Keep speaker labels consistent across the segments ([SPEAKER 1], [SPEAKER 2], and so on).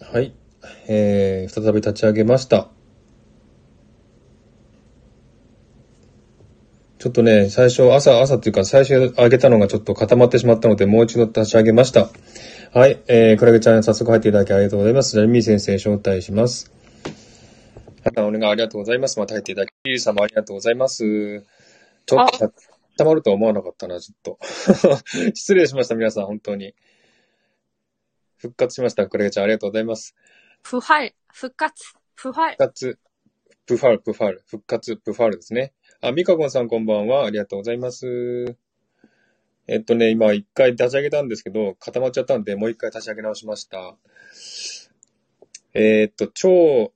[SPEAKER 1] はい。えー、再び立ち上げました。ちょっとね、最初、朝、朝っていうか、最初上げたのがちょっと固まってしまったので、もう一度立ち上げました。はい。えー、クラゲちゃん、早速入っていただきありがとうございます。じゃあ、みー先生、招待します。はたお願いありがとうございます。また入っていただき、ゆうさんもありがとうございます。ちょっと、固まるとは思わなかったな、ちょっと。 失礼しました、皆さん、本当に。復活しました、クラゲちゃん、ありがとうございます。
[SPEAKER 2] 不敗、復活、不敗。
[SPEAKER 1] 復活、プファール、プファール、復活、プファールですね。あ、ミカゴンさんこんばんは。ありがとうございます。えっとね、今一回立ち上げたんですけど、固まっちゃったんで、もう一回立ち上げ直しました。えーっと、超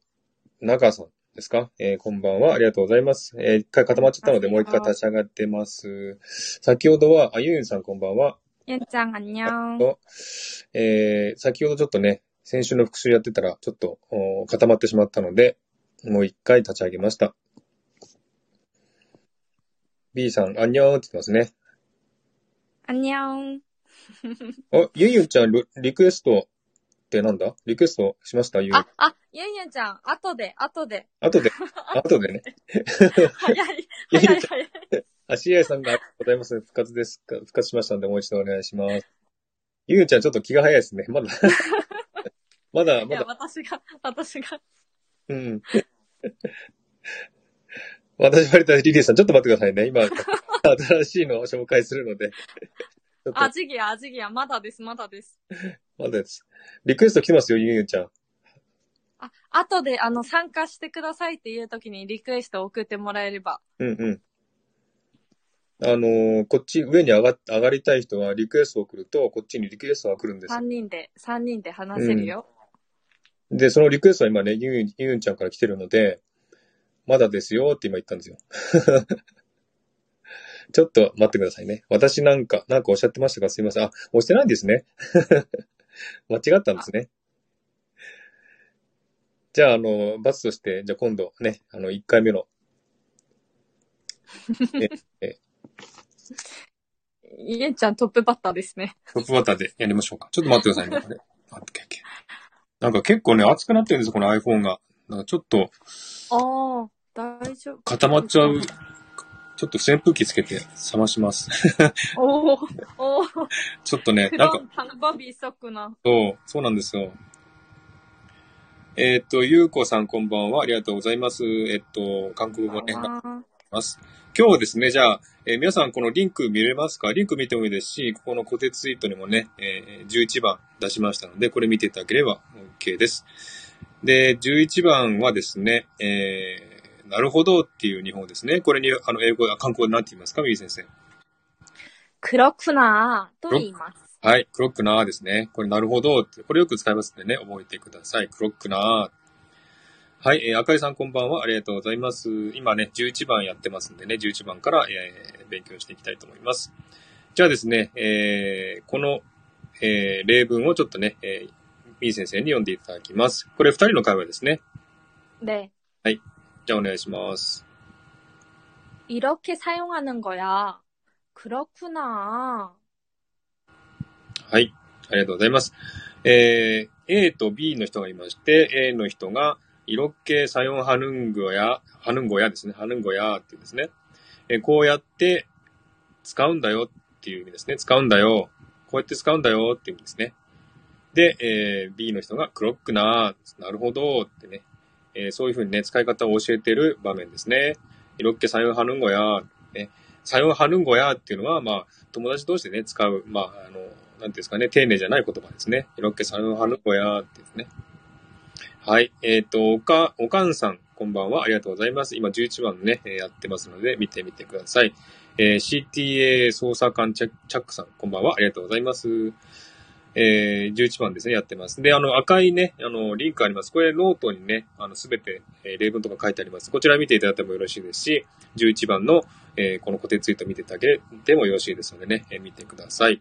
[SPEAKER 1] 中さんですかえーこんばんは。ありがとうございます。えー一回固まっちゃったので、もう一回立ち上がってます。先ほどは、あ、ゆうゆんさんこんばんは。
[SPEAKER 2] ゆんちゃん、あんにゃん。
[SPEAKER 1] と、えー、先ほどちょっとね、先週の復習やってたら、ちょっとおー固まってしまったので、もう一回立ち上げました。B さん、あんにゃーって言ってますね。
[SPEAKER 2] あんにゃん。
[SPEAKER 1] あ、ゆいゆんちゃん、リリクエストってなんだリクエストしましたゆいゆん
[SPEAKER 2] あ、。あ、ゆんゆんちゃん、後で、後で。
[SPEAKER 1] 後 で、後でね。
[SPEAKER 2] 早い、
[SPEAKER 1] ゆんゆ
[SPEAKER 2] 早
[SPEAKER 1] ん
[SPEAKER 2] い、
[SPEAKER 1] ち
[SPEAKER 2] 早い。
[SPEAKER 1] ゃん、あ、CI さんが、ありがとうございます。復活です。復活しましたので、もう一度お願いします。ゆいゆんちゃん、ちょっと気が早いですね。ま だ、まだ、
[SPEAKER 2] い
[SPEAKER 1] まだ
[SPEAKER 2] や、、私が、私が。
[SPEAKER 1] うん。 私、割とリリーさん、ちょっと待ってくださいね。今、新しいのを紹介するので。ちょっと、
[SPEAKER 2] あじぎや、あじぎや、まだです、まだです。
[SPEAKER 1] まだです。リクエスト来てますよ、ゆうゆうちゃん。
[SPEAKER 2] あ、後で、あの、参加してくださいっていう時にリクエスト送ってもらえれば。
[SPEAKER 1] うんうん。あのーこっち上に上が、上がりたい人はリクエストを送ると、こっちにリクエストが来るんですよ
[SPEAKER 2] 3。人で、3人で話せるよ。
[SPEAKER 1] で、そのリクエストは今ね、ゆうゆうゆうゆうちゃんから来てるので、まだですよって今言ったんですよ。 ちょっと待ってくださいね。私なんか、なんかおっしゃってましたかすいません。あ、押してないんですね。 間違ったんですね。じゃあ、あの、罰として、じゃあ今度ね、あの、1回目の、え、え、
[SPEAKER 2] ゆんちゃん、トップバッターですね。
[SPEAKER 1] トップバッターでやりましょうか。ちょっと待ってくださいね。これあ OK OK なんか結構ね、熱くなってるんですよ、この iPhone が。なんかちょっと
[SPEAKER 2] ああ、大丈夫。
[SPEAKER 1] 固まっちゃうちょっと扇風機つけて冷まします。
[SPEAKER 2] おお、おお、
[SPEAKER 1] ちょっとね、
[SPEAKER 2] フ
[SPEAKER 1] な
[SPEAKER 2] ロ
[SPEAKER 1] んか、
[SPEAKER 2] ン、ハンバビーソックな。
[SPEAKER 1] そう、そうなんですよ。えーっと、ゆうこさんこんばんは。ありがとうございます。えっと、韓国語ね、頑張り
[SPEAKER 2] あ
[SPEAKER 1] ます。今日はですね、じゃあ、えー皆さんこのリンク見れますかリンク見てもいいですし、ここの固定ツイートにもね、えー11番出しましたので、これ見ていただければ OK です。で、11番はですね、えー、なるほどっていう日本語ですね。これに、あの、英語、あ韓国語で何て言いますかミリー先生。
[SPEAKER 2] 黒くなーと言います。
[SPEAKER 1] はい、クロックナーですね。これなるほどって。これよく使いますんでね、覚えてください。クロックナー。はい、えー、あかりさんこんばんは。ありがとうございます。今ね、11番やってますんでね、11番から、えー勉強していきたいと思います。じゃあですね、えーこの、えー例文をちょっとね、えー、みー先生に読んでいただきます。これ2人の会話ですね。
[SPEAKER 2] で、
[SPEAKER 1] じゃあお願いします。
[SPEAKER 2] 이렇게 사용하는 거야. 그렇구나.
[SPEAKER 1] はい、ありがとうございます。えー A と B の人がいまして、A の人が、イロッケサヨンハヌンゴや、ハヌンゴやですね、ハヌンゴやっていうですね、えーこうやって使うんだよっていう意味ですね、使うんだよ、こうやって使うんだよっていう意味ですね。で、えー B の人が、クロックな、なるほどってね、えーそういうふうにね、使い方を教えてる場面ですね。イロッケサヨンハヌンゴや、ね、サヨンハヌンゴやっていうのは、まあ、友達同士でね、使う、まあ、あの、なんていうんですかね、丁寧じゃない言葉ですね。イロッケさんの花子やーってですね。はい。えっ、と、おか、おかんさん、こんばんは。ありがとうございます。今11番ね、えーやってますので、見てみてください。えー CTA 捜査官チャチャックさん、こんばんは。ありがとうございます。えー11番ですね、やってます。で、あの、赤いね、あの、リンクあります。これ、ノートにね、あの、すべて、えー例文とか書いてあります。こちら見ていただいてもよろしいですし、11番の、えーこの固定ツイート見ていただけてもよろしいですのでね、えー見てください。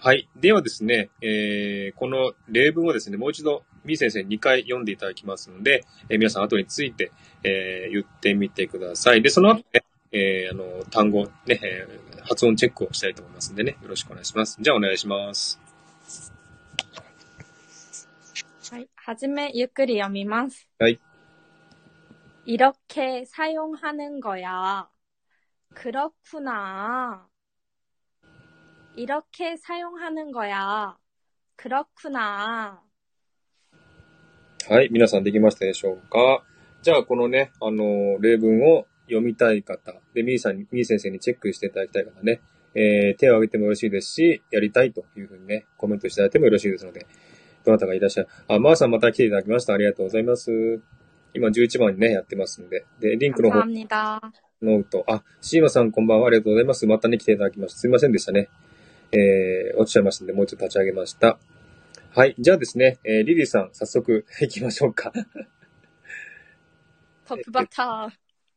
[SPEAKER 1] はい。ではですね、えーこの例文をですね、もう一度、B 先生に2回読んでいただきますので、えー皆さん後について、えー言ってみてください。で、その後ね、えーあの、単語、ね、えー発音チェックをしたいと思いますんでね、よろしくお願いします。じゃあお願いします。
[SPEAKER 2] はい。はじめ、ゆっくり読みます。
[SPEAKER 1] はい。
[SPEAKER 2] 이렇게 사용하는 거야. 그렇구나. 이렇게 사용하는 거야. 그렇구나.
[SPEAKER 1] はい、皆さんできましたでしょうかじゃあ、このね、あの、例文を読みたい方、で、みーさんに、みー先生にチェックしていただきたい方ね、えー、手を挙げてもよろしいですし、やりたいというふうにね、コメントしていただいてもよろしいですので、どなたがいらっしゃる。あ、まーさんまた来ていただきました。ありがとうございます。今11番にね、やってますんで。で、リンクの方
[SPEAKER 2] 감사합니다.
[SPEAKER 1] ノート。あ、シーマさんこんばんは。ありがとうございます。またね、来ていただきました。すいませんでしたね。えー、落ちちゃいましたんで、もう一度立ち上げました。はい。じゃあですね、えー、リリーさん、早速行きましょうか。
[SPEAKER 2] トップバッター。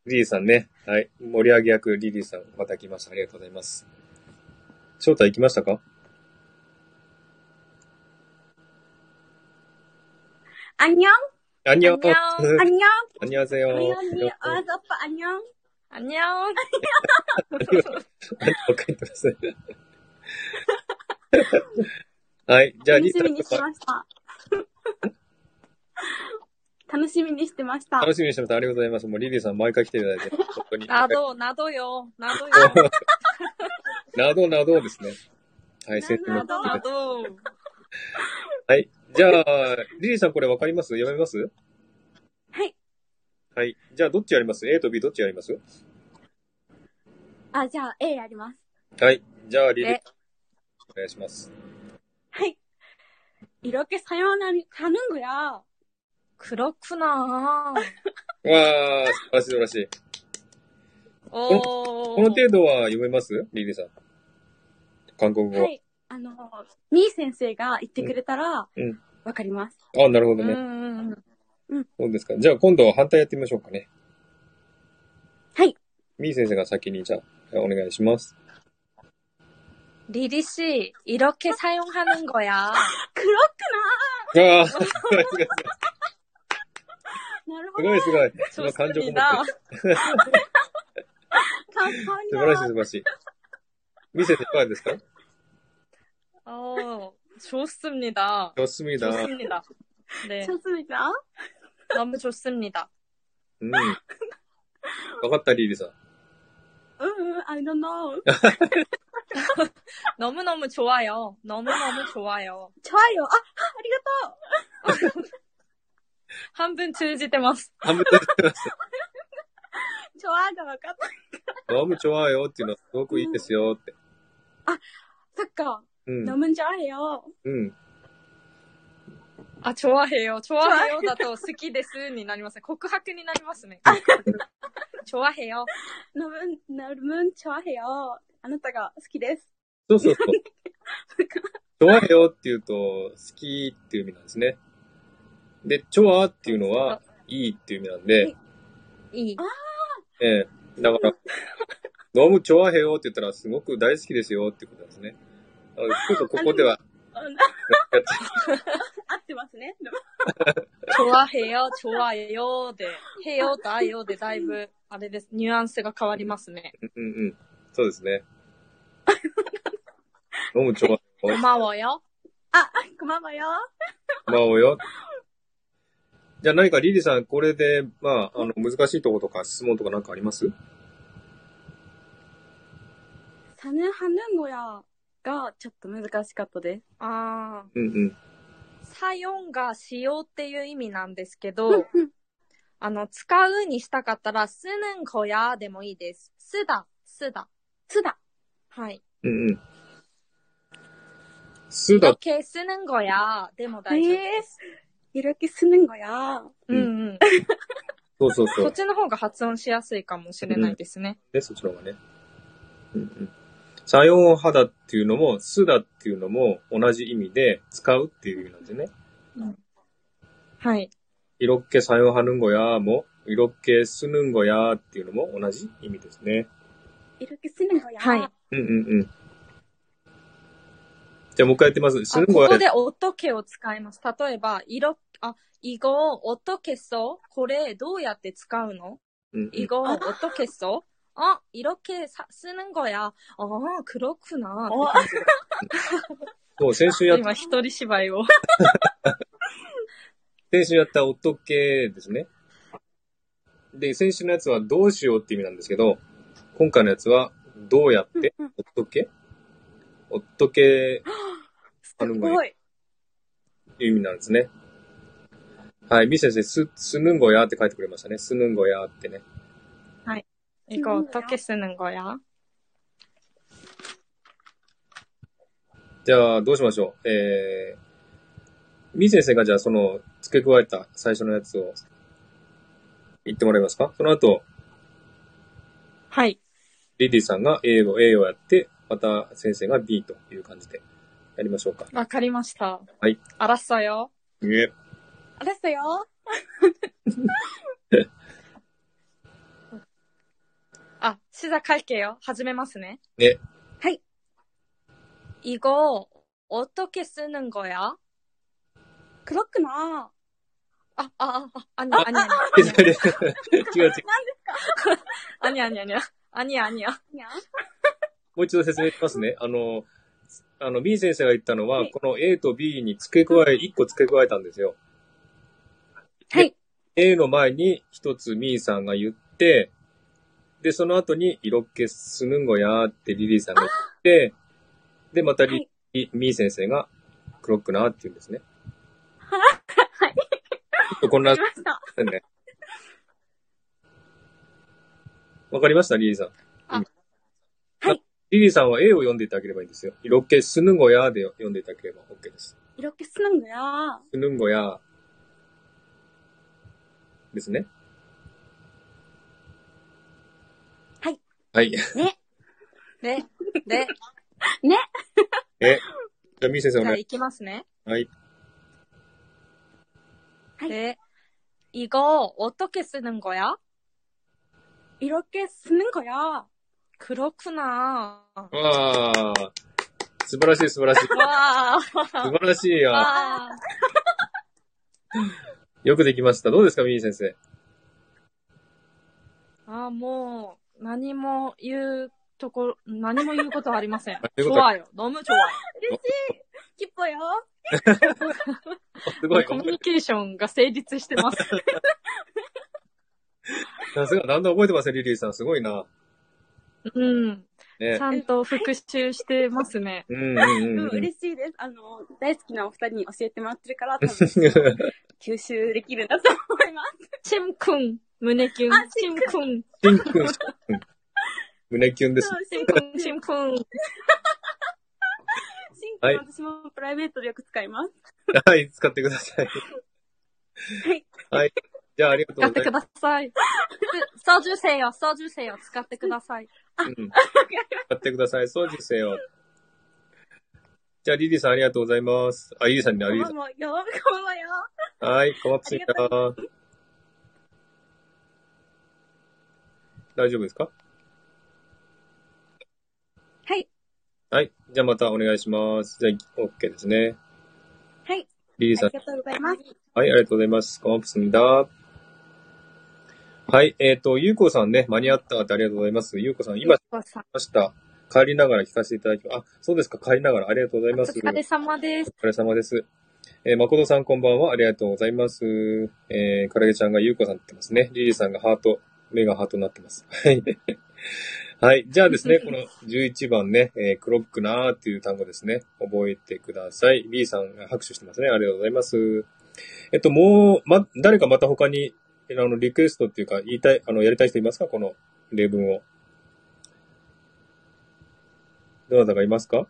[SPEAKER 1] リリーさんね。はい。盛り上げ役、リリーさん、また来ました。ありがとうございます。翔太行きましたか
[SPEAKER 3] あんにょん
[SPEAKER 1] あんにゃん。
[SPEAKER 3] あんにょん
[SPEAKER 1] あんにゃんせ
[SPEAKER 3] あ
[SPEAKER 1] よ。
[SPEAKER 3] んにょんにあ
[SPEAKER 2] 어,
[SPEAKER 3] ざっぱあんにょん
[SPEAKER 2] 안녕.
[SPEAKER 1] あんにゃん書いてますね。 はい。じゃあ、
[SPEAKER 3] 楽
[SPEAKER 1] リリ
[SPEAKER 3] しみに
[SPEAKER 1] ー
[SPEAKER 3] して
[SPEAKER 1] さん、
[SPEAKER 3] ました。楽しみにしてました。
[SPEAKER 1] 楽しみにしてました。ありがとうございます。もうリリーさん、毎回来ていただいて、 本当に。
[SPEAKER 2] 나도, 나도요. 나도요.
[SPEAKER 1] などなどですね。はい、
[SPEAKER 3] など
[SPEAKER 1] 先生の聞いて
[SPEAKER 2] 나도,
[SPEAKER 1] て。
[SPEAKER 2] 나도.
[SPEAKER 1] はい。じゃあ、リリーさんこれわかります読めます
[SPEAKER 3] はい。
[SPEAKER 1] はい。じゃあ、どっちやります ?A と B どっちやります
[SPEAKER 3] あ、じゃあ A やります。
[SPEAKER 1] はい。じゃあ、リリー
[SPEAKER 2] え、
[SPEAKER 1] お願いします。
[SPEAKER 3] はい。色気さようなに、頼むごや。
[SPEAKER 2] 그렇구나.
[SPEAKER 1] わー、素晴らしい素晴らしい。
[SPEAKER 2] 오.
[SPEAKER 1] この程度は読めますリリーさん。韓国語。
[SPEAKER 3] はい。あの、みー先生が言ってくれたら
[SPEAKER 1] うん、
[SPEAKER 3] わかります。
[SPEAKER 1] あ、なるほど
[SPEAKER 2] 음,
[SPEAKER 1] ね。
[SPEAKER 2] 음, 음.
[SPEAKER 1] そうですか。じゃあ、今度は反対やってみましょうかね。
[SPEAKER 3] はい。
[SPEAKER 1] みー先生が先に、じゃあ、お願いします。
[SPEAKER 2] 리리 씨, 이렇게 사용하는 거야.
[SPEAKER 3] 黒く
[SPEAKER 1] わー、すごいすごい
[SPEAKER 3] ななるほ
[SPEAKER 1] す
[SPEAKER 3] ど。
[SPEAKER 1] ごいすごい。今、感情こもってる
[SPEAKER 2] 좋습니다.
[SPEAKER 3] かっこいい
[SPEAKER 1] 素晴らしい
[SPEAKER 3] な
[SPEAKER 1] 素。晴らしい。見せていかがですか
[SPEAKER 2] 어, 좋습니다.
[SPEAKER 1] 좋습니다
[SPEAKER 2] 좋습니다. 네,
[SPEAKER 3] ちょっと見た
[SPEAKER 2] 너무 좋습니다.
[SPEAKER 1] 음。わかった、リリーさん。
[SPEAKER 3] うんうん、I don't know.
[SPEAKER 2] 너무너무 좋아요. 너무너무 좋아요.
[SPEAKER 3] ちょいよ。あ、ありがとう。
[SPEAKER 2] 한 분 즐지대마스.
[SPEAKER 1] 半分です。
[SPEAKER 3] ちょあが分かった。
[SPEAKER 1] 너무좋아요っていうのはすごくいいですよって。
[SPEAKER 3] そっか。
[SPEAKER 1] う
[SPEAKER 3] 飲
[SPEAKER 1] ん。
[SPEAKER 3] むんじゃあれよ。
[SPEAKER 1] うん。
[SPEAKER 2] 아, 좋아해요. 좋아해요. 나또 스키데스니 나니마스. 고쿠하크니 나니마스. 좋아해요.
[SPEAKER 3] 飲むん、飲むんちょあれよ。あなたが好きです。
[SPEAKER 1] そうそうそう。좋아해요っていうと、好きっていう意味なんですね。で、ちょわっていうのは、いいっていう意味なんで、
[SPEAKER 2] 이.
[SPEAKER 1] ええだから、너무좋아해요って言ったら、すごく大好きですよってことなんですね。なのでちょっとここでは、
[SPEAKER 3] うん、合ってますね。
[SPEAKER 2] 좋아해요. 좋아해요. 네. 해요. 나요. 네. 다이브. 아, 네. 네. 뉘앙스가 変わりますね.
[SPEAKER 1] うんうん。そうですね。너무좋아요
[SPEAKER 2] 고마워요.
[SPEAKER 3] こままよ。
[SPEAKER 1] まおよ。じゃあ何かリリさん、これで、まあ、あの、難しいところとか質問とかなんかあります
[SPEAKER 3] サヌハヌンゴヤがちょっと難しかったです。
[SPEAKER 2] 아,
[SPEAKER 1] うんうん。
[SPEAKER 2] 사용과 시요っていう意味なんですけど,
[SPEAKER 3] うん
[SPEAKER 2] あの、使うにしたかったら、すぬんこやでもいいです。すだ、すだ。
[SPEAKER 3] つだ。
[SPEAKER 2] はい。
[SPEAKER 1] うんうん。すだ
[SPEAKER 2] 余、計すぬんこやでも大丈夫です。
[SPEAKER 3] 色気すぬんごや。
[SPEAKER 1] えー
[SPEAKER 2] うんうん。
[SPEAKER 1] そうそうそ
[SPEAKER 2] こっ
[SPEAKER 1] う。
[SPEAKER 2] ちの方が発音しやすいかもしれないですね。
[SPEAKER 1] ね、そっちの方がね。うんうん。さようはだっていうのも、すだっていうのも同じ意味で使うっていう意味なんでね。
[SPEAKER 2] はい。
[SPEAKER 1] いろっけさようはぬんごやーも、いろっけすぬんごやーっていうのも同じ意味ですね。
[SPEAKER 3] 色気すぬんごや。
[SPEAKER 2] はい。
[SPEAKER 1] うんうんうん。じゃあもう一回やってます。す
[SPEAKER 2] あ
[SPEAKER 1] ぬんご
[SPEAKER 2] こ
[SPEAKER 1] やで
[SPEAKER 2] こでおとけを使います。例えば、いろ、あ、いご、おとけそ、これどうやって使うの
[SPEAKER 1] うんうん
[SPEAKER 2] いご、おとけそ、あ、いろけさ、すぬんこや。ああ、黒くな
[SPEAKER 3] お
[SPEAKER 2] って感じで
[SPEAKER 1] そう、先週やっ
[SPEAKER 2] 今、一人芝居を。
[SPEAKER 1] 先週やったけですね。で、先週のやつはどうしようって意味なんですけど、今回のやつはどうやって
[SPEAKER 3] うんうん
[SPEAKER 1] け夫け
[SPEAKER 3] す
[SPEAKER 1] あるの
[SPEAKER 3] ごい。
[SPEAKER 1] っていう意味なんですね。はい、B 先生、す、すぬんごやって書いてくれましたね。すぬんごやってね。
[SPEAKER 2] 이거 어떻게 쓰는 거야?
[SPEAKER 1] じゃあ、どうしましょう。えー、みー先生がじゃあその付け加えた最初のやつを言ってもらえますかその後、
[SPEAKER 2] 하이.
[SPEAKER 1] リディさんが A を A をやって、また先生が B という感じでやりましょうか。
[SPEAKER 2] 와카리마시타.
[SPEAKER 1] 하이.
[SPEAKER 2] 알았어요.
[SPEAKER 1] え
[SPEAKER 3] 알았어요.
[SPEAKER 2] 아, 시작할게요. 하지메마스네.
[SPEAKER 1] 네.
[SPEAKER 3] 하이.
[SPEAKER 2] 이거 어떻게 쓰는 거야?
[SPEAKER 3] 그렇구나.
[SPEAKER 2] 아, 아, 아, 아, 아니, 아니, 아니.
[SPEAKER 1] 違う違う。
[SPEAKER 2] 아니, 아니, 아니야. 아니, 아니야.
[SPEAKER 3] 그냥.
[SPEAKER 1] もう一度説明しますね。あの、あの、B 先生が言ったのは、
[SPEAKER 3] はい
[SPEAKER 1] この A と B に付け加え、一個付け加えたんですよ。
[SPEAKER 3] はい。
[SPEAKER 1] A の前に一つミーさんが言って、で、その後に、色っ気すぬんごやーってリリーさんが言って、で、またリ、
[SPEAKER 3] はい
[SPEAKER 1] ミー先生が、クロックなーって言うんです ね。はい。こんな、ね
[SPEAKER 3] 알았어.
[SPEAKER 1] わかりました、リリーさん。
[SPEAKER 2] あ
[SPEAKER 3] はい
[SPEAKER 1] リリーさんは A を読んでいただければいいんですよ。色っ気すぬんごやーで読んでいただければ OK です。
[SPEAKER 3] 이렇게 쓰는 거야.
[SPEAKER 1] 쓰는 거야. ですね。
[SPEAKER 3] はい。
[SPEAKER 1] はい。じ
[SPEAKER 2] 네, 네.
[SPEAKER 1] ゃあ、みー先生お
[SPEAKER 2] 자,
[SPEAKER 1] 願い。
[SPEAKER 2] 이키마스네.
[SPEAKER 1] 하이.
[SPEAKER 3] 하이.
[SPEAKER 2] 네. 이거 어떻게 쓰는 거야?
[SPEAKER 3] 이렇게 쓰는 거야.
[SPEAKER 2] 그렇구나.
[SPEAKER 1] わあ、素晴らしい素晴らしい。素
[SPEAKER 2] 와,
[SPEAKER 1] 晴らしいや。
[SPEAKER 2] 와.
[SPEAKER 1] よくできました。どうですか、みー先生。
[SPEAKER 2] 아, 뭐, 나니모 유, 저거, 나니모 유 것도 아리마센.
[SPEAKER 1] 이거 다-
[SPEAKER 2] 좋아요. 너무 좋아요.
[SPEAKER 3] 기뻐요.
[SPEAKER 1] 어すごい。
[SPEAKER 2] 커뮤니케이션가 세이리츠してます.
[SPEAKER 1] さすが、だんだん覚えてますね、リリーさん。すごいな。
[SPEAKER 2] 음,
[SPEAKER 1] ね。
[SPEAKER 2] 찬또復習してますね.
[SPEAKER 1] うんうんうん。うん
[SPEAKER 3] 嬉しいです。あの、大好きなお二人に教えてもらってるから、多分吸収できるんだと思います。
[SPEAKER 2] 침쿵, 문해균,
[SPEAKER 3] 아,
[SPEAKER 2] 침쿵,
[SPEAKER 1] キンくん、シンくん胸キュンです
[SPEAKER 3] そ。う、シンク
[SPEAKER 2] 침쿵, 침쿵.
[SPEAKER 3] シン
[SPEAKER 1] はい
[SPEAKER 3] ク私もプライベートでよく使います。
[SPEAKER 1] はい、使ってください。
[SPEAKER 3] はい。
[SPEAKER 1] はい。じゃあ、ありがとうございま
[SPEAKER 2] 使ってください. 써주세요, 써주세요. 使ってください.
[SPEAKER 1] す。うん使ってください。そうですよ。じゃあ、リリーさんありがとうございます。あ、リリーさんにあ
[SPEAKER 3] こ
[SPEAKER 1] リ
[SPEAKER 3] ん
[SPEAKER 1] リーさ
[SPEAKER 3] ばんはよ。こんばんは
[SPEAKER 1] ん。
[SPEAKER 3] よ。
[SPEAKER 1] はい、こまついた
[SPEAKER 3] ありが。
[SPEAKER 1] 大丈夫ですか
[SPEAKER 3] はい。
[SPEAKER 1] はい。じゃあまたお願いします。じゃあ、OK ですね。
[SPEAKER 3] はい。
[SPEAKER 1] リリー
[SPEAKER 3] あ
[SPEAKER 1] さん
[SPEAKER 3] り。がとうございます。
[SPEAKER 1] はい、ありがとうございます。ごまぷすみだ。はい、えっ、と、ゆうこさんね、間に合ったってありがとうございます。ゆうこさん、今、来ました。帰りながら聞かせていただき、あ、そうですか、帰りながらありがとうございます。
[SPEAKER 2] お疲れ様です。
[SPEAKER 1] お疲れ様です。えー、誠さんこんばんは。ありがとうございます。えー、からげちゃんがゆうこさんって言ってますね。リリーさんがハート、目がハートになってます。 はい。はい。じゃあですね、この11番ね、えー、クロックなーっていう単語ですね。覚えてください。B さんが拍手してますね。ありがとうございます。えっと、もう、ま、誰かまた他に、あの、リクエストっていうか、言いたい、あの、やりたい人いますかこの例文を。どなたがいますか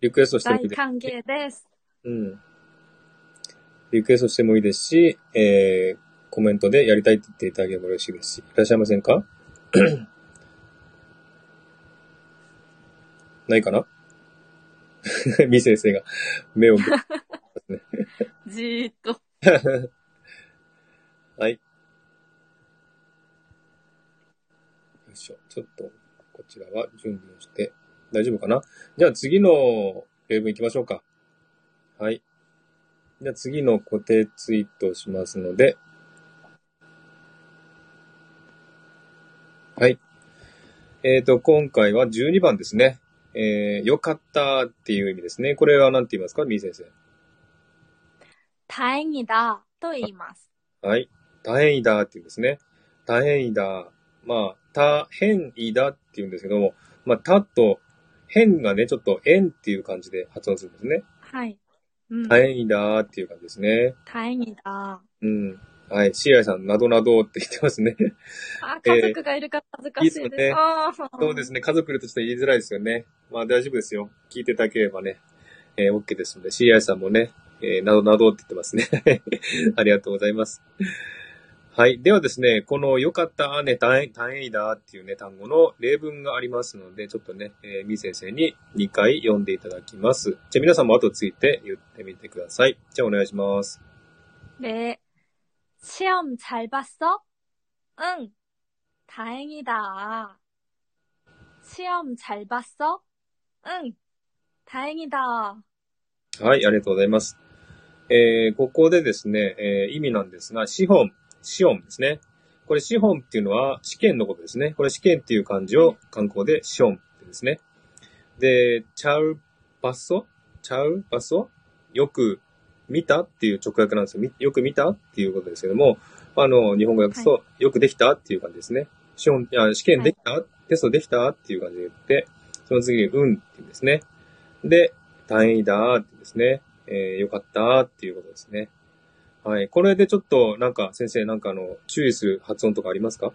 [SPEAKER 1] リクエストしてみて。
[SPEAKER 2] どなたでも大歓迎です。
[SPEAKER 1] うん。リクエストしてもいいですし、えー、コメントでやりたいって言っていただければ嬉しいですし、いらっしゃいませんか ないかな み先生が目をぶ、
[SPEAKER 2] じーっと。
[SPEAKER 1] はい。よいしょ。ちょっと、こちらは準備をして、大丈夫かなじゃあ次の例文行きましょうか。はい。じゃあ次の固定ツイートをしますので。はい。えっ、ー、と、今回は12番ですね。えー、よかったっていう意味ですね。これは何て言いますかみー先生。
[SPEAKER 2] 다행이다 と言います。
[SPEAKER 1] はい。大変だって言うんですね。大変だ。まあ、大変だって言うんですけども、まあ、たと、変がね、ちょっと円っていう感じで発音するんですね。
[SPEAKER 2] はい。うん、
[SPEAKER 1] 大変だっていう感じですね。
[SPEAKER 2] 大変だ。あ、
[SPEAKER 1] うん。はい。シアイさん、などなどって言ってますね。
[SPEAKER 2] 家族がいるから恥ずかしいです。
[SPEAKER 1] いいですね
[SPEAKER 2] あ
[SPEAKER 1] そうですね。家族いるとして言いづらいですよね。まあ大丈夫ですよ。聞いていただければね、えー OK ですので、CI さんもね、えーなどなどって言ってますね。 ありがとうございます。はい。ではですね、この良かったね、単位単位だっていうね、単語の例文がありますので、ちょっとね、えー、みー先生に2回読んでいただきます。じゃあ皆さんも後ついて言ってみてください。じゃあお願いします。
[SPEAKER 2] 네. 시험 잘 봤어? 응. 다행이다. 시험 잘 봤어? 응. 다행이다.
[SPEAKER 1] はい、ありがとうございます。えー、ここでですね、えー意味なんですが、資本、資本ですね。これ資本っていうのは試験のことですね。これ試験っていう漢字を観光で資本ってですね。で、チャウバソチャウバソよく見たっていう直訳なんですよ。みよく見たっていうことですけども、あの、日本語訳すと、よくできたっていう感じですね。資本、あ試験できた、テストできたっていう感じで言って、その次に、うんって言うんですね。で、単位だーってですね、えー、よかったーっていうことですね。はい。これでちょっと、なんか、先生、なんかあの、注意する発音とかありますか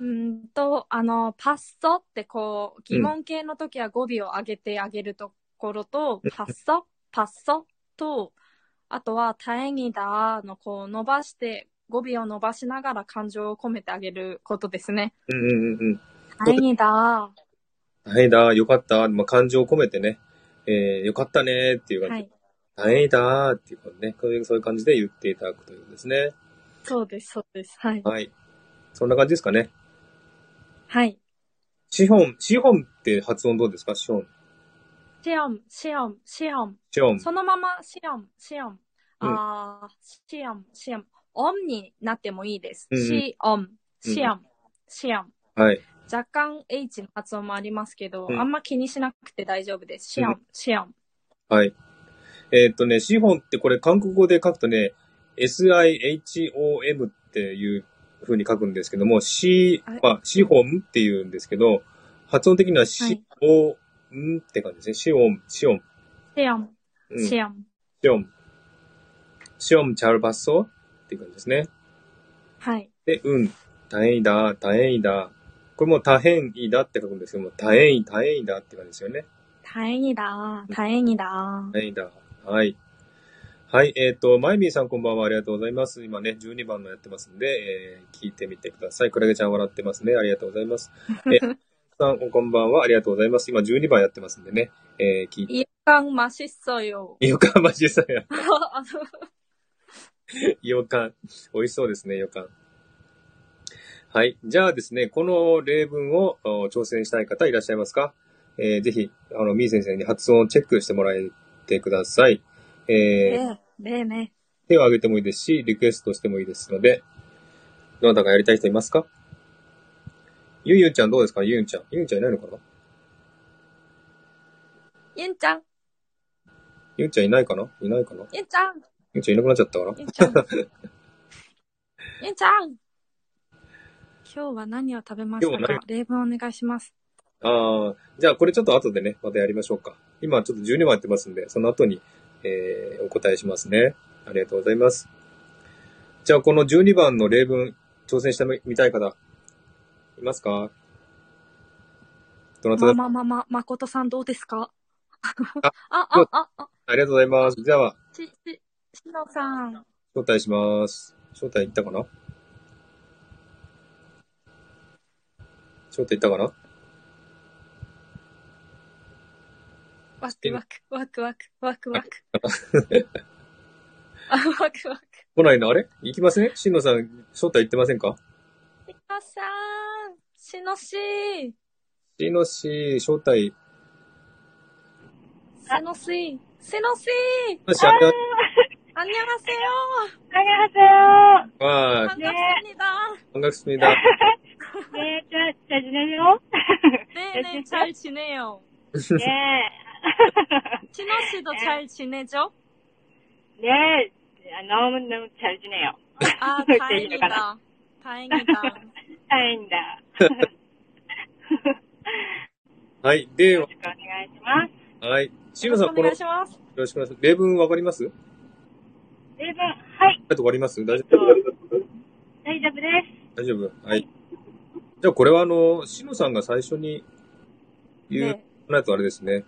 [SPEAKER 2] 음, 또, 아, 너, 봤어? 때, 그, 기본 系の時は語尾を上げてあげるところと、봤어? 봤어? と、あとは、다행이다の、こう、伸ばして、語尾を伸ばしながら感情を込めてあげることですね。
[SPEAKER 1] うんうんうんうん。
[SPEAKER 2] 다행이だ。
[SPEAKER 1] 単位だー、よかったー。まあ、感情を込めてね、えー、よかったねーっていう
[SPEAKER 2] は
[SPEAKER 1] 感じ。
[SPEAKER 2] い。
[SPEAKER 1] 単位だーっていうことね。こういうそういう感じで言っていただくということですね。
[SPEAKER 2] そうです、そうです。はい。
[SPEAKER 1] はい。そんな感じですかね。
[SPEAKER 2] はい。
[SPEAKER 1] 資本、資本って発音どうですか資本。
[SPEAKER 2] シオン、シオン、シオン。
[SPEAKER 1] 資本。
[SPEAKER 2] そのまま、シオン、シオン。あー、シオン、シオン。オンになってもいいです。
[SPEAKER 1] うんうん
[SPEAKER 2] シオン、シオン、シオン。
[SPEAKER 1] はい。
[SPEAKER 2] 若干 H の発音もありますけど、
[SPEAKER 1] うん
[SPEAKER 2] あんま気にしなくて大丈夫です。シオン、シオン。
[SPEAKER 1] はい。えーっとね、資本ってこれ韓国語で書くとね、SIHOM っていう風に書くんですけども、C
[SPEAKER 2] はい、
[SPEAKER 1] まあ、資本っていうんですけど、発音的には資本って感じですね。資本、資本。
[SPEAKER 2] シオン、
[SPEAKER 1] うん、資
[SPEAKER 2] シオン。
[SPEAKER 1] 本。資本잘봤어っていう感じですね。
[SPEAKER 2] はい。
[SPEAKER 1] で、うん、大変だ、大変だ。これも大変いだって書くんですけども、大変、大変だって感じですよね。
[SPEAKER 2] 大変だ、大変だ。
[SPEAKER 1] はい、だ。はい。はい、えっ、と、マイミーさんこんばんは、ありがとうございます。今ね、12番のやってますんで、えー聞いてみてください。クラゲちゃん笑ってますね。ありがとうございます。えーさん、こんばんは、ありがとうございます。今12番やってますんでね、えー聞いて、
[SPEAKER 2] 一貫マシっ そよ。
[SPEAKER 1] よかんまじさんや。
[SPEAKER 2] あの
[SPEAKER 1] ようかん。美味しそうですね、ようかん。はい。じゃあですね、この例文をお挑戦したい方いらっしゃいますかえーぜひ、あの、みー先生に発音をチェックしてもらってください。えー
[SPEAKER 2] ねえねえね
[SPEAKER 1] 手を挙げてもいいですし、リクエストしてもいいですので、どなたかやりたい人いますかゆんゆんちゃんどうですかゆんゆんちゃん。ゆんゆんちゃんいないのかな
[SPEAKER 2] え。ゆんちゃん、
[SPEAKER 1] ゆんゆんちゃんいないかないないかなゆん
[SPEAKER 2] ゆんちゃん、
[SPEAKER 1] ゆんちゃんいなくなっちゃったかな
[SPEAKER 2] ゆん ちゃん。ゆんちゃん今日は何を食べまし
[SPEAKER 1] 今日
[SPEAKER 2] た
[SPEAKER 1] は
[SPEAKER 2] か例文お願いします。
[SPEAKER 1] ああ、じゃあこれちょっと後でね、またやりましょうか。今ちょっと12番やってますんで、その後に、えーお答えしますね。ありがとうございます。じゃあこの12番の例文、挑戦してみたい方、いますかどなた
[SPEAKER 2] ま
[SPEAKER 1] だ
[SPEAKER 2] あまあまあまあ、まことさんどうですか
[SPEAKER 1] あ
[SPEAKER 2] あ、 あ、あ、あ、
[SPEAKER 1] ありがとうございます。じゃあ、
[SPEAKER 2] し、し、しのさん。
[SPEAKER 1] 招待します。招待行ったかな招待行ったかな
[SPEAKER 2] ワクワク、ワクワク、ワクワク。あ、ワクワク。
[SPEAKER 1] 来ないのあれ行きませんしんのさん、招待行ってませんか
[SPEAKER 2] しのさん。しのしー。
[SPEAKER 1] しのし、招待、
[SPEAKER 2] しのしー。しのしー。
[SPEAKER 1] しあれ
[SPEAKER 2] あにゃはせよ。
[SPEAKER 4] 안녕하세요.
[SPEAKER 1] は、
[SPEAKER 2] 반갑습니다. 네,
[SPEAKER 1] 半額すみだ。
[SPEAKER 4] 네, 잘, 잘 지내세요?
[SPEAKER 2] 네, 잘 지내요.
[SPEAKER 4] 예.
[SPEAKER 2] 신호 씨도 잘 지내죠?
[SPEAKER 4] 네, 아, 너무너무 잘 지내요.
[SPEAKER 2] 아,
[SPEAKER 4] 네,
[SPEAKER 2] 다행이다. 다행이다.
[SPEAKER 4] 다행이다.
[SPEAKER 1] はい。で
[SPEAKER 4] よろ
[SPEAKER 1] は
[SPEAKER 4] し、くお願いします。
[SPEAKER 1] はい。シ
[SPEAKER 2] よ
[SPEAKER 1] ム
[SPEAKER 2] ろ
[SPEAKER 1] さ
[SPEAKER 2] し
[SPEAKER 1] ん、こ
[SPEAKER 2] くお
[SPEAKER 1] の、
[SPEAKER 2] 願い
[SPEAKER 1] よ
[SPEAKER 2] します。
[SPEAKER 1] ろしくお願いします。例文わかります
[SPEAKER 4] 例文、はい、
[SPEAKER 1] あとわかります大丈
[SPEAKER 4] そ
[SPEAKER 1] 夫
[SPEAKER 4] う大丈夫で
[SPEAKER 1] 大丈夫はい。じゃあ、これはあの、シムさんが最初に言う
[SPEAKER 2] ね
[SPEAKER 1] ないとあれですね。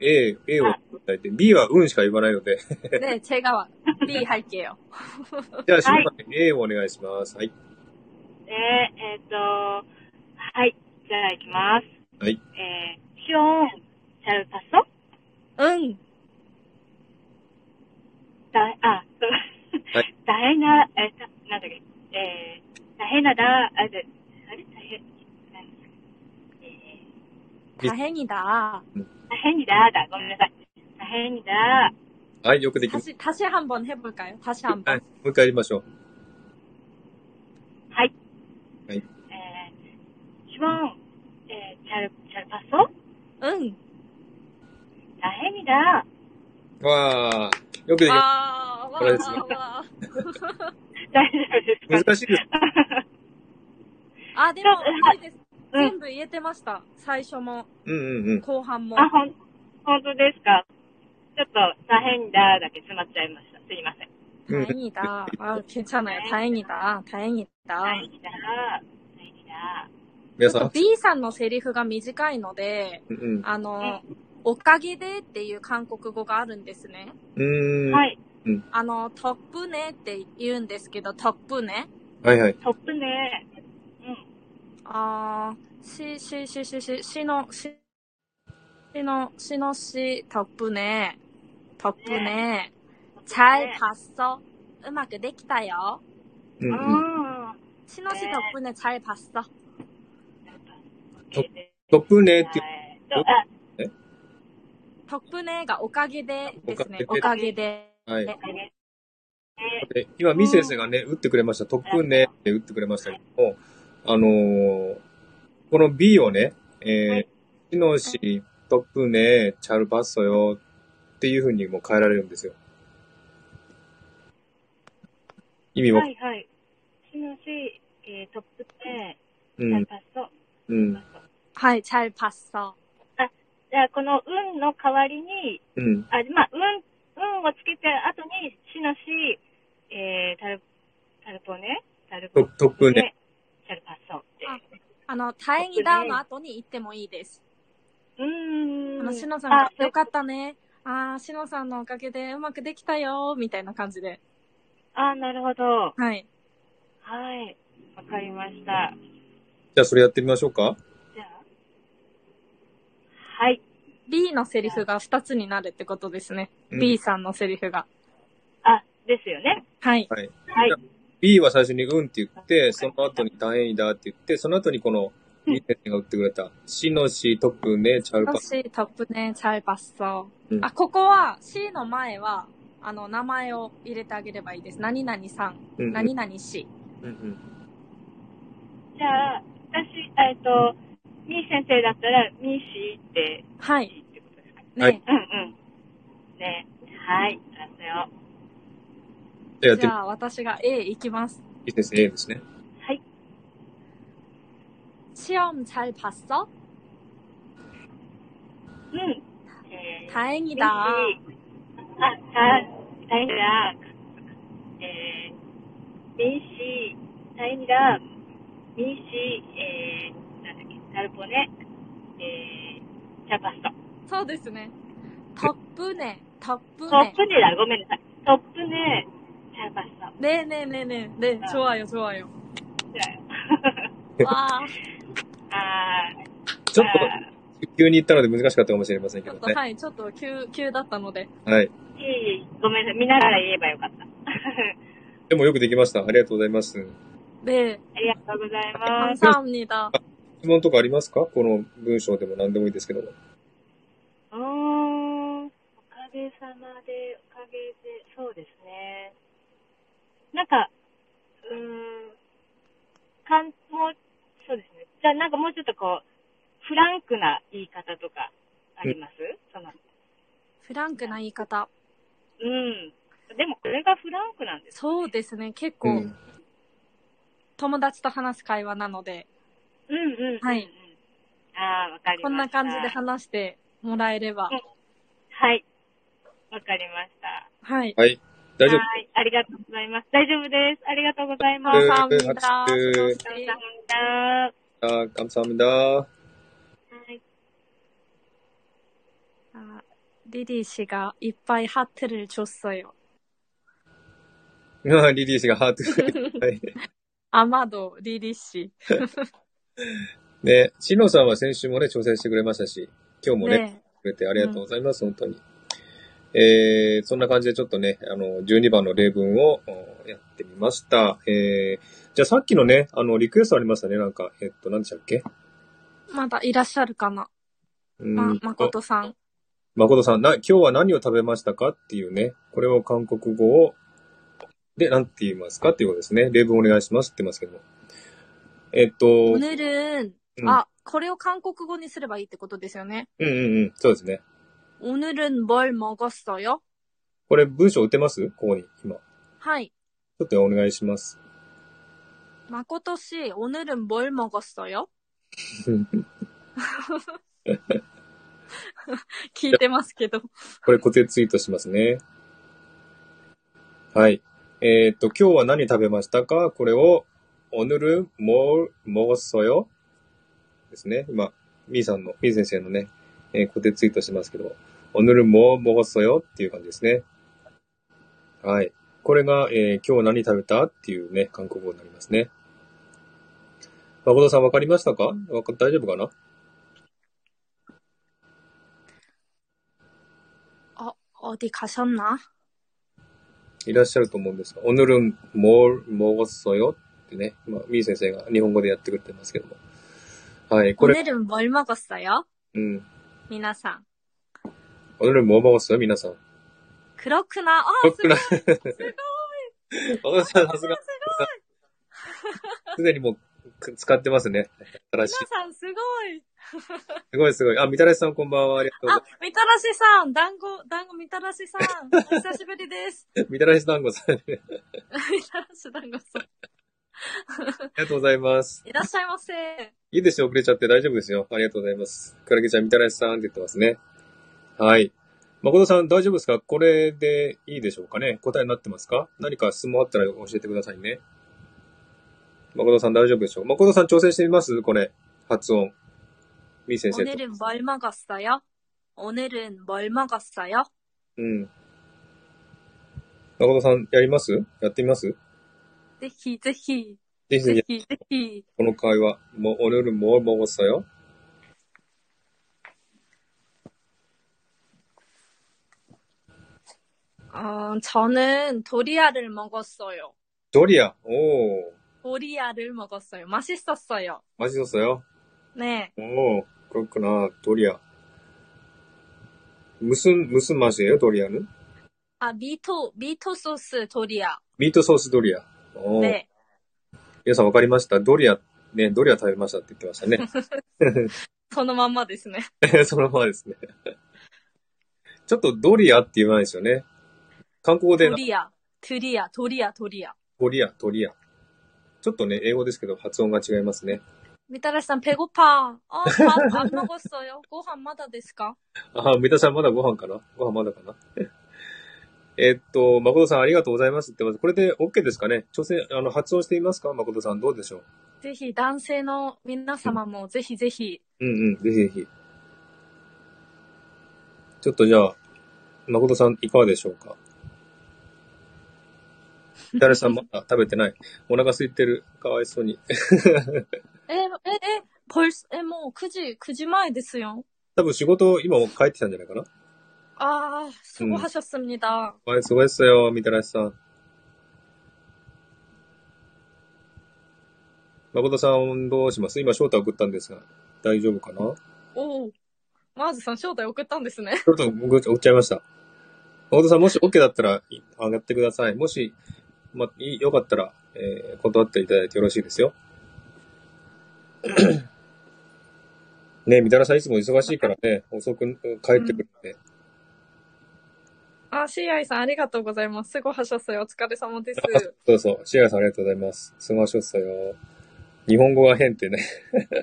[SPEAKER 1] A、A を伝えて、B はうんしか言わないので、
[SPEAKER 2] ねチェガワ。B 背景よ。
[SPEAKER 1] じゃあ、シムさん、A をお願いします。はい。
[SPEAKER 4] す。えー、えっと、はい、じゃあ行きます。
[SPEAKER 1] はい。
[SPEAKER 4] えー、シオン、チャウパソ
[SPEAKER 2] うん。
[SPEAKER 4] だ、あ、そう。
[SPEAKER 1] はい
[SPEAKER 4] 大変な、え、たなんだっけ、えー、大変なだ、あであれ大変、なんだっけ、え
[SPEAKER 2] 大変にだ。
[SPEAKER 4] ー、大変にだ、だ、ごめんなさい。大変にだ、
[SPEAKER 1] はい、よくできまし
[SPEAKER 2] 다시 다시 한번 해볼까요? 다시
[SPEAKER 1] た。はい。も
[SPEAKER 2] 한번.
[SPEAKER 1] う一回やりましょう。
[SPEAKER 4] はい。
[SPEAKER 1] はい
[SPEAKER 4] えー、シオン、えー、チャル、チャルパソ
[SPEAKER 2] 응.
[SPEAKER 4] 大変にだ、
[SPEAKER 1] わー、よくできま
[SPEAKER 2] 아, 와,
[SPEAKER 1] 네。 그래서.
[SPEAKER 2] 와.
[SPEAKER 4] 大丈夫ですか
[SPEAKER 1] した。難しいです。
[SPEAKER 2] あ、でも、いいです。
[SPEAKER 4] うん
[SPEAKER 2] 全部言えてました。最初も、
[SPEAKER 1] うんうんうん。
[SPEAKER 2] 後半も。
[SPEAKER 4] あ、ほん、本当ですか。ちょっと、大変にだ、だけ詰まっちゃいました。すいません。
[SPEAKER 2] 다행이다. 아, 괜찮아요. 다행이다. 다행이다.
[SPEAKER 4] 大変にだ、大変にだ。
[SPEAKER 1] 皆
[SPEAKER 2] ちょ
[SPEAKER 1] さ
[SPEAKER 2] っと B さんのセリフが短いので、
[SPEAKER 1] ん。うん
[SPEAKER 2] あの、おかげでっていう韓国語があるんですね。
[SPEAKER 1] うん。うーん。。
[SPEAKER 4] はいい、
[SPEAKER 2] あの、トップねって言うんですけど、トップね。
[SPEAKER 1] はいはい。
[SPEAKER 4] トップね。うん。
[SPEAKER 2] あー、し、し、し、し、し、しの、し、しの、しのし、トップね。トップね。잘봤어。うまくできたよ。
[SPEAKER 1] うんうん。
[SPEAKER 4] あ
[SPEAKER 2] しのしトップね、잘봤어。
[SPEAKER 4] ー
[SPEAKER 1] トップねっていう。
[SPEAKER 4] えーとあ
[SPEAKER 2] トップねがおかげでですね。
[SPEAKER 1] お
[SPEAKER 2] お
[SPEAKER 1] か
[SPEAKER 2] かげで。
[SPEAKER 1] はい。
[SPEAKER 4] え
[SPEAKER 1] で今、ミ先生がね、打ってくれました。トップねって打ってくれましたけども、あのーこの B をね、
[SPEAKER 4] は
[SPEAKER 1] えー、し
[SPEAKER 4] い
[SPEAKER 1] のし、トップね、チャルバッソよっていう風にも変えられるんですよ。意味
[SPEAKER 4] ー
[SPEAKER 1] も、
[SPEAKER 4] はいはい。しのし、えートップね、
[SPEAKER 1] う
[SPEAKER 4] パ
[SPEAKER 1] ん、
[SPEAKER 4] パソ。
[SPEAKER 1] うん、
[SPEAKER 2] はい、잘봤어。
[SPEAKER 4] じゃあ、この運の代わりに、
[SPEAKER 1] うん、
[SPEAKER 4] あ、まあ、運、運をつけて後に、しのし、えータル、タルポね、タル
[SPEAKER 1] ト
[SPEAKER 4] ポ
[SPEAKER 1] ップトップね。
[SPEAKER 4] ね、チャルパソって。
[SPEAKER 2] あの、タイニダーの後に行ってもいいです。
[SPEAKER 4] うーん。
[SPEAKER 2] あの、しのさんが
[SPEAKER 4] あ、
[SPEAKER 2] よかったね。あー、しのさんのおかげでうまくできたよ、みたいな感じで。
[SPEAKER 4] あ、なるほど。
[SPEAKER 2] はい。
[SPEAKER 4] はい。わかりました。
[SPEAKER 1] じゃあそれやってみましょうか。
[SPEAKER 4] じゃあ。はい。
[SPEAKER 2] B のセリフが2つになるってことですね。
[SPEAKER 1] うん
[SPEAKER 2] B さんのセリフが。
[SPEAKER 4] あ、ですよね。
[SPEAKER 2] はい。
[SPEAKER 1] はい。
[SPEAKER 4] はい。
[SPEAKER 1] B は最初にうんって言って、その後に大変だって言って、その後にこの、ミ先生が打ってくれた、しのし、トップね、チャルバッ
[SPEAKER 2] よ
[SPEAKER 1] ソ。
[SPEAKER 2] し、トップね、チャイパッソ
[SPEAKER 1] う。ん
[SPEAKER 2] あ、ここは C の前は、あの、名前を入れてあげればいいです。何々さん、
[SPEAKER 1] うん、うん、
[SPEAKER 2] 何々氏。
[SPEAKER 1] うんうん。
[SPEAKER 4] じゃあ、私、えっと、みー先生だったら、みーしーって、
[SPEAKER 2] はい。
[SPEAKER 4] いいってことですかね。
[SPEAKER 1] はい
[SPEAKER 2] ね。
[SPEAKER 4] うんうん。ね、はい。あそよ。
[SPEAKER 1] じゃあやって
[SPEAKER 2] じ
[SPEAKER 1] み
[SPEAKER 2] ゃあ、私が A 行きます。
[SPEAKER 1] いいですね、A ですね。
[SPEAKER 4] はい。
[SPEAKER 2] シオン、チャイパッソ。
[SPEAKER 4] うん。えー、
[SPEAKER 2] 다행이다
[SPEAKER 4] みーしーあ、た、大変だ。えー、みーしー、大変だ。みーしー、えー、なんだっけ、タルポね、えー、チャパスト。
[SPEAKER 2] そうですね。トップね、トップ
[SPEAKER 4] トッ
[SPEAKER 2] ね。
[SPEAKER 4] プねだ、ごめんなさい。トップね、チャパスト。
[SPEAKER 2] ねえねえねえねえ。ねえ、좋아요좋아요。わあ、
[SPEAKER 4] あー、
[SPEAKER 1] ちょっと、急に言ったので難しかったかもしれません
[SPEAKER 2] ち
[SPEAKER 1] け
[SPEAKER 2] ょ
[SPEAKER 1] ど
[SPEAKER 2] っと、
[SPEAKER 1] ね。
[SPEAKER 2] はい、ちょっと急、急だったので。
[SPEAKER 1] はい。
[SPEAKER 4] いえいえ、ごめんなさい。見ながら言えばよかった。
[SPEAKER 1] でもよくできました。ありがとうございます。
[SPEAKER 2] で、
[SPEAKER 4] ありがとうござい
[SPEAKER 2] 감사
[SPEAKER 4] ます。
[SPEAKER 2] 합니다。
[SPEAKER 1] 質問とかありますかこの文章でも何でもいいですけども。
[SPEAKER 4] うーん。おかげさまで、おかげで、そうですね。なんか、うーん。かん、もう、そうですね。じゃあなんかもうちょっとこう、フランクな言い方とかあります、その、
[SPEAKER 2] フランクな言い方。
[SPEAKER 4] うん。でもこれがフランクなんです。
[SPEAKER 2] そうですね。結構、
[SPEAKER 1] うん
[SPEAKER 2] 友達と話す会話なので、
[SPEAKER 4] うんうんうん、うん。
[SPEAKER 2] はい。
[SPEAKER 4] ああ、わかりました。
[SPEAKER 2] こんな感じで話してもらえれば。
[SPEAKER 4] はい。わかりました。
[SPEAKER 2] はい。
[SPEAKER 1] はい。大丈夫
[SPEAKER 4] はい。ありがとうございます。大丈夫です。ありがとうございます。
[SPEAKER 1] えー
[SPEAKER 2] 감사합니다.
[SPEAKER 1] 그-
[SPEAKER 2] 수고하셨어요.
[SPEAKER 4] 감사합니다.
[SPEAKER 1] 아, 감사합니다.
[SPEAKER 4] はい。
[SPEAKER 2] あリリー氏がいっぱいハッテル줬어요。
[SPEAKER 1] 아, 리리 씨가 하트. 네.
[SPEAKER 2] アマド、リリー氏。
[SPEAKER 1] 네. 신호さんは先週もね、挑戦してくれましたし、今日もね、
[SPEAKER 2] ね
[SPEAKER 1] くれてありがとうございます、本当に。えー、そんな感じでちょっとね、あの、12番の例文をおやってみました。えー、じゃあさっきのね、あの、リクエストありましたね、なんか、えっと、何でしたっけ
[SPEAKER 2] まだいらっしゃるかな。
[SPEAKER 1] うーん
[SPEAKER 2] ま、誠さん。
[SPEAKER 1] 誠さん、な、今日は何を食べましたかっていうね、これを韓国語を、で、なんて言いますかっていうことですね。例文お願いしますって言ってますけども。えっと
[SPEAKER 2] お、ねるん
[SPEAKER 1] う。ん
[SPEAKER 2] あ、これを韓国語にすればいいってことですよね。
[SPEAKER 1] うんうんうん、そうですね。
[SPEAKER 2] おねるん、ぼるもごっそよ。
[SPEAKER 1] これ文章打てますここに、今。ち
[SPEAKER 2] はい。
[SPEAKER 1] ょっとお願いします。
[SPEAKER 2] まことし、おねるん、ぼるもごっそよ。聞いてますけど。
[SPEAKER 1] これ固定ツイートしますね。はい。えっと、今日は何食べましたかこれを、おぬる、も、もごそよですね。今、みーさんの、みー先生のね、えー固定ツイートしてますけど、おぬる、も、もごそよっていう感じですね。はい。これが、えー今日何食べたっていうね、韓国語になりますね。誠さんわかりましたかわか大丈夫かな
[SPEAKER 2] あ、어디가셨나
[SPEAKER 1] いらっしゃると思うんですが、おぬるん、もう、もごっそよってね、まあ、みー先生が日本語でやってくれてますけども。はい、こ
[SPEAKER 2] お
[SPEAKER 1] れ、
[SPEAKER 2] ねるん、ぼるもごっそよ。
[SPEAKER 1] うん。
[SPEAKER 2] 皆さん。
[SPEAKER 1] おぬるん、もうもごっそよ、皆さん。
[SPEAKER 2] 黒くな、あ、すごい。
[SPEAKER 1] すごい。さん、さすが。すでにもう、く使ってますね。新しい。
[SPEAKER 2] 皆さん、すごい。
[SPEAKER 1] すごい、すごい。あ、みたらしさん、こんばんは。ありがとうござい
[SPEAKER 2] あ、みたらしさん、団子、団子みたらし さん、お久しぶりです。
[SPEAKER 1] ます。みたらし団子さん、あり
[SPEAKER 2] みたらし団子さん。
[SPEAKER 1] がとうございます。
[SPEAKER 2] いらっしゃいませ。
[SPEAKER 1] いいですよ、遅れちゃって大丈夫ですよ。ありがとうございます。クラゲちゃん、みたらしさんって言ってますね。はい。誠さん、大丈夫ですかこれでいいでしょうかね答えになってますか何か質問あったら教えてくださいね。誠さん、大丈夫でしょう誠さん、挑戦してみますこれ。発音。みー先生
[SPEAKER 2] おね
[SPEAKER 1] と。
[SPEAKER 2] るん、ぼるもごっそよ。おねるん、ぼるもごっそよ。
[SPEAKER 1] うん。誠さん、やりますやってみます
[SPEAKER 2] ぜひぜひ、
[SPEAKER 1] ぜひぜ
[SPEAKER 2] ぜ
[SPEAKER 1] ひ、
[SPEAKER 2] ひぜひ。
[SPEAKER 1] この会話。もう、おぬるも、もごさよ。
[SPEAKER 2] 어저는도리아를먹었어요
[SPEAKER 1] ドリア。おー。
[SPEAKER 2] 도리아를먹었어요맛있었어요
[SPEAKER 1] マジですよ。
[SPEAKER 2] 네
[SPEAKER 1] おー。그렇구な。ドリア。무슨무슨맛이에요ドリア는
[SPEAKER 2] 아미토미토소스도리아
[SPEAKER 1] ミートソースドリア。おー。
[SPEAKER 2] 네
[SPEAKER 1] 皆さんわかりましたドリア、ね、ドリア食べましたって言ってました ね。
[SPEAKER 2] そのまんまですね
[SPEAKER 1] そのまま ですね。ちょっとドリアって言わないですよね。韓国語で
[SPEAKER 2] 도리아드리아도리아도리아
[SPEAKER 1] ドリア、ドリア。ちょっとね、英語ですけど発音が違いますね。
[SPEAKER 2] 미타라씨배고파어밥안먹었어요고한마다ですか
[SPEAKER 1] あ、三田さんまだご飯かなご飯まだかな えっと、誠さんありがとうございますって言ってます。これで OK ですかね挑戦、あの、発音してみますか誠さんどうでしょ
[SPEAKER 2] ぜひ男性の皆様もぜひぜひ
[SPEAKER 1] ううんうん、ぜひぜひ。ちょっとじゃあ、誠さんいかがでしょうか誰さんまだ食べてない。お腹空いてる。かわいそうに。
[SPEAKER 2] えええ벌써えもう9時9時前ですよ
[SPEAKER 1] 多分仕事、今もう帰ってきたんじゃないかな
[SPEAKER 2] 아수고하셨습니다
[SPEAKER 1] はい、すごいっすよ、みたらしさん。誠さん、どうします今、招待送ったんですが、大丈夫かな
[SPEAKER 2] おおマーズさん招待送ったんですね
[SPEAKER 1] ちょっと僕、送っちゃいました。誠さん、もし OK だったら、い上がってください。もし、ま、いよかったら、えー断っていただいてよろしいですよ。ねみたらしさん、いつも忙しいからね、遅くうん帰ってくるんで。
[SPEAKER 2] あ、シーアイさん、ありがとうございます。すごはしょっそよ。お疲れ様 です。
[SPEAKER 1] そうそう。シガさんありがとうございます。すごしょっさよ。日本語が変ってね。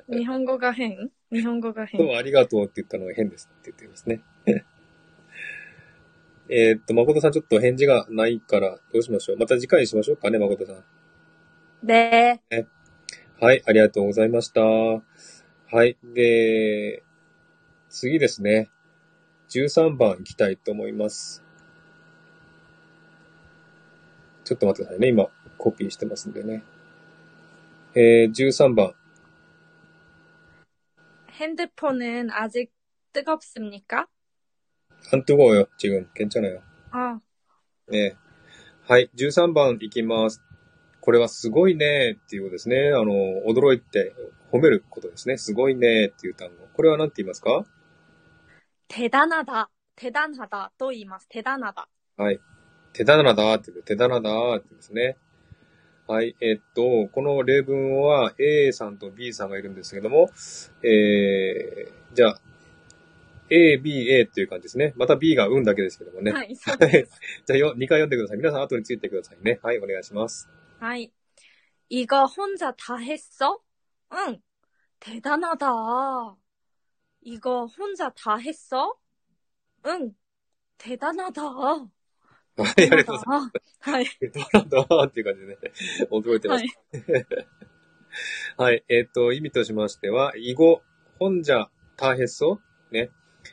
[SPEAKER 2] 日本語が変日本語
[SPEAKER 1] ど
[SPEAKER 2] が
[SPEAKER 1] う
[SPEAKER 2] 変。
[SPEAKER 1] もありがとうって言ったのが変ですって言ってますね。 えーっと、誠さんちょっと返事がないからどうしましょう。また次回にしましょうかね、誠さん。
[SPEAKER 2] で、
[SPEAKER 1] はい、ありがとうございました。はい、で、次ですね。13番行きたいと思います。ちょっと待ってくださいね。今、コピーしてますんでね。えー、13番。
[SPEAKER 2] 핸드폰은 아직 뜨겁습니까?
[SPEAKER 1] 안 뜨거워요, 지금. 괜찮아요.
[SPEAKER 2] 아,
[SPEAKER 1] ねはい、13番いきます。これはすごいねっていうことですね。あの、驚いて褒めることですね。すごいねっていう単語。これは何て言いますか
[SPEAKER 2] 대단하다. 대단하다. 또言います. 대단하다.
[SPEAKER 1] はい。手だなだっていう、手だなだっていうんですね。はい。えっと、この例文は A さんと B さんがいるんですけども、えー、じゃあ、A、B、A っていう感じですね。また B が運だけですけどもね。
[SPEAKER 2] 하이, そうです.
[SPEAKER 1] じゃあよ、2回読んでください。皆さん後についてくださいね。はい、お願いします。
[SPEAKER 2] 하이. 이거 혼자 다 했어? 응. 대단하다. 이거 혼자 다 했어? 응. 대단하다.
[SPEAKER 1] はい、ありがとうございます
[SPEAKER 2] 대단하다. 。 하이.
[SPEAKER 1] なんだーっていう感じでね、驚いてま
[SPEAKER 2] は
[SPEAKER 1] し
[SPEAKER 2] い
[SPEAKER 1] た。 はい、えっ、と、意味としましては、以後、本じゃ、大変そう。ね。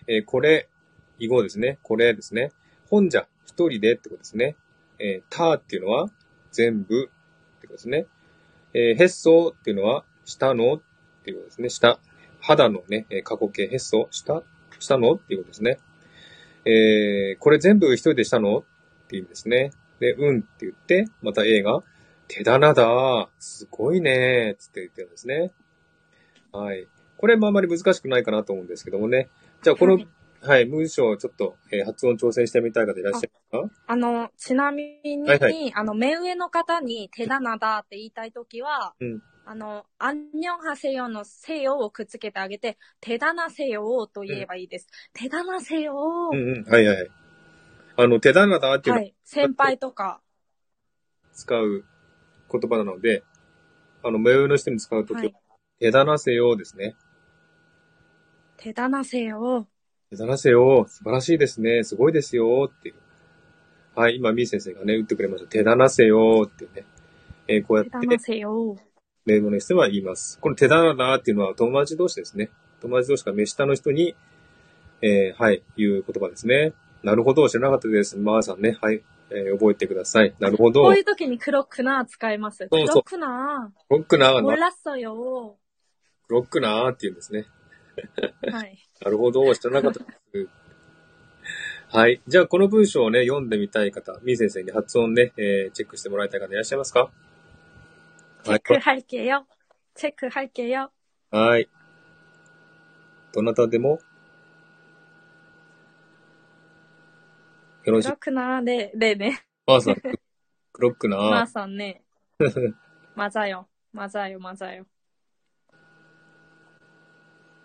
[SPEAKER 1] えーこれ、以後ですね。これですね。本じゃ、一人でってことですね。えー、たっていうのは、全部ってことですね。えー、へっそっていうのは、したのっていうことですね。した。肌のね、えー過去形、へっそ、した、したのっていうことですね。えー、これ全部一人でしたのっていう意味ですね。で、うんって言って、また A が、手棚だ、すごいね、つって言ってるんですね。はい。これもあまり難しくないかなと思うんですけどもね。じゃあ、この、
[SPEAKER 2] は
[SPEAKER 1] はいい、文章をちょっと、えー発音調整してみたい方いらっしゃいます
[SPEAKER 2] あの、ちなみに、
[SPEAKER 1] はいは
[SPEAKER 2] あの、目上の方に手だなだって言いたいときは、
[SPEAKER 1] うん
[SPEAKER 2] あの、あんにょんはせよのせよをくっつけてあげて、手だなせよと言えばいいです。手だなせよ、
[SPEAKER 1] かうんうん。はいはいはい。あの、手棚だっていう
[SPEAKER 2] は
[SPEAKER 1] のを
[SPEAKER 2] い。先輩とか、
[SPEAKER 1] 使う言葉なので、あの、目上の人に使うときは、
[SPEAKER 2] はい。
[SPEAKER 1] 手棚せよですね。
[SPEAKER 2] 手だなせよ
[SPEAKER 1] 手棚せよ、素晴らしいですね、すごいですよ、っていう。はい、今、みー先生がね、打ってくれました。手棚せよ、っていうね。えーこうやっ
[SPEAKER 2] 手
[SPEAKER 1] て
[SPEAKER 2] だ、なせよ
[SPEAKER 1] 名簿の人は言います。この手だなっていうのは友達同士ですね。友達同士が目下の人に、えーはい、言う言葉ですね。なるほど、知らなかったです。まーさんね、はい、えー覚えてください。なるほど。
[SPEAKER 2] こういう
[SPEAKER 1] ロ
[SPEAKER 2] 時に黒くな使います。
[SPEAKER 1] そうそう
[SPEAKER 2] 黒くな
[SPEAKER 1] ックなー
[SPEAKER 2] も
[SPEAKER 1] の、
[SPEAKER 2] らっそよ
[SPEAKER 1] ロックなーって言うんですね。
[SPEAKER 2] はい。
[SPEAKER 1] なるほど、知らなかったです。はい。じゃあ、この文章をね、読んでみたい方、みー先生に発音ね、えーチェックしてもらいたい方いらっしゃいますか
[SPEAKER 2] チェック背景よ。チェック背景よ。
[SPEAKER 1] はい。どなたでもよろしい
[SPEAKER 2] 黒。くなで、でね。
[SPEAKER 1] マーさん、クロックな。
[SPEAKER 2] まあさ んね。まざよ。まざよ、まざよ。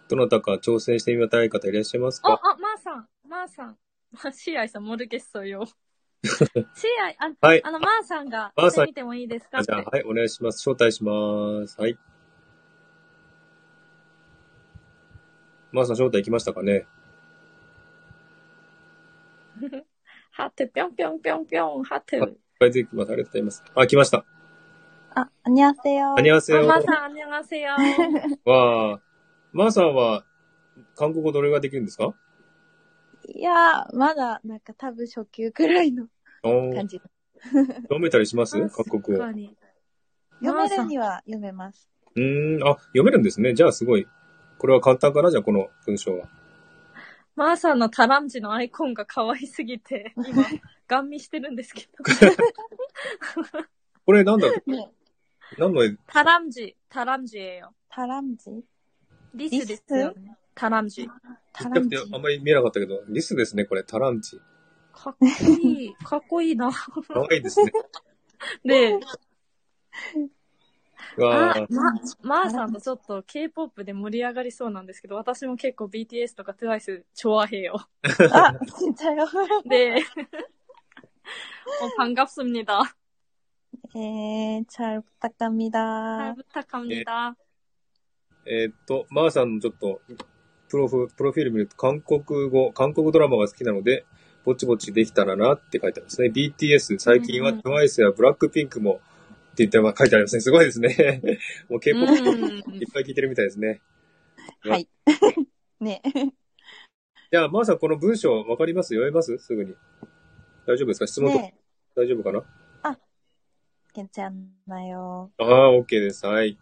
[SPEAKER 1] どなたか挑戦してみたい方いらっしゃいます
[SPEAKER 2] あ、
[SPEAKER 1] か
[SPEAKER 2] あ、まー、さん、まー、さん。 まあ、シーアイさん、モルゲッソ よ。シーアイ、あ、
[SPEAKER 1] はい
[SPEAKER 2] あ。の、まー、さんが、
[SPEAKER 1] まーさん
[SPEAKER 2] してみてもいいですかっ
[SPEAKER 1] じ
[SPEAKER 2] て
[SPEAKER 1] ゃあ、はい、お願いします。招待します。はい。マーさん、招待行きましたかね
[SPEAKER 2] ハトぴょんぴょんぴょんぴょん、ハト。
[SPEAKER 1] あいっぱい出てきます。ありがとうございます。あ、来ました。
[SPEAKER 5] 아, 안녕하세요.
[SPEAKER 1] こんにち
[SPEAKER 2] あ、まー、
[SPEAKER 1] は。
[SPEAKER 2] さん、あんにゃがせよ。
[SPEAKER 1] わあ。マーさんは、韓国語どれができるんですか
[SPEAKER 5] 야, 맞아. 뭔가 타브 쇼큐 그라이노
[SPEAKER 1] おー
[SPEAKER 5] 간지.
[SPEAKER 1] 読めたりします
[SPEAKER 2] あ
[SPEAKER 1] 韓国語。
[SPEAKER 2] 確かに。まーさん、
[SPEAKER 5] 요메르니와 요메마스.
[SPEAKER 1] うーん、あ、読めるんですね。じゃあ、すごい。これは簡単かなじゃあ、この文章は。
[SPEAKER 2] まー、さんのタランジのアイコンが可愛すぎ て、今、ガン見してるんですけど。
[SPEAKER 1] これなんだっけ
[SPEAKER 5] 네.
[SPEAKER 1] 何の絵
[SPEAKER 2] タランジ、タランジえよ。
[SPEAKER 5] 다람쥐.
[SPEAKER 2] リスですよね。タランジ。
[SPEAKER 1] ちっちゃくて
[SPEAKER 5] 다람쥐.
[SPEAKER 1] あんまり見えなかったけど、リスですね、これ。タランチ。
[SPEAKER 2] かっこい い。かっこいいな。
[SPEAKER 1] 可愛いですね。
[SPEAKER 2] ねえ。
[SPEAKER 1] わ
[SPEAKER 2] あ
[SPEAKER 1] ー、
[SPEAKER 2] ま、まーさんとちょっと K-POP で盛り上がりそうなんですけど、私も結構 BTS とか TWICE 超アヘよ。
[SPEAKER 5] あ、진짜요
[SPEAKER 2] 네. 어, 반갑습니다.
[SPEAKER 5] 예, 잘 부탁합니다.
[SPEAKER 2] 잘 부탁합니다.
[SPEAKER 1] えーっと、まーさんのちょっと、プロフ、プロフィール見ると、韓国語、韓国ドラマが好きなので、ぼちぼちできたらなって書いてありますね。BTS、最近は
[SPEAKER 2] うんうん
[SPEAKER 1] TWICE やブラックピンクも、って言って書いてありますね。すごいですね。 もう K-POP いっ
[SPEAKER 2] 음.
[SPEAKER 1] ぱい聞いてるみたいですね。
[SPEAKER 5] 하이. 네.
[SPEAKER 1] じゃあ、まーさん、この文章わかります読めますすぐに。大丈夫ですか質問とか
[SPEAKER 5] 네.
[SPEAKER 1] 大丈夫かな
[SPEAKER 5] 괜찮나요?
[SPEAKER 1] ああ、OK です。はい。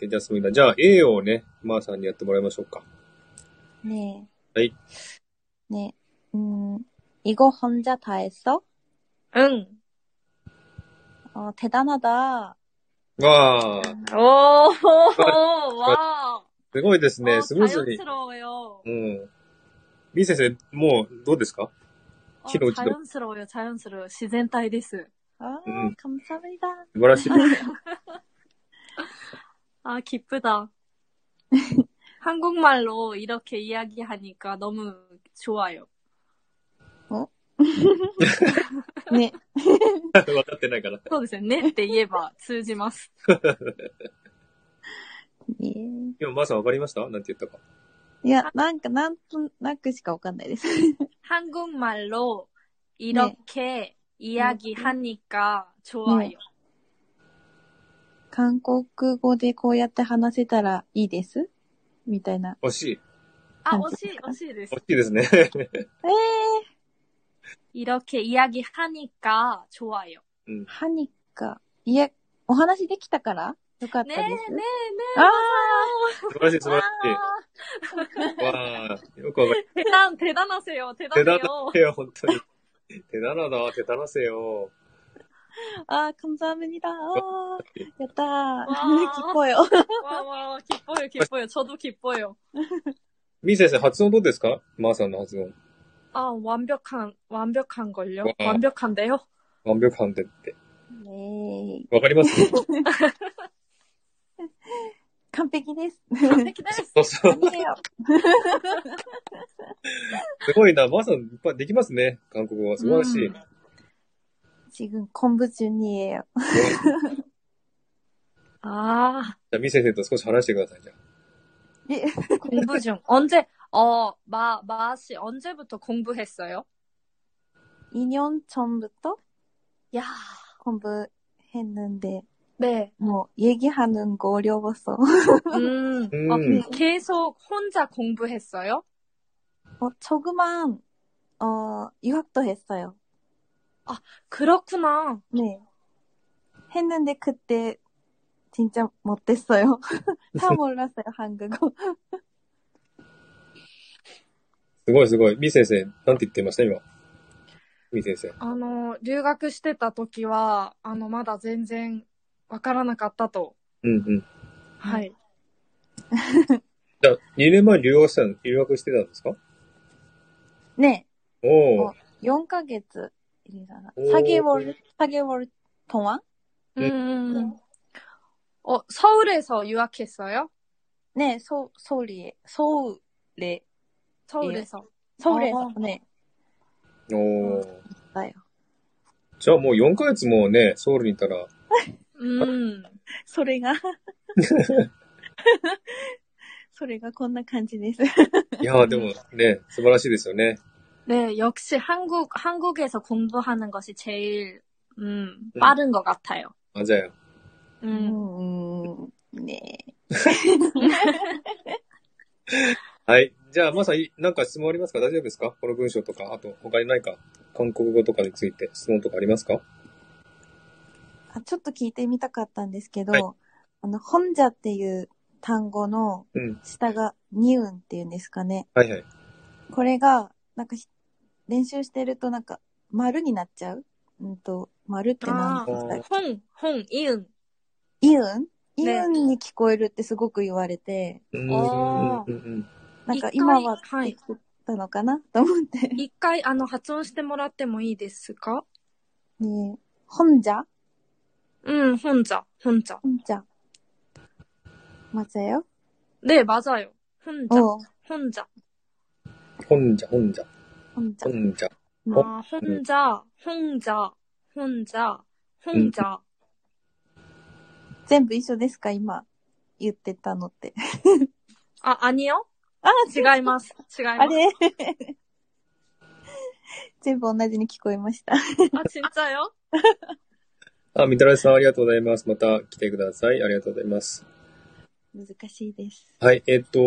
[SPEAKER 1] ケンジャスミナ。じゃあ、A をね、まーさんにやってもらいましょうか。
[SPEAKER 5] 네.
[SPEAKER 1] 하이.
[SPEAKER 5] 네. 음, 이거 혼자 다 했어?
[SPEAKER 2] 응.
[SPEAKER 5] 어, 대단하다.
[SPEAKER 1] わあ、
[SPEAKER 2] 오, 와.
[SPEAKER 1] すごいですね。
[SPEAKER 2] 어,
[SPEAKER 1] スムーズに。
[SPEAKER 2] 자연스러워요.
[SPEAKER 1] うん。B 先生、もう、どうですか
[SPEAKER 2] 어,
[SPEAKER 1] 키로, 키로.
[SPEAKER 2] 자연스러워요, 자연스러워요. 시젠타이です.
[SPEAKER 5] 아,
[SPEAKER 1] 음.
[SPEAKER 5] 감사합니다.
[SPEAKER 1] 素晴らしい。
[SPEAKER 2] 아, 기쁘다. 한국말로 이렇게 이야기하니까 너무 좋아요.
[SPEAKER 5] 네.
[SPEAKER 1] 分かってないから。
[SPEAKER 2] 네, 예, そうですよねって言えば通じます。
[SPEAKER 5] 예.
[SPEAKER 1] 今、まーさん分かりましたなんて言ったか。
[SPEAKER 5] 야, 난그 난또 나그시가 오간다です.
[SPEAKER 2] 한국말로 이렇게 이야기하니까 좋아요.
[SPEAKER 5] 네. 韓国語でこうやって話せたらいいですみたいな。
[SPEAKER 1] 惜しい。
[SPEAKER 2] 아,
[SPEAKER 5] 네.
[SPEAKER 2] 어시, 어시です.
[SPEAKER 1] 惜しいですね。
[SPEAKER 5] えー、
[SPEAKER 2] 이렇게 이야기하니까 좋아요.
[SPEAKER 1] うん。
[SPEAKER 5] はにか。いえ、お話できたからよかったで
[SPEAKER 2] 네,
[SPEAKER 5] す。
[SPEAKER 2] 네, 네.
[SPEAKER 5] あ
[SPEAKER 1] 素晴らしい、素晴らしい。わあ、よくわかり
[SPEAKER 2] 대단, 대단하세요.
[SPEAKER 1] 手だ
[SPEAKER 2] 대단해요.
[SPEAKER 1] なせよ、本当に。手だなだ、手だなせよ。
[SPEAKER 5] ーあー、감사합니다。あーやった
[SPEAKER 2] ー
[SPEAKER 5] ー。きっぽよ。
[SPEAKER 2] 와, 와, 와, 기뻐요, 기뻐요. 저도 기뻐요.
[SPEAKER 1] B 先生、発音どうですかまーさんの発音。
[SPEAKER 2] 아, 완벽한, 완벽한 걸요?
[SPEAKER 1] 와.
[SPEAKER 2] 완벽한데요?
[SPEAKER 1] 完璧判定って。
[SPEAKER 5] ねえ。
[SPEAKER 1] わかります
[SPEAKER 5] 完璧です。
[SPEAKER 2] 기다렸어.
[SPEAKER 1] そうそう。
[SPEAKER 5] 何だよ。
[SPEAKER 1] すごいな。まーさん、いっぱいできますね。韓国語は。素晴らしい。
[SPEAKER 2] 음.
[SPEAKER 5] 지금공부중이에요。
[SPEAKER 1] じ
[SPEAKER 2] 아.
[SPEAKER 1] ゃあ、B 先生と少し話してください。じゃあ
[SPEAKER 5] 예.
[SPEAKER 2] 공부 중. 언제, 어, 마, 마씨, 언제부터 공부했어요?
[SPEAKER 5] 2년 전부터
[SPEAKER 2] 야,
[SPEAKER 5] 공부했는데,
[SPEAKER 2] 네.
[SPEAKER 5] 뭐, 얘기하는 거 어려워서.
[SPEAKER 2] 음, 어,
[SPEAKER 1] うん。
[SPEAKER 2] 계속 혼자 공부했어요?
[SPEAKER 5] 어, 조그만, 어, 유학도 했어요.
[SPEAKER 2] 그렇구나.
[SPEAKER 5] 네. 했는데 그때 진짜 못됐어요. 다 몰랐어요, 한국어.
[SPEAKER 1] すごいすごい。B 先生、なんて言ってました今。B 先生。
[SPEAKER 2] あの、留学してた時は、あの、まだ全然わからなかったと。
[SPEAKER 1] うんうん。
[SPEAKER 2] はい。
[SPEAKER 1] じゃあ、2年前に留学したの、留学してたんですか
[SPEAKER 5] 네.
[SPEAKER 1] おお
[SPEAKER 5] お。 4ヶ月, 이잖아.
[SPEAKER 1] 오.
[SPEAKER 5] 4개월, 4개월 동안?
[SPEAKER 2] 음,
[SPEAKER 1] 네.
[SPEAKER 2] 음. 음. 어, 서울에서 유학했어요?
[SPEAKER 5] 네, 서, 서울이에요. 서울에,
[SPEAKER 2] 서울에서.
[SPEAKER 5] 서울에서,
[SPEAKER 2] 어.
[SPEAKER 5] 네,
[SPEAKER 1] おお。
[SPEAKER 5] 있어요.
[SPEAKER 1] じゃあもう4ヶ月もね、ソウルにいたら、
[SPEAKER 2] 음.
[SPEAKER 5] 소리가, 소리가 こんな感じです.
[SPEAKER 1] いやーでもね、素晴らしいですよね。
[SPEAKER 2] 네, 역시 한국, 한국에서 공부하는 것이 제일, 음,
[SPEAKER 1] 음.
[SPEAKER 2] 빠른 것 같아요.
[SPEAKER 1] あ、じゃあよ。
[SPEAKER 2] 음.
[SPEAKER 5] 음, 네.
[SPEAKER 1] はい。じゃあ、まさん、いなんか質問ありますか大丈夫ですかこの文章とか、あと、他にないか、韓国語とかについて質問とかありますか
[SPEAKER 5] 아, ちょっと聞いてみたかったんですけど、
[SPEAKER 1] はい
[SPEAKER 5] あの、本社っていう単語の
[SPEAKER 1] うん。
[SPEAKER 5] 下が二運っていうんですかね。
[SPEAKER 1] はいはい。
[SPEAKER 5] これが、なんかひ、練習してるとなんか、丸になっちゃううんと、丸って何でしたっけ
[SPEAKER 2] 홍, 홍, 이응.
[SPEAKER 5] イウンイ
[SPEAKER 2] ね
[SPEAKER 5] ウンに聞こえるってすごく言われて、
[SPEAKER 1] うー
[SPEAKER 2] あー
[SPEAKER 1] ん。うんうん
[SPEAKER 5] なんか
[SPEAKER 2] 一回
[SPEAKER 5] 今は
[SPEAKER 2] は
[SPEAKER 5] で
[SPEAKER 2] い
[SPEAKER 5] きたのかな、と思って。
[SPEAKER 2] 一回、あの、発音してもらってもいいですか
[SPEAKER 5] ねえ、本じゃ
[SPEAKER 2] 음, うん、本じゃ、本じゃ。
[SPEAKER 5] 本じゃ。 맞아요?
[SPEAKER 2] 네, 맞아요. 혼자,
[SPEAKER 5] 어,
[SPEAKER 2] 혼자.
[SPEAKER 1] 혼자, 혼자,
[SPEAKER 5] 혼자.
[SPEAKER 1] 혼자. ほ
[SPEAKER 2] 아, 혼자, 혼자, 혼자,
[SPEAKER 1] 음.
[SPEAKER 2] 혼자.
[SPEAKER 5] 全部一緒ですか今、言ってたのって。
[SPEAKER 2] 아, 아니요?
[SPEAKER 5] あ、違う。
[SPEAKER 2] 違います。違います。
[SPEAKER 5] あれ 全部同じに聞こえました。
[SPEAKER 2] 아, 진짜요?
[SPEAKER 1] あ、みたらしさんありがとうございます。また来てください。ありがとうございます。
[SPEAKER 5] 難しいです。
[SPEAKER 1] はい、えっと、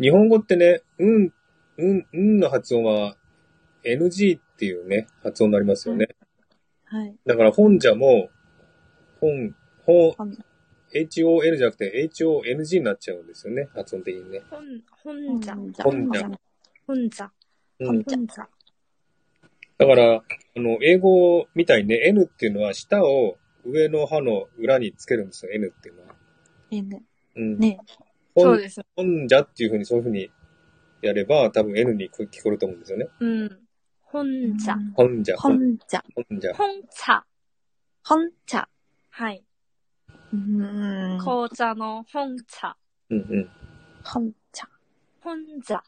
[SPEAKER 1] 日本語ってね、うん、うん、うんの発音は NG っていうね、発音になりますよね。
[SPEAKER 5] はい。
[SPEAKER 1] だから本じゃも、本、本、
[SPEAKER 5] 本
[SPEAKER 1] HON じゃなくて HONG になっちゃうんですよね、発音的にね。
[SPEAKER 2] 혼, 혼자,
[SPEAKER 5] じ
[SPEAKER 1] 本じゃ
[SPEAKER 2] 혼자,
[SPEAKER 1] う
[SPEAKER 5] 本
[SPEAKER 1] ん。
[SPEAKER 5] じゃ
[SPEAKER 2] 혼자.
[SPEAKER 1] だから、あの、英語みたいにね、N っていうのは舌を上の歯の裏につけるんですよ、N っていうのは。
[SPEAKER 5] N。
[SPEAKER 1] うん。
[SPEAKER 5] ね。
[SPEAKER 2] そう
[SPEAKER 1] 本、
[SPEAKER 2] です。
[SPEAKER 1] 本じゃっていうふうにそういうふうにやれば、多分 N に聞こえると思うんですよね。
[SPEAKER 2] 음, 혼자,
[SPEAKER 5] うん
[SPEAKER 1] 本じゃ、本
[SPEAKER 5] 本じゃ。
[SPEAKER 1] じゃ。
[SPEAKER 2] 홍차.
[SPEAKER 5] 本茶。
[SPEAKER 2] 하이.
[SPEAKER 5] うーん。
[SPEAKER 2] 거자노 홍차.
[SPEAKER 1] うんうん。
[SPEAKER 5] 本茶。
[SPEAKER 2] 혼자,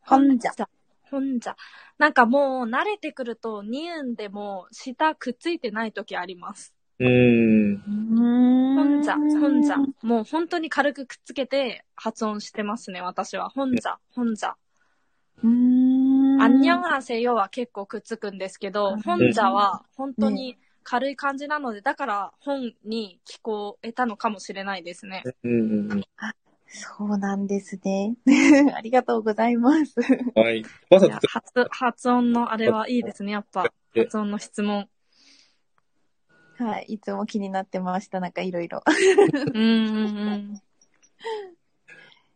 [SPEAKER 5] 本茶。
[SPEAKER 2] 혼자, 혼자. なんかもう慣れてくると、ニュンでも舌くっついてない時あります。
[SPEAKER 1] うーん。
[SPEAKER 5] うーん。
[SPEAKER 2] 혼자本座。もう本当に軽くくっつけて発音してますね、私は。本座、本座。
[SPEAKER 5] うーん。
[SPEAKER 2] アンニョンハセヨは結構くっつくんですけど、本座は本当に軽い感じなので、だから本に聞こえたのかもしれないですね。
[SPEAKER 1] うんうんうん。
[SPEAKER 5] そうなんですね。 ありがとうございます。
[SPEAKER 1] はい。わ
[SPEAKER 2] い
[SPEAKER 1] ざ
[SPEAKER 2] や
[SPEAKER 1] と、
[SPEAKER 2] 発、発音のあれはいいですね、やっぱ。
[SPEAKER 1] え
[SPEAKER 2] 発音の質問。
[SPEAKER 5] はい。いつも気になってました。なんかいろいろ。
[SPEAKER 2] うんうんうん。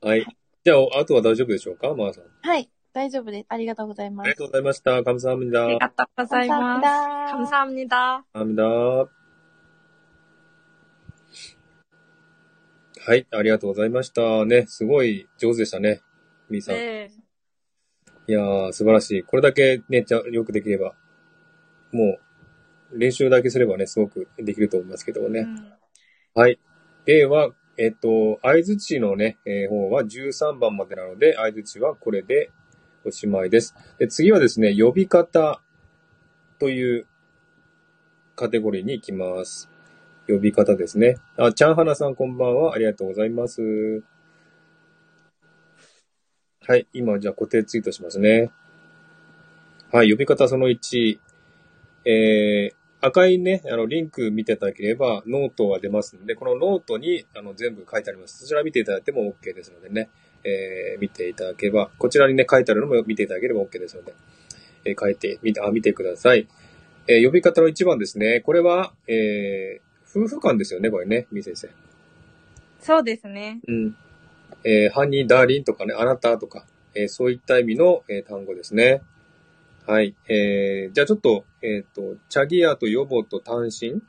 [SPEAKER 1] はい。じゃあ、あとは大丈夫でしょうかマーさん。あ
[SPEAKER 5] はい。大丈夫です。ありがとうございま
[SPEAKER 1] りが
[SPEAKER 5] す。
[SPEAKER 1] とうございました。감사합니
[SPEAKER 2] あり
[SPEAKER 1] 다。
[SPEAKER 2] がとうございます。
[SPEAKER 5] 감사합니다
[SPEAKER 2] 감사합니다。
[SPEAKER 1] 감사합니다はい。ありがとうございました。ね。すごい上手でしたね。みーさん。い
[SPEAKER 2] ねえ
[SPEAKER 1] やー、素晴らしい。これだけね、ちゃんよくできれば、もう、練習だけすればね、すごくできると思いますけどもね。
[SPEAKER 2] うん
[SPEAKER 1] はい。A は、えっと、合図値のね、えー方は13番までなので、合図値はこれでおしまいです。で次はですね、呼び方というカテゴリーに行きます。呼び方ですね。あ、ちゃんはなさんこんばんは。ありがとうございます。はい。今、じゃあ固定ツイートしますね。はい。呼び方その1。えー、赤いね、あの、リンク見ていただければ、ノートが出ますので、このノートに、あの、全部書いてあります。そちら見ていただいても OK ですのでね、えー、見ていただければ、こちらにね、書いてあるのも見ていただければ OK ですので、えー書いて、見て、あ、見てください。えー呼び方の一番ですね。これは、えー、夫婦間ですよね、これね、みー先生。
[SPEAKER 2] そうですね。
[SPEAKER 1] うん。えー、ハニー、ダーリンとかね、あなたとか、えーそういった意味の、えー単語ですね。はい。えー、じゃあちょっと、えっ、と、チャギアとヨボと単身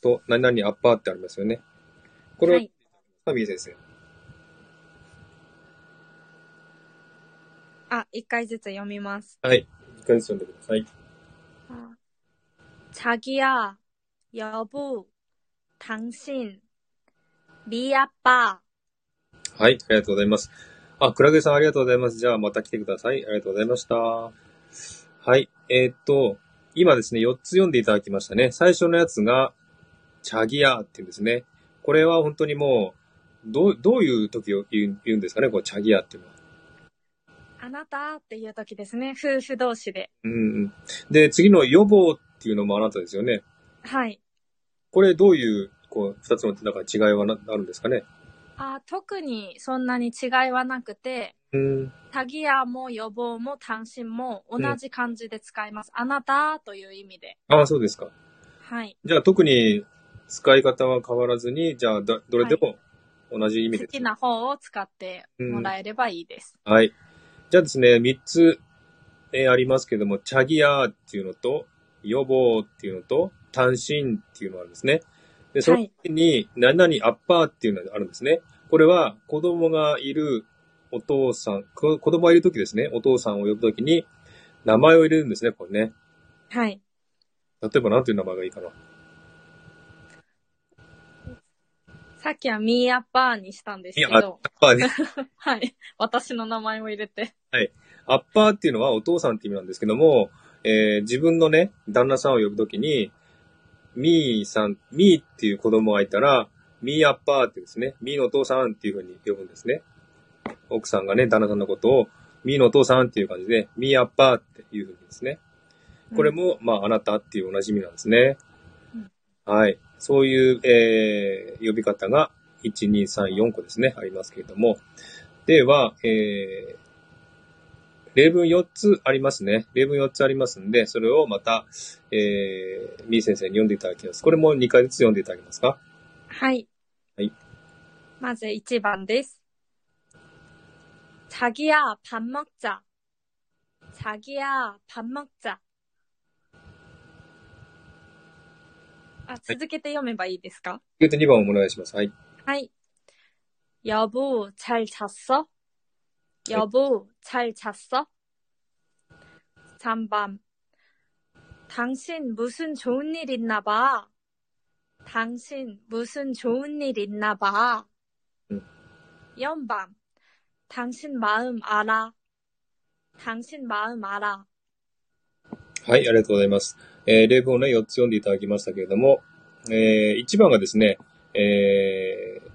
[SPEAKER 1] と、何々アッパーってありますよね。これ
[SPEAKER 2] は。
[SPEAKER 1] はいサミー先生。
[SPEAKER 2] あ、一回ずつ読みます。
[SPEAKER 1] はい。一回ずつ読んでください。
[SPEAKER 2] 자기야、여보、당신、リアパ
[SPEAKER 1] はい。ありがとうございます。あ、クラゲさんありがとうございます。じゃあまた来てください。ありがとうございました。はい。えっ、と、今ですね、4つ読んでいただきましたね。最初のやつが、チャギアっていうんですね。これは本当にもう、どう、どういう時を言う言うんですかね、こう、チャギアっていうのは。
[SPEAKER 2] ー。あなたっていう時ですね。夫婦同士で。
[SPEAKER 1] うんうん。で、次の予防っていうのもあなたですよね。
[SPEAKER 2] はい。
[SPEAKER 1] これどういう、こう、二つのなんか違いはなあるんですかね。
[SPEAKER 2] あ、特にそんなに違いはなくて、
[SPEAKER 1] うん。
[SPEAKER 2] タギやも予防も単身も同じ漢字で使います。あなたという意味で。
[SPEAKER 1] ああ、そうですか。
[SPEAKER 2] はい。
[SPEAKER 1] じゃあ特に使い方は変わらずに、じゃあだどれでも同じ意味
[SPEAKER 2] 好
[SPEAKER 1] で。
[SPEAKER 2] きな方を使ってもらえればいいです。
[SPEAKER 1] はい。じゃあですね、三つ、えーありますけども、チャギアーっていうのと、予防っていうのと、単身っていうのがあるんですね。で、その
[SPEAKER 2] はい
[SPEAKER 1] 次に、何々アッパーっていうのがあるんですね。これは、子供がいるお父さん、こ子供がいるときですね、お父さんを呼ぶときに、名前を入れるんですね、これね。
[SPEAKER 2] はい。
[SPEAKER 1] 例えば、なんていう名前がいいかな。
[SPEAKER 2] さっきはミーアッパーにしたんですけ
[SPEAKER 1] いや
[SPEAKER 2] ど、
[SPEAKER 1] アッパーね。
[SPEAKER 2] はい。私の名前を入れて。
[SPEAKER 1] アッパーっていうのはお父さんって意味なんですけども、えー自分のね、旦那さんを呼ぶときに、ミーさん、ミーっていう子供がいたら、ミーアッパーってですね、ミーのお父さんっていうふうに呼ぶんですね。奥さんがね、旦那さんのことを、ミーのお父さんっていう感じで、ミーアッパーっていうふうにですね。これも、まあ、あなたっていうおなじみなんですね。
[SPEAKER 2] うん
[SPEAKER 1] はい。そういう、えー呼び方が、1、2、3、4個ですね、ありますけれども。では、えー例文4つありますね。例文4つありますんで、それをまた、えー、みー先生に読んでいただきます。これも2回ずつ読んでいただけますか
[SPEAKER 2] はい。
[SPEAKER 1] はい
[SPEAKER 2] まず1番です。자기야밥먹자자기야밥먹자あ、続けて読めばいいですか
[SPEAKER 1] 続けて2番をお願いします。はい。
[SPEAKER 2] はい。여보잘잤어여보잘잤어3번 당신 무슨 좋은 일 있나 봐. 당신 무슨 좋은 일 있나 봐.
[SPEAKER 1] 응.
[SPEAKER 2] 연밤 당신 마음 알아. 당신 마음 알아.
[SPEAKER 1] はい、ありがとうございます。えー、例文をね、4つ読んでいただきましたけれども、えー、1番がですね、えー、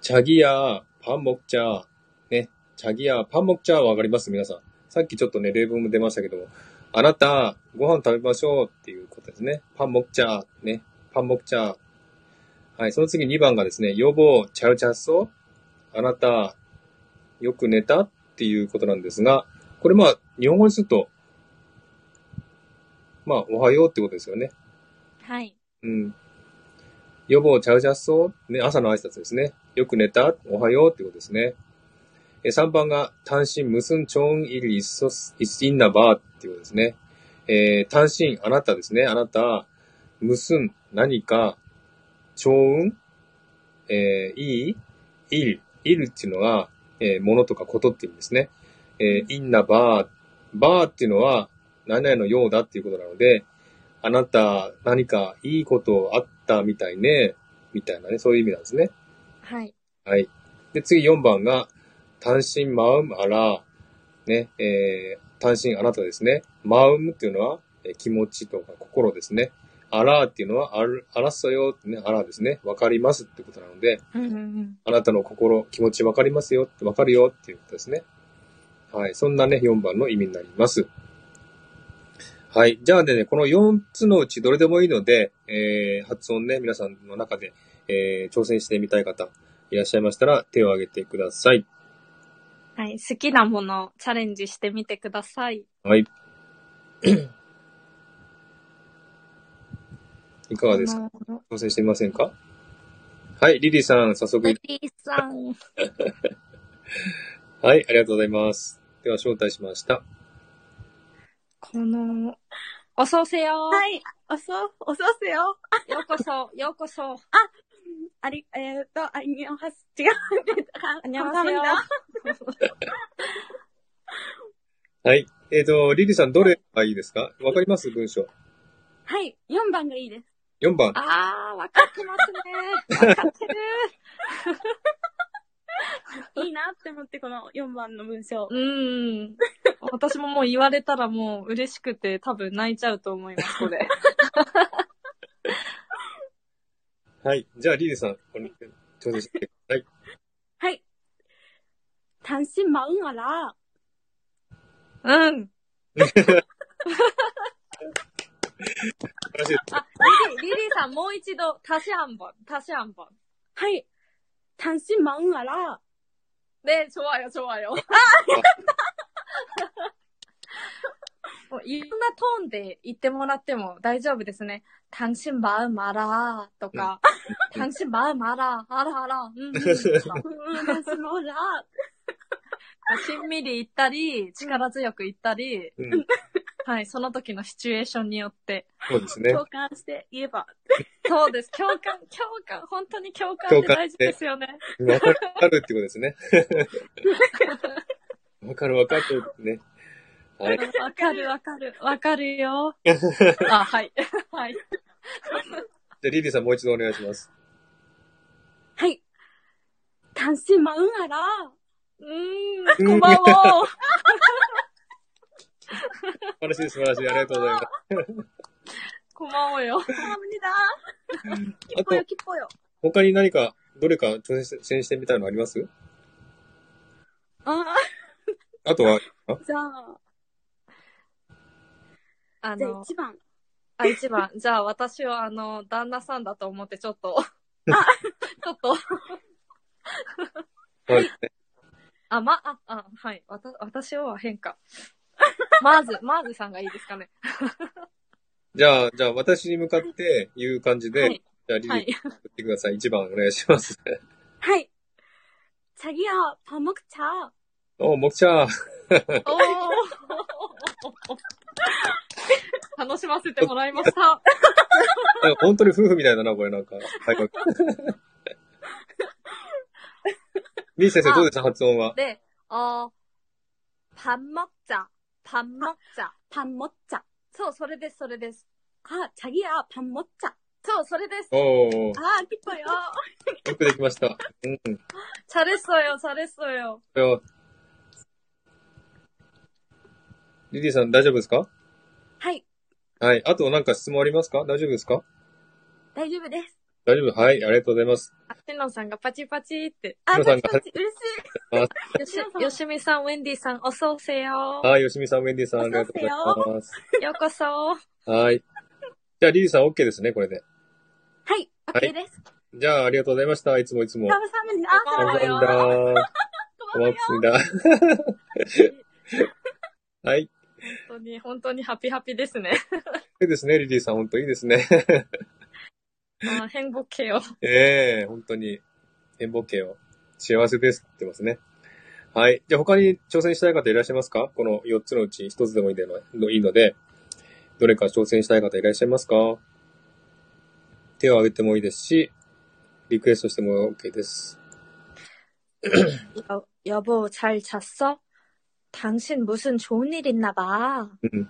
[SPEAKER 1] チャギやパンモクチャー、ね、チャギやパンモクチャーはわかります皆さん。さっきちょっとね、例文も出ましたけども、あなた、ご飯食べましょうっていうことですね。パンモクチャー、ね、パンモクチャー。はい、その次2番がですね、予防、チャウチャッソ、あなた、よく寝たっていうことなんですが、これまあ、日本語にすると、まあ、おはようってことですよね。
[SPEAKER 2] 하이.
[SPEAKER 1] うん。予防ちゃうじゃっそう。ね、朝の挨拶ですね。よく寝たおはようってことですね。え、3番が、単身無寸ちょんいりいっそす、いっしんなばっていうことですね。えー単身、あなたですね。あなた、無寸、何か、ちょん、えーいい、いる、いるっていうのが、えー、ものとかことっていうんですね。えーいんなばばっていうのは、何々のようだっていうことなので、あなた、何かいいことあったみたいね。みたいなね、そういう意味なんですね。
[SPEAKER 2] 하이.
[SPEAKER 1] はい。で、次4番が、単身マウムあら、ね、えー、単身あなたですね。マウムっていうのは、えー気持ちとか心ですね。あらっていうのは、ある、あらっそよ、ね、あらですね。わかりますってことなので、
[SPEAKER 2] 음.
[SPEAKER 1] あなたの心、気持ちわかりますよ、わかるよっていうことですね。はい。そんなね、4番の意味になります。はい。じゃあね、この4つのうちどれでもいいので、えー、発音ね、皆さんの中で、えー、挑戦してみたい方、いらっしゃいましたら、手を挙げてください。
[SPEAKER 2] 하이. 好きなものチャレンジしてみてください.
[SPEAKER 1] はい。いかがですか挑戦してみませんかはい。リリーさん、早速い、
[SPEAKER 2] リリーさん。
[SPEAKER 1] はい。ありがとうございます。では、招待しました。
[SPEAKER 2] この、어서오세요.
[SPEAKER 3] はい。おそう、おそうっすよ。
[SPEAKER 2] 요코소, 요코소.
[SPEAKER 3] あり、えーっと、あにょはす、違う。あにょはすよ。
[SPEAKER 2] 안녕하세요.
[SPEAKER 1] はい。えっ、と、リリーさん、どれがいいですかわかります文章。
[SPEAKER 3] はい。4番がいいです。
[SPEAKER 1] 4番。
[SPEAKER 2] 아, 와카키마스네. 와카키르.
[SPEAKER 3] いいなって思って、この4番の文章。
[SPEAKER 2] 음. 私ももう言われたらもう嬉しくて多分泣いちゃうと思います、これ。
[SPEAKER 1] はい。じゃあ、リリーさん、これ挑戦してください。
[SPEAKER 3] はい。単身マウンアラ。
[SPEAKER 2] うん。
[SPEAKER 1] 素晴らしいで
[SPEAKER 2] あ、リリー、リリーさんもう一度、足し半分、足し半分。
[SPEAKER 3] はい。単身マウンアラ。
[SPEAKER 2] ね、좋아요、좋아요。もういろんなトーンで言ってもらっても大丈夫ですね。당신마음알아とか、당신마음알아알아알아 うんうんとか。
[SPEAKER 3] うん、単身マウ ンアラ。
[SPEAKER 2] しんみり言ったり、力強く言ったり、
[SPEAKER 1] す。うん。
[SPEAKER 2] はい、その時のシチュエーションによって。
[SPEAKER 1] そうですね。
[SPEAKER 3] 共感して言えば。
[SPEAKER 2] そうです。共感、共感、本当に共感って大事ですよね。
[SPEAKER 1] わかる、わかるってことですね。わかる、わかるってね。 はい。
[SPEAKER 2] わかるわかる。わかる よ。あ、はい。はい。
[SPEAKER 1] じゃあ、リリーさん、もう一度お願いします。
[SPEAKER 3] 単身マウンアラ
[SPEAKER 2] うーん、こんばんは。
[SPEAKER 1] 素晴らしい、素晴らしい。ありがとうございます。
[SPEAKER 2] こんばんはよ。
[SPEAKER 3] ー。あ、無理だ。
[SPEAKER 1] あ
[SPEAKER 3] ぽよ
[SPEAKER 1] と、
[SPEAKER 3] きっぽよ。
[SPEAKER 1] 他に何か、どれか挑戦し挑戦してみたいのあります
[SPEAKER 3] あ
[SPEAKER 1] あとは、
[SPEAKER 3] ーじゃあ、
[SPEAKER 2] あ
[SPEAKER 3] じゃあ
[SPEAKER 2] の、
[SPEAKER 3] 一番。
[SPEAKER 2] あ、一番。じゃあ私をあの、旦那さんだと思ってちょっと、ちょっと、
[SPEAKER 1] はい。
[SPEAKER 2] あ、ま、あ、あ、はい。わた、私をは変か。マーズ、マーズさんがいいですかね。
[SPEAKER 1] じゃあ、じゃあ、私に向かって言う感じで、
[SPEAKER 2] はい。
[SPEAKER 1] じゃあ、リリー
[SPEAKER 2] は
[SPEAKER 1] 言
[SPEAKER 2] い。
[SPEAKER 1] ってください。一番お願いします。
[SPEAKER 3] はい。チャギア、パモクチャ。
[SPEAKER 1] お、もくちゃん。
[SPEAKER 2] おー。楽しませてもらいま した。
[SPEAKER 1] なんか本当に夫婦みたいだな、これなんか。はい。リー先生、どうでした発音は。
[SPEAKER 2] で、あーパンモッチャ、パンモッチャ。
[SPEAKER 3] パンモッチャ。
[SPEAKER 2] そう、それです、それです。
[SPEAKER 3] あ、チャギア、パンモッチャ。
[SPEAKER 2] そう、それです。
[SPEAKER 1] おー、よ
[SPEAKER 3] あー、きっぽよ。
[SPEAKER 1] くできました。うん。こ
[SPEAKER 2] チャレッソよ、チャレッソよ。
[SPEAKER 1] れは。リリーさん、大丈夫ですか
[SPEAKER 3] はい、
[SPEAKER 1] はい。あと、なんか質問ありますか大丈夫ですか
[SPEAKER 3] 大丈夫です。
[SPEAKER 1] 大丈夫はい。ありがとうございます。
[SPEAKER 2] あテノさんがパチパチって。
[SPEAKER 3] あ、
[SPEAKER 1] 皆
[SPEAKER 3] パ
[SPEAKER 1] さん
[SPEAKER 3] チ
[SPEAKER 1] が
[SPEAKER 3] パチ、嬉しい。
[SPEAKER 2] よし、よしみさん、ウェンディさん、おそうせよ。
[SPEAKER 1] はい。よしみさん、ウェンディさん、ありがとうございます。
[SPEAKER 2] ようこそ。
[SPEAKER 1] はい。じゃあ、リリーさん、OK ですね、これで。
[SPEAKER 3] はい、OK です。
[SPEAKER 1] じゃあ、ありがとうございました。いつもいつも。
[SPEAKER 3] ラブサムに、あー、
[SPEAKER 2] こ
[SPEAKER 3] サ
[SPEAKER 2] ん
[SPEAKER 1] 감
[SPEAKER 2] ば
[SPEAKER 3] ム
[SPEAKER 2] ん
[SPEAKER 1] 사합
[SPEAKER 2] は
[SPEAKER 1] 니
[SPEAKER 2] よ
[SPEAKER 1] 다고맙습니다はい。
[SPEAKER 2] 本当に、本当にハピハピですね。
[SPEAKER 1] いいですね、リリーさん。本当いいですね。
[SPEAKER 2] あー変ボケよ。
[SPEAKER 1] ええ本当に、変貌形を幸せですって言ってますね。はい。じゃあ他に挑戦したい方いらっしゃいますかこの4つのうち1つでもいいのいいので、どれか挑戦したい方いらっしゃいますか手を挙げてもいいですし、リクエストしても OK です。
[SPEAKER 2] 여, 여보, 잘 잤어? 당신 무슨 좋은 일 있나 봐.
[SPEAKER 1] 음.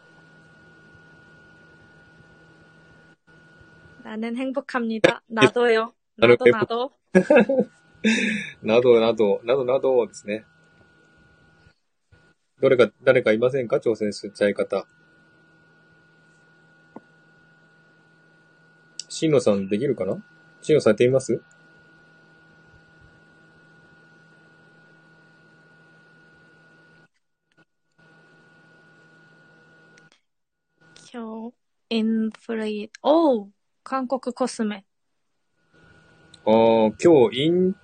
[SPEAKER 2] 나는 행복합니다. 나도요. 나도,
[SPEAKER 1] 나는 행복-
[SPEAKER 2] 나도.
[SPEAKER 1] などなど、などなどですね。どれか、誰かいませんか挑戦したい方。しんのさんできるかなしんのさんやってみます
[SPEAKER 2] 今日、インフルエン、おう韓国コスメ。
[SPEAKER 1] ああ、今日、イン、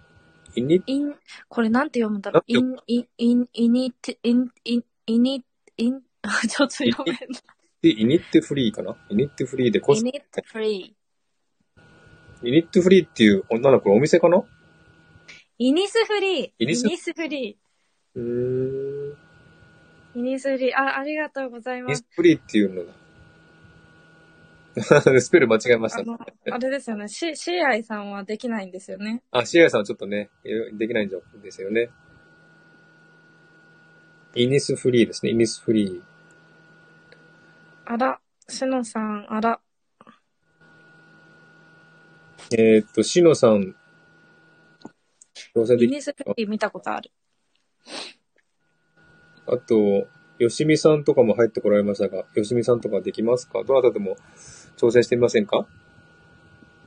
[SPEAKER 1] インニ
[SPEAKER 2] イン、これなんて読むんだろうイ
[SPEAKER 1] なん
[SPEAKER 2] ン、イン、イン、イニテ、イン、イン、イニ、イン、 ちょっと読めん
[SPEAKER 1] で、イニットフリーかなイニットフリーでコ
[SPEAKER 2] イ
[SPEAKER 1] ス、イ
[SPEAKER 2] ニットフリー。
[SPEAKER 1] ニットフリーっていう女の子、お店かな
[SPEAKER 2] イニスフリー。
[SPEAKER 1] イニス
[SPEAKER 2] イニスフリ
[SPEAKER 1] う
[SPEAKER 2] ー。
[SPEAKER 1] ーん。
[SPEAKER 2] イニスフリー。あ、ありがとうござい
[SPEAKER 1] イニ
[SPEAKER 2] ま
[SPEAKER 1] ッ
[SPEAKER 2] す
[SPEAKER 1] ト。フリーっていうのだ。 スペル間違えまし
[SPEAKER 2] あ
[SPEAKER 1] た。
[SPEAKER 2] の、あれですよね。シ、シアイさんはできないんですよね。
[SPEAKER 1] あ、シエラさんはちょっとね、できないんですよね。イニスフリーですね、イニスフリー。
[SPEAKER 2] あら、シノさん、あら。
[SPEAKER 1] えーっと、シノさん、挑戦
[SPEAKER 2] イ
[SPEAKER 1] でき、
[SPEAKER 2] ニスフリー見たことある。
[SPEAKER 1] あと、よしみさんとかも入ってこられましたが、よしみさんとかできますかどなたでも挑戦してみませんか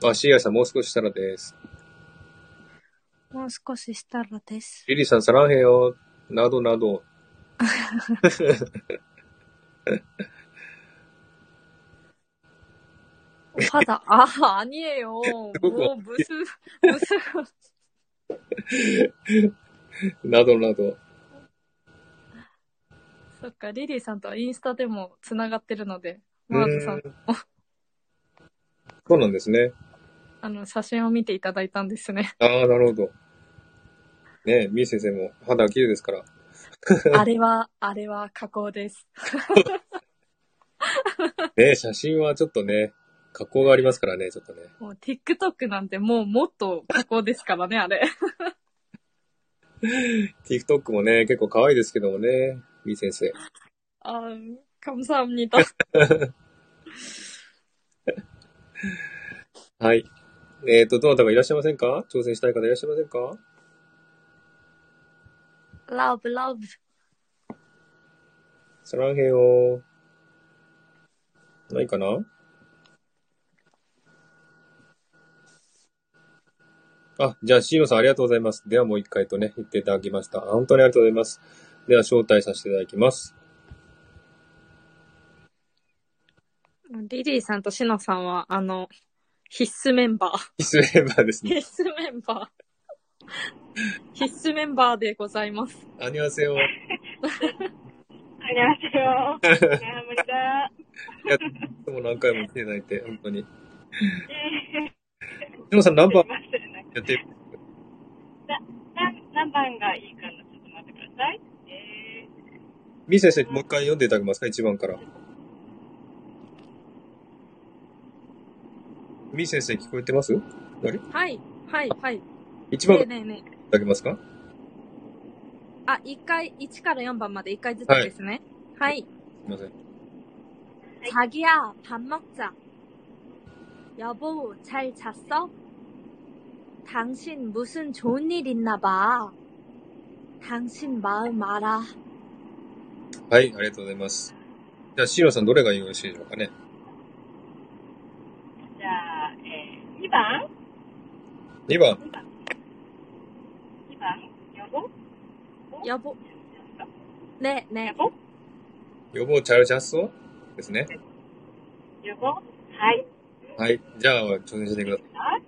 [SPEAKER 1] あ、シエラさんもう少ししたらです。
[SPEAKER 2] もう少ししたらです。
[SPEAKER 1] リリーさん、サランヘヨ、などなど。
[SPEAKER 2] お肌、 あ、아니에요。
[SPEAKER 1] ごく
[SPEAKER 2] もう、ブス、ブス。
[SPEAKER 1] などなど。
[SPEAKER 2] そっか、リリーさんとはインスタでも繋がってるので、マーズさん
[SPEAKER 1] う、ーんそうなんですね。
[SPEAKER 2] あの、写真を見ていただいたんです ね。
[SPEAKER 1] ああ、なるほど。ねえ、みー先生も肌が綺麗ですから。
[SPEAKER 2] あれは、あれは加工です。
[SPEAKER 1] ねえ、写真はちょっとね、格好がありますからね、ちょっとね。
[SPEAKER 2] もう、TikTok なんてもう、もっと加工ですからね、あれ。
[SPEAKER 1] TikTok もね、結構可愛いですけどもね、みー先生。
[SPEAKER 2] あー、감사합니다。
[SPEAKER 1] はい。えっ、ー、と、どなたかいらっしゃいませんか挑戦したい方いらっしゃいませんか
[SPEAKER 2] love, love.
[SPEAKER 1] 사랑해요.ないかなあ、じゃあ、シーノさんありがとうございます。ではもう一回とね、言っていただきました。あ本当にありがとうございます。では、招待させていただきます。
[SPEAKER 2] リリーさんとシノさんは、あの、必須メンバー。
[SPEAKER 1] 必須メンバーですね。
[SPEAKER 2] 必須メンバー。必須メンバーでございます。
[SPEAKER 1] あにわせよ。
[SPEAKER 4] 안녕하세요。ね、ハムリだ。
[SPEAKER 1] いつも何回も来ていただいて、本当に。シ
[SPEAKER 4] えー、
[SPEAKER 1] ーノさん何番
[SPEAKER 4] すいません。なんか
[SPEAKER 1] やってる
[SPEAKER 4] 何何番がいいかなちょっと待ってください。えー、
[SPEAKER 1] ミー先生、もう一回読んでいただけますか ?1 番から。ミー先生聞こえてますあれ
[SPEAKER 2] はい、はい、はい。
[SPEAKER 1] ?1 番
[SPEAKER 2] ねえ
[SPEAKER 1] からい
[SPEAKER 2] ねえねえ。
[SPEAKER 1] ただけますか
[SPEAKER 2] あ、一回、1から4番まで1回ずつ
[SPEAKER 1] はい
[SPEAKER 2] ですね。はい。
[SPEAKER 1] すいません。
[SPEAKER 2] 자기야, 밥 먹자. 여보, 잘 잤어? 당신 무슨 좋은 일 있나 봐. 당신 마음 알아.
[SPEAKER 1] はい、ありがとうございます。じゃあ、シーノさんどれがよろしいでしょうかね
[SPEAKER 4] じゃあ、えー、2番
[SPEAKER 1] ?2 番。
[SPEAKER 4] ?2 番여보
[SPEAKER 2] 여보, 네,
[SPEAKER 4] 여
[SPEAKER 2] 네.
[SPEAKER 4] 보
[SPEAKER 1] 予防チャルジャスをですね。
[SPEAKER 4] 여보はい。
[SPEAKER 1] はい。じゃあ、挑戦してください。
[SPEAKER 4] はい。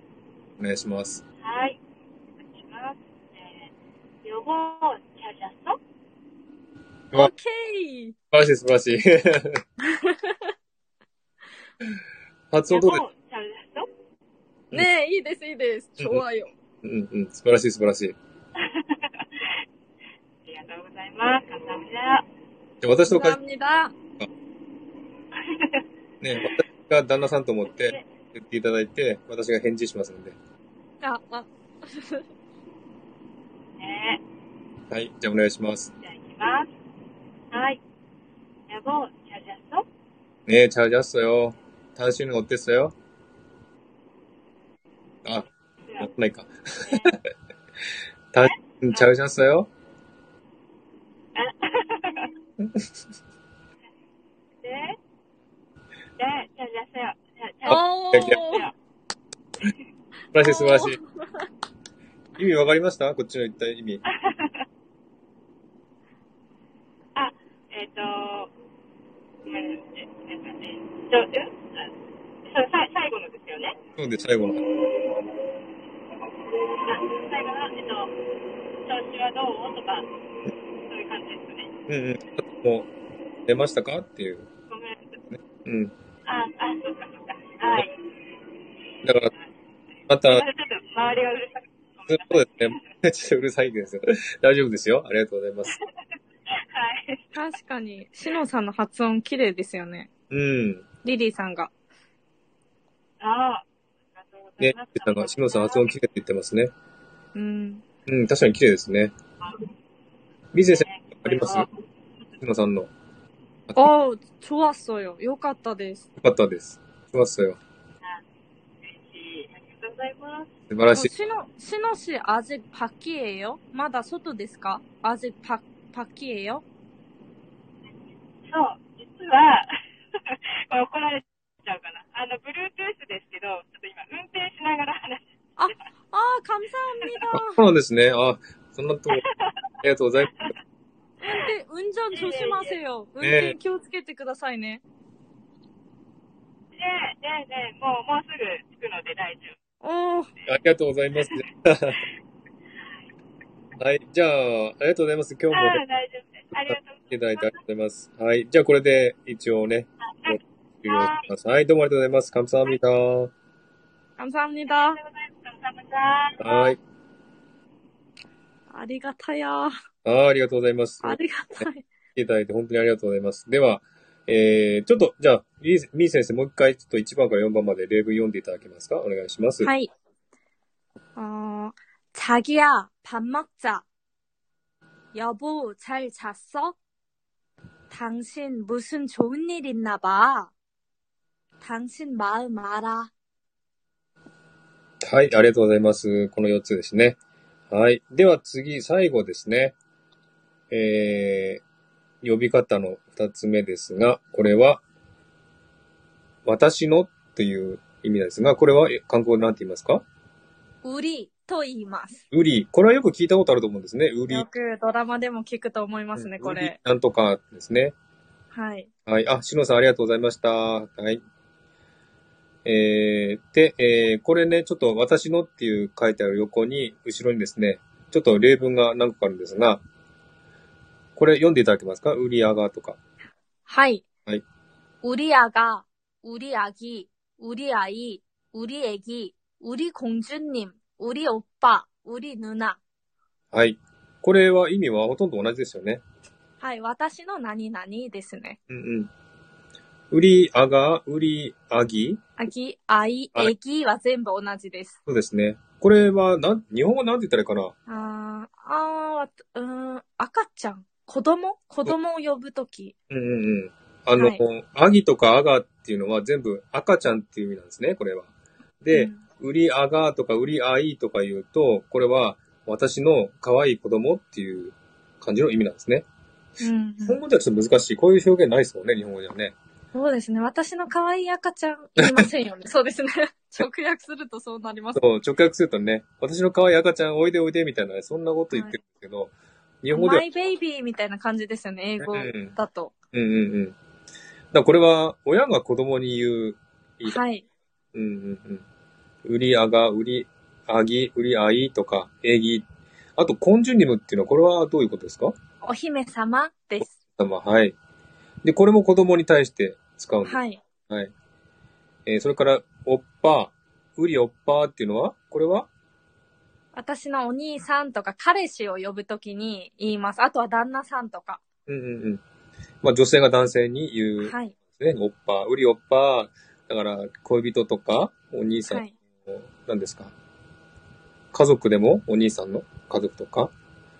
[SPEAKER 1] お願いします。
[SPEAKER 4] はい。お願いします。えー、여보잘잤어
[SPEAKER 1] わ、素
[SPEAKER 2] 오케이.
[SPEAKER 1] 晴らしい、素晴ら しい。発
[SPEAKER 4] 여
[SPEAKER 1] 音どうで
[SPEAKER 4] 보잘잤어
[SPEAKER 2] 네, 이です, 이です.
[SPEAKER 1] 음.
[SPEAKER 2] 좋아요.
[SPEAKER 1] うんうん。素晴らしい、素晴らしい。
[SPEAKER 4] ありがとうございます。감사합니다
[SPEAKER 1] じゃあ私とか、
[SPEAKER 2] 감사합니다.
[SPEAKER 1] ね、私が旦那さんと思って言っていただいて、私が返事しますので。
[SPEAKER 2] 아, 아,
[SPEAKER 4] ね
[SPEAKER 1] はい。じゃあ、お願いします。
[SPEAKER 4] じゃあ行きます。はい。여보잘잤어
[SPEAKER 1] ねチャルジャスよ。単身のおってっすよ。あ、持ってないか。単身、チャルジャスよ。
[SPEAKER 4] で、で、잘잤어요。
[SPEAKER 1] あ
[SPEAKER 4] 잘
[SPEAKER 2] 오.
[SPEAKER 4] 잤어요。
[SPEAKER 1] 素晴らしい、素晴らしい。意味わかりましたこっちの言った意味。
[SPEAKER 4] あ、えっ、と、うん、えっとね、どう、うんあそうさい最後のですよね。
[SPEAKER 1] そうで、最後の。
[SPEAKER 4] あ、最後の、えっと、調子はどうとか、そういう感じですね。
[SPEAKER 1] うんうん。あともう、出ましたかっていう。
[SPEAKER 4] ごめんなさい。
[SPEAKER 1] うん。
[SPEAKER 4] あ、あ、そうか、そうか。はい。
[SPEAKER 1] だから、ま
[SPEAKER 4] ま
[SPEAKER 1] た、
[SPEAKER 4] だちょっと周りがうるさくて、ごめんなさ
[SPEAKER 1] そ
[SPEAKER 4] い。
[SPEAKER 1] うですね。ちょっとうるさいですよ。大丈夫ですよ。ありがとうございます。
[SPEAKER 4] はい。
[SPEAKER 2] 確かに、シノさんの発音綺麗ですよね。
[SPEAKER 1] うん。
[SPEAKER 2] リリーさんが。
[SPEAKER 4] ああ、ありがとうござい
[SPEAKER 1] ね、
[SPEAKER 4] ます。
[SPEAKER 1] なんか、しのさん発音綺麗って言ってますね。
[SPEAKER 2] うん。
[SPEAKER 1] うん、確かに綺麗ですね。みずえさん、
[SPEAKER 4] ね
[SPEAKER 1] ありますしのさんの。よ
[SPEAKER 2] おー、좋았어요。よかったです。
[SPEAKER 1] かったです。しますよ。
[SPEAKER 4] ありがとうございます。
[SPEAKER 1] 素晴ら
[SPEAKER 2] 어
[SPEAKER 1] しい。
[SPEAKER 2] 신호신호씨아직밖이에요마다소도데스까아직밖밖이에요
[SPEAKER 4] そう、実は、 これ怒られちゃうかな。あの、Bluetooth ですけど、ちょっと今、運転しながら話して
[SPEAKER 2] 아아감사합니
[SPEAKER 1] あ、
[SPEAKER 2] 다
[SPEAKER 1] そうなんですね。あ、そんなとこ、ありがとうございま
[SPEAKER 2] 운전운전조심하세요
[SPEAKER 1] す。
[SPEAKER 2] 운
[SPEAKER 1] ね
[SPEAKER 2] 전기오つけてくださいね
[SPEAKER 4] で、で、で、もう、もうすぐ着くので大丈夫。
[SPEAKER 2] おー
[SPEAKER 1] ありがとうございます。 はい。じゃあ、ありがとうございます。今日も
[SPEAKER 4] ああ、大丈夫です。ありがとう
[SPEAKER 1] 来てい
[SPEAKER 4] ご
[SPEAKER 1] た
[SPEAKER 4] ざ
[SPEAKER 1] だ
[SPEAKER 4] い
[SPEAKER 1] いて
[SPEAKER 4] ま
[SPEAKER 1] あり
[SPEAKER 4] す。
[SPEAKER 1] がとうございます。はい。じゃあ、これで一応ね、
[SPEAKER 4] なんか
[SPEAKER 1] 終了し
[SPEAKER 4] はい。
[SPEAKER 1] ます。はい、どうもありがとうございます。감사합니다。
[SPEAKER 2] 감사합니
[SPEAKER 4] あり
[SPEAKER 2] 다
[SPEAKER 4] がとうございます。さんまさん。
[SPEAKER 1] はい。
[SPEAKER 2] ありがたや
[SPEAKER 1] あーありがとうございます。
[SPEAKER 2] ありがたい
[SPEAKER 1] 来ていただいて本当にありがとうございます。では、えー、ちょっと、じゃあ、みーみー先生、もう一回、ちょっと1番から4番まで例文読んでいただけますかお願いします。
[SPEAKER 2] はい 어, 자기야, 밥 먹자. 여보, 잘 잤어? 당신 무슨 좋은 일 있나 봐. 당신 마음 알아.
[SPEAKER 1] はい、ありがとうございます。この4つですね。はい。では次、最後ですね。えー、呼び方の二つ目ですが、これは、私のっていう意味なんですが、これはえ韓国語で何て言いますか
[SPEAKER 2] 売りと言います。
[SPEAKER 1] ウリ。これはよく聞いたことあると思うんですね。ウリ。
[SPEAKER 2] よくドラマでも聞くと思いますね、こ
[SPEAKER 1] ウリ
[SPEAKER 2] れ。
[SPEAKER 1] なんとかですね。
[SPEAKER 2] はい。
[SPEAKER 1] はい。あ、しのさんありがとうございました。はい。えー、で、えー、これね、ちょっと私のっていう書いてある横に、後ろにですね、ちょっと例文が何個かあるんですが、これ読んでいただけますか売り上がとか。
[SPEAKER 2] はい。
[SPEAKER 1] はい
[SPEAKER 2] 우리 아가, 우리 아기, 우리 아이, 우리 애기, 우리 공주님, 우리 오빠, 우리 누나.
[SPEAKER 1] はい。これは意味はほとんど同じですよね。
[SPEAKER 2] はい。私の何々ですね。
[SPEAKER 1] うんうん。売り上が、売り上ぎ
[SPEAKER 2] あぎ、あい、
[SPEAKER 1] はい
[SPEAKER 2] えぎは全部同じです。
[SPEAKER 1] そうですね。これは、なん、日本語なんて言ったらいいかな
[SPEAKER 2] あーあー、わたうーん、赤ちゃん、子供子供を呼ぶとき。
[SPEAKER 1] うんうんうん。あの、
[SPEAKER 2] は
[SPEAKER 1] アギとかアガっていうのは全部赤ちゃんっていう意味なんですね、これは。で、
[SPEAKER 2] うん
[SPEAKER 1] 売りアガとか売りアイとか言うと、これは私の可愛い子供っていう感じの意味なんですね。
[SPEAKER 2] うん
[SPEAKER 1] 日本語ではちょっと難しい。こういう表現ないですもんね、日本語ではね。
[SPEAKER 2] そうですね。私の可愛い赤ちゃん言いませんよね。 そうですね。直訳するとそうなります。
[SPEAKER 1] そう、直訳するとね、私の可愛い赤ちゃんおいでおいでみたいな、そんなこと言ってるんですけど、日本語では
[SPEAKER 2] マイベイビーみたいな感じですよね、英語だと。
[SPEAKER 1] うんうんうん。だからこれは、親が子供に言う、いい
[SPEAKER 2] はい。
[SPEAKER 1] うんうんうん。売り上が、売り上ぎ、売りあいとか、えぎ。あと、コンジュニムっていうのは、これはどういうことですか
[SPEAKER 2] お姫様です。
[SPEAKER 1] まあはい。で、これも子供に対して使うんです。
[SPEAKER 2] はい。
[SPEAKER 1] はい。えーそれから、おっぱ、うりおっぱっていうのは、これは
[SPEAKER 2] 私のお兄さんとか彼氏を呼ぶときに言います。あとは旦那さんとか。
[SPEAKER 1] うんうんうん。まあ、女性が男性に言うんで
[SPEAKER 2] はい。
[SPEAKER 1] すね。おっぱ、うりおっぱ。だから、恋人とか、お兄さん、
[SPEAKER 2] はい。
[SPEAKER 1] 何ですか家族でも、お兄さんの家族とか。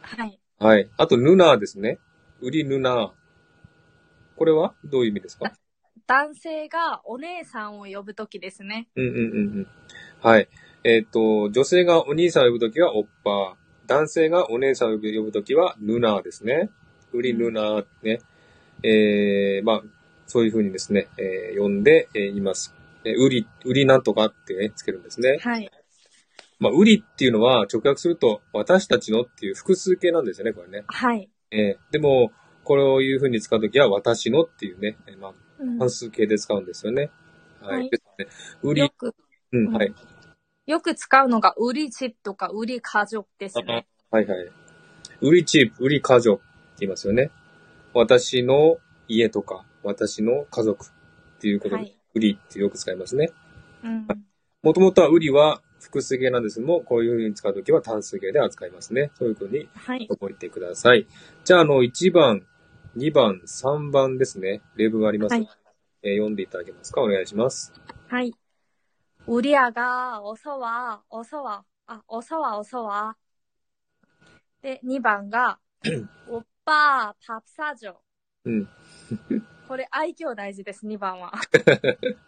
[SPEAKER 2] はい。
[SPEAKER 1] はい。あと、ヌナーですね。売りヌナー。これはどういう意味ですか
[SPEAKER 2] 男性がお姉さんを呼ぶときですね。
[SPEAKER 1] うんうんうんうん。はい。えっ、と、女性がお兄さんを呼ぶときはオッパー。男性がお姉さんを呼ぶ呼ぶときはヌナーですね。売りヌナーね。えー、まあ、そういうふうにですね、えー呼んで、えーいます。えー、売り、売りなんとかってね、つけるんですね。
[SPEAKER 2] はい。
[SPEAKER 1] まあ、売りっていうのは直訳すると、私たちのっていう複数形なんですよね、これね。
[SPEAKER 2] はい。
[SPEAKER 1] えー、でも、これをいうふうに使うときは、私のっていうね、えーまあ、
[SPEAKER 2] うん
[SPEAKER 1] 関数形で使うんですよね。はい。
[SPEAKER 2] はい
[SPEAKER 1] ですね。売
[SPEAKER 2] よ
[SPEAKER 1] り、
[SPEAKER 2] く、
[SPEAKER 1] うん、はい。
[SPEAKER 2] よく使うのが、売りチップとか、売り家族ですね。
[SPEAKER 1] はいはい。売りチープ、売り家族って言いますよね。私の家とか、私の家族っていうこと
[SPEAKER 2] は
[SPEAKER 1] で、
[SPEAKER 2] い。
[SPEAKER 1] 売りってよく使いますね。
[SPEAKER 2] うん。
[SPEAKER 1] もともとは売りは複数形なんですけども、こういうふうに使うときは単数形で扱いますね。そういうふうに
[SPEAKER 2] はい。
[SPEAKER 1] 覚えてください。じゃあ、あの、1番、2番、3番ですね。例文があります。
[SPEAKER 2] はい
[SPEAKER 1] えー読んでいただけますかお願いします。
[SPEAKER 2] はい。우리 아가 어서 와, 어서 와, 아, 어서 와, 어서 와. 네, 2번가 오빠 밥 사줘.
[SPEAKER 1] うん。
[SPEAKER 2] これ愛嬌大事で す, 2番は.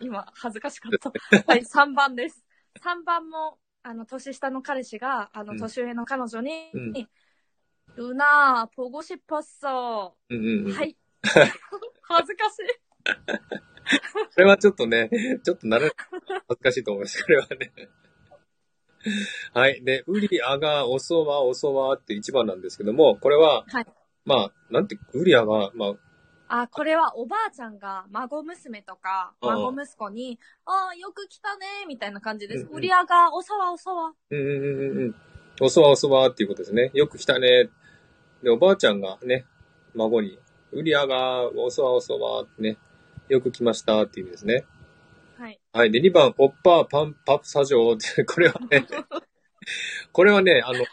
[SPEAKER 2] 今恥ずかしかった。はい, 3番です. 3番も,あの、年下の彼氏が、あの、
[SPEAKER 1] うん。
[SPEAKER 2] 年上の彼女に、
[SPEAKER 1] うん。
[SPEAKER 2] 누나, 보고 싶었어.
[SPEAKER 1] うんうんうん。
[SPEAKER 2] はい。恥ずかしい。
[SPEAKER 1] これはちょっとね、 ちょっとなる、恥ずかしいと思います、これはね。 はい。で、ウリアが、おそわ、おそわって一番なんですけども、これは、
[SPEAKER 2] はい
[SPEAKER 1] まあ、なんて、ウリアが、まあ、
[SPEAKER 2] あ、これはおばあちゃんが孫娘とか
[SPEAKER 1] ああ
[SPEAKER 2] 孫息子に、ああ、よく来たね、みたいな感じで
[SPEAKER 1] う
[SPEAKER 2] す
[SPEAKER 1] ん。うん
[SPEAKER 2] 売り上が、おさわおさわ。
[SPEAKER 1] うんうんうんうん、おそわおそわっていうことですね。よく来たね。で、おばあちゃんがね、孫に、ウリアが、おそわおそわってね、よく来ましたっていう意味ですね。
[SPEAKER 2] はい。
[SPEAKER 1] はい。で、2番、おっぱーパンパプサジョー って、これはね、これはね、あの、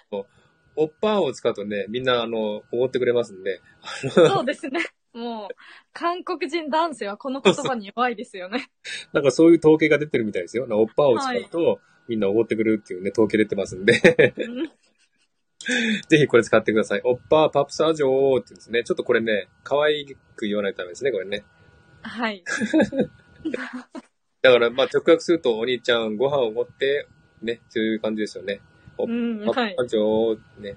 [SPEAKER 1] おっぱーを使うとね、みんな、あの、思ってくれますんで、
[SPEAKER 2] そうですね。もう、韓国人男性はこの言葉に弱いですよね。
[SPEAKER 1] なんかそういう統計が出てるみたいですよ。なおっぱーを使うと、みんなおごってくれるっていうね、統計出てますんで、
[SPEAKER 2] うん
[SPEAKER 1] ぜひこれ使ってください。おっぱーパプサジョーってですね、ちょっとこれね、可愛く言わないとダメですね、これね。
[SPEAKER 2] はい。
[SPEAKER 1] だから、まあ、直訳すると、お兄ちゃん、ご飯を持って、ね、そういう感じですよね。
[SPEAKER 2] うん、
[SPEAKER 1] パプ
[SPEAKER 2] はい。
[SPEAKER 1] サジョー、ね。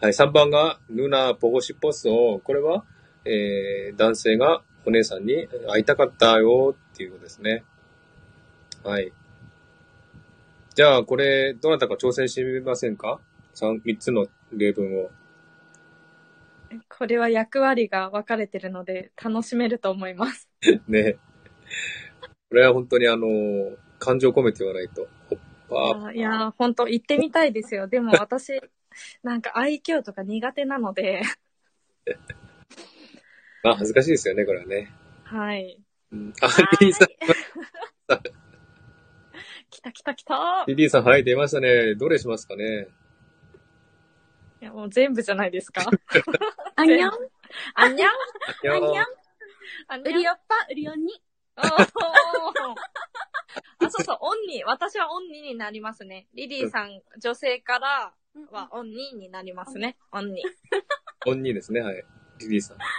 [SPEAKER 1] はい、3番が、ヌナポホシポッソ。これは、えー、男性がお姉さんに会いたかったよっていうことですね。はい。じゃあ、これ、どなたか挑戦してみませんか ?3、3つの例文を。
[SPEAKER 2] これは役割が分かれてるので楽しめると思います。
[SPEAKER 1] ね。これは本当にあの、感情込めて言わないと。ホッパー。
[SPEAKER 2] あいやー、本当行ってみたいですよ。でも私、なんか愛嬌とか苦手なので、
[SPEAKER 1] まあ、恥ずかしいですよね、これはね。
[SPEAKER 2] はい。
[SPEAKER 1] うん、あ、リリーさん、
[SPEAKER 2] 来た来た来た
[SPEAKER 1] リリーさん、はい、出ましたね。どれしますかね。
[SPEAKER 2] いや、もう全部じゃないですか。
[SPEAKER 3] あにゃん、
[SPEAKER 2] あに
[SPEAKER 1] い
[SPEAKER 2] ゃん
[SPEAKER 1] やー
[SPEAKER 2] あに
[SPEAKER 3] う
[SPEAKER 2] ゃん
[SPEAKER 3] りおっぱ、うりおに。
[SPEAKER 2] おーあ、そうそう、オンに、私はオンにになりますね。リリーさん、女性からはオンにになりますね。オンに。
[SPEAKER 1] 本人ですね、はい。リリーさん。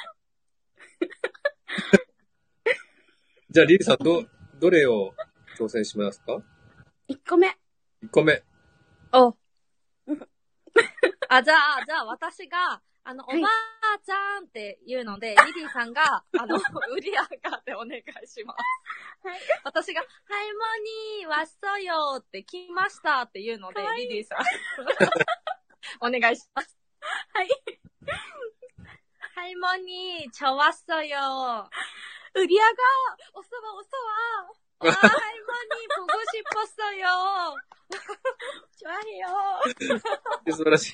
[SPEAKER 1] じゃあ、リリーさん、ど、どれを挑戦しますか
[SPEAKER 3] 1個目。
[SPEAKER 1] ?1 個目。
[SPEAKER 2] お。あ、じゃあ、じゃあ私が、あの、おば
[SPEAKER 3] い
[SPEAKER 2] あちゃんって言うので、リリーさ んが、あの、ウリアカってお願いします。
[SPEAKER 3] はい
[SPEAKER 2] 私が、ハイモニー、わっそよーって来ましたって言うので、リリーさん。お願いします。
[SPEAKER 3] はい。
[SPEAKER 2] ハイモニー、ちょわっそ よー。
[SPEAKER 3] うりあが、おそばおそ
[SPEAKER 2] あ
[SPEAKER 3] ば、
[SPEAKER 2] ー、ハイモニー、ぼごしっぽっそよー。
[SPEAKER 3] ちわへよ。
[SPEAKER 1] 素晴らしい。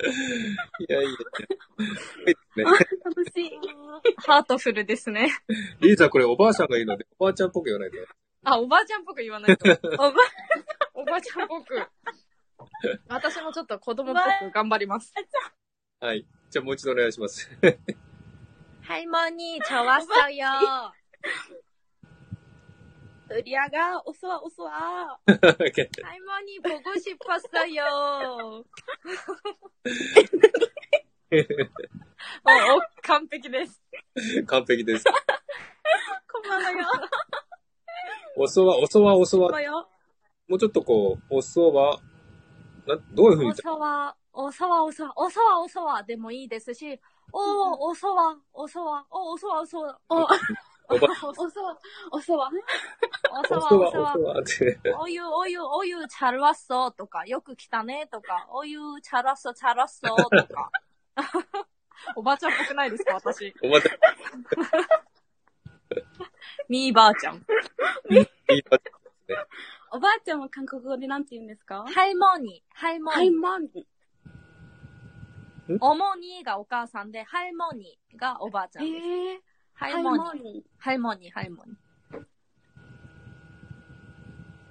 [SPEAKER 1] いやいやいや。はいね
[SPEAKER 3] 楽しい。
[SPEAKER 2] ハートフルですね。
[SPEAKER 1] リリーさん、これおばあさんがいるので、おばあちゃんっぽく言わないと。
[SPEAKER 2] あ、おばあちゃんっぽく言わ ないと。おば、おばあちゃんっぽく。私もちょっと子供っぽく頑張ります。
[SPEAKER 1] はい。じゃあ、もう一度お願いします。
[SPEAKER 2] はい、モニー、ちょわっそよ。
[SPEAKER 3] うりあが、おそばおそば。
[SPEAKER 2] はい、モニー、ぼごしっぽっそよ。お、お、完璧です。
[SPEAKER 1] 完璧です。
[SPEAKER 3] こんばんはよ。
[SPEAKER 1] おそば、おそば、おそ
[SPEAKER 3] こんば
[SPEAKER 1] ば。
[SPEAKER 3] んよ。
[SPEAKER 1] もうちょっとこう、おそば、な、どういうふうに
[SPEAKER 2] おそわ、おそわ、おそわ、おそわ、おそわでもいいですし、おー、おそわ、おそわ、お、おそわ、おそわ、お、
[SPEAKER 1] おば、
[SPEAKER 3] おそば、おそば。
[SPEAKER 2] おそ
[SPEAKER 1] お
[SPEAKER 2] わ、
[SPEAKER 1] そ
[SPEAKER 2] お
[SPEAKER 1] ば、お
[SPEAKER 2] そわ
[SPEAKER 1] そ。ばって。
[SPEAKER 2] お湯、お湯、お湯、チャラッソとか、よく来たねとか、お湯、チャラッソ、チャラッソとか。 おばあちゃんっぽくないですか、私。
[SPEAKER 1] おばた、
[SPEAKER 2] みーばあちゃん。
[SPEAKER 1] いいば
[SPEAKER 3] おばあちゃんは韓国語でなんて言うんですか
[SPEAKER 2] はい、モーニー。はい、モー
[SPEAKER 3] は
[SPEAKER 2] ニ
[SPEAKER 3] い、
[SPEAKER 2] ー。
[SPEAKER 3] マミ。
[SPEAKER 2] おもにーがお母さんで、はい、モーニーがおばあちゃんです。
[SPEAKER 3] えー、
[SPEAKER 2] は、
[SPEAKER 3] はいい、
[SPEAKER 2] モーニ
[SPEAKER 3] マ
[SPEAKER 2] ー。
[SPEAKER 3] ミ。
[SPEAKER 2] はい、モーニー、はい、モーニー。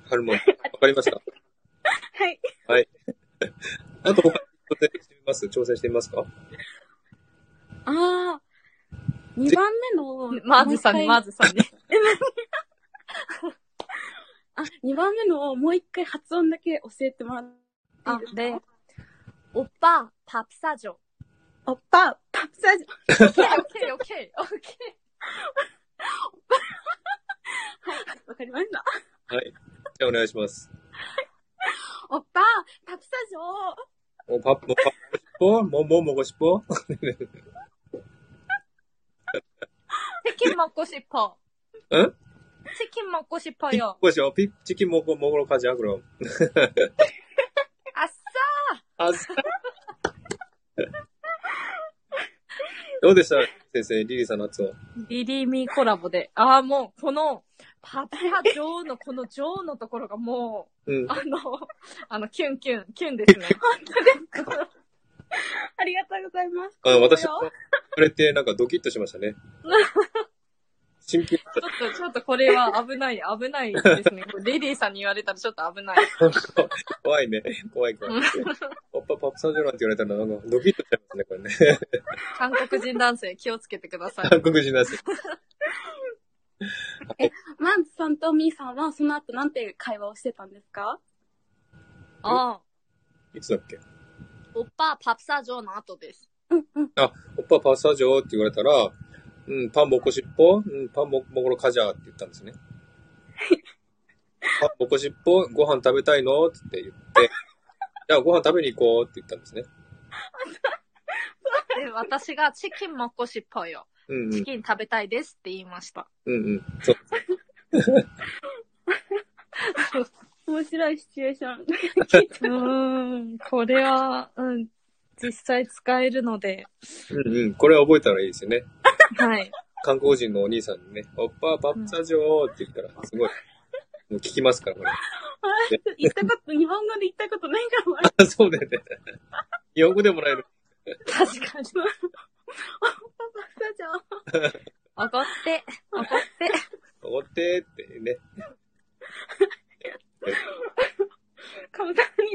[SPEAKER 1] ハルモン。わかりました。
[SPEAKER 3] はい。
[SPEAKER 1] あと他、挑戦してみます挑戦してみますか
[SPEAKER 3] あー、2番目の、
[SPEAKER 2] まずさんに、ま
[SPEAKER 3] ず。
[SPEAKER 2] ずさんに。
[SPEAKER 3] あ、2番目の、もう一回発音だけ教えてもらって
[SPEAKER 2] あ
[SPEAKER 3] いいです、か
[SPEAKER 2] で、、おっぱ、パプサジョ。
[SPEAKER 3] おっぱ、パプサジ、
[SPEAKER 2] オッケー、オッケー、オッケー、オッケー。
[SPEAKER 3] わかりました。
[SPEAKER 1] はい。じゃあお願いします。
[SPEAKER 3] おっぱ、パプサジョ
[SPEAKER 1] もうパッ、もうパッ、ぽもももごしっぽ
[SPEAKER 2] チキンもこしっぽ。
[SPEAKER 1] ん
[SPEAKER 2] チキンもこしっぽ
[SPEAKER 1] ピッ
[SPEAKER 2] よ。
[SPEAKER 1] コショピッチキンもこもごろ かじあぐろ。
[SPEAKER 2] あっさ
[SPEAKER 1] あっさどうでした先生、リリーさんの発音。
[SPEAKER 2] リリーミーコラボで。ああ、もう、この、パパ女王のこの女王のところがも
[SPEAKER 1] うん
[SPEAKER 2] う、。あの、 あの、キュンキュン、キュンですね。
[SPEAKER 3] ありがとうございます。
[SPEAKER 1] あ私
[SPEAKER 3] こんば
[SPEAKER 1] も
[SPEAKER 3] んよ、
[SPEAKER 1] それってなんかドキッとしましたね。真剣
[SPEAKER 2] ちょっと、ちょっとこれは危ない、危ないですね。これリリーさんに言われたらちょっと危ない。
[SPEAKER 1] 怖いね。怖い 怖い。パパパプサンジョランって言われたらなんかドキッとしちゃいますね、これね。
[SPEAKER 2] 韓国人男性気をつけてください。
[SPEAKER 1] 韓国人なんですよ
[SPEAKER 3] マンズさんとミーさんは、その後なんて会話をしてたんですか
[SPEAKER 2] ああ、
[SPEAKER 1] いつだっけ
[SPEAKER 2] おっぱパプサ女王の後です。
[SPEAKER 3] うん、うん。
[SPEAKER 1] あ、おっぱパーサージョーって言われたら、うん、パンボコシッポ、うん、パンボボコロカジャーって言ったんですね。パンボコシッポ、ご飯食べたいのって言って、じゃあご飯食べに行こうって言ったんですね。
[SPEAKER 2] で、私がチキンもっこしっぽいよ。
[SPEAKER 1] うんう
[SPEAKER 2] チ
[SPEAKER 1] ん。
[SPEAKER 2] キン食べたいですって言いました。
[SPEAKER 1] うんうん。そう。
[SPEAKER 3] 面白いシチュエーショ ン。
[SPEAKER 2] うーん、これは、うん、実際使えるので、
[SPEAKER 1] うんうん。これは覚えたらいいですよね。
[SPEAKER 2] はい。
[SPEAKER 1] 韓国人のお兄さんにね、おっぱ、パッツァジョーって言ったら、すごい、もう聞きますから、これ。
[SPEAKER 3] 言ったこと、日本語で言ったことないかも。
[SPEAKER 1] あそうだよね。 日本語でもらえる。
[SPEAKER 2] 確かに。
[SPEAKER 3] スタジ オ。
[SPEAKER 2] おご って、おごって。
[SPEAKER 1] おごってーってね。
[SPEAKER 3] カムサハム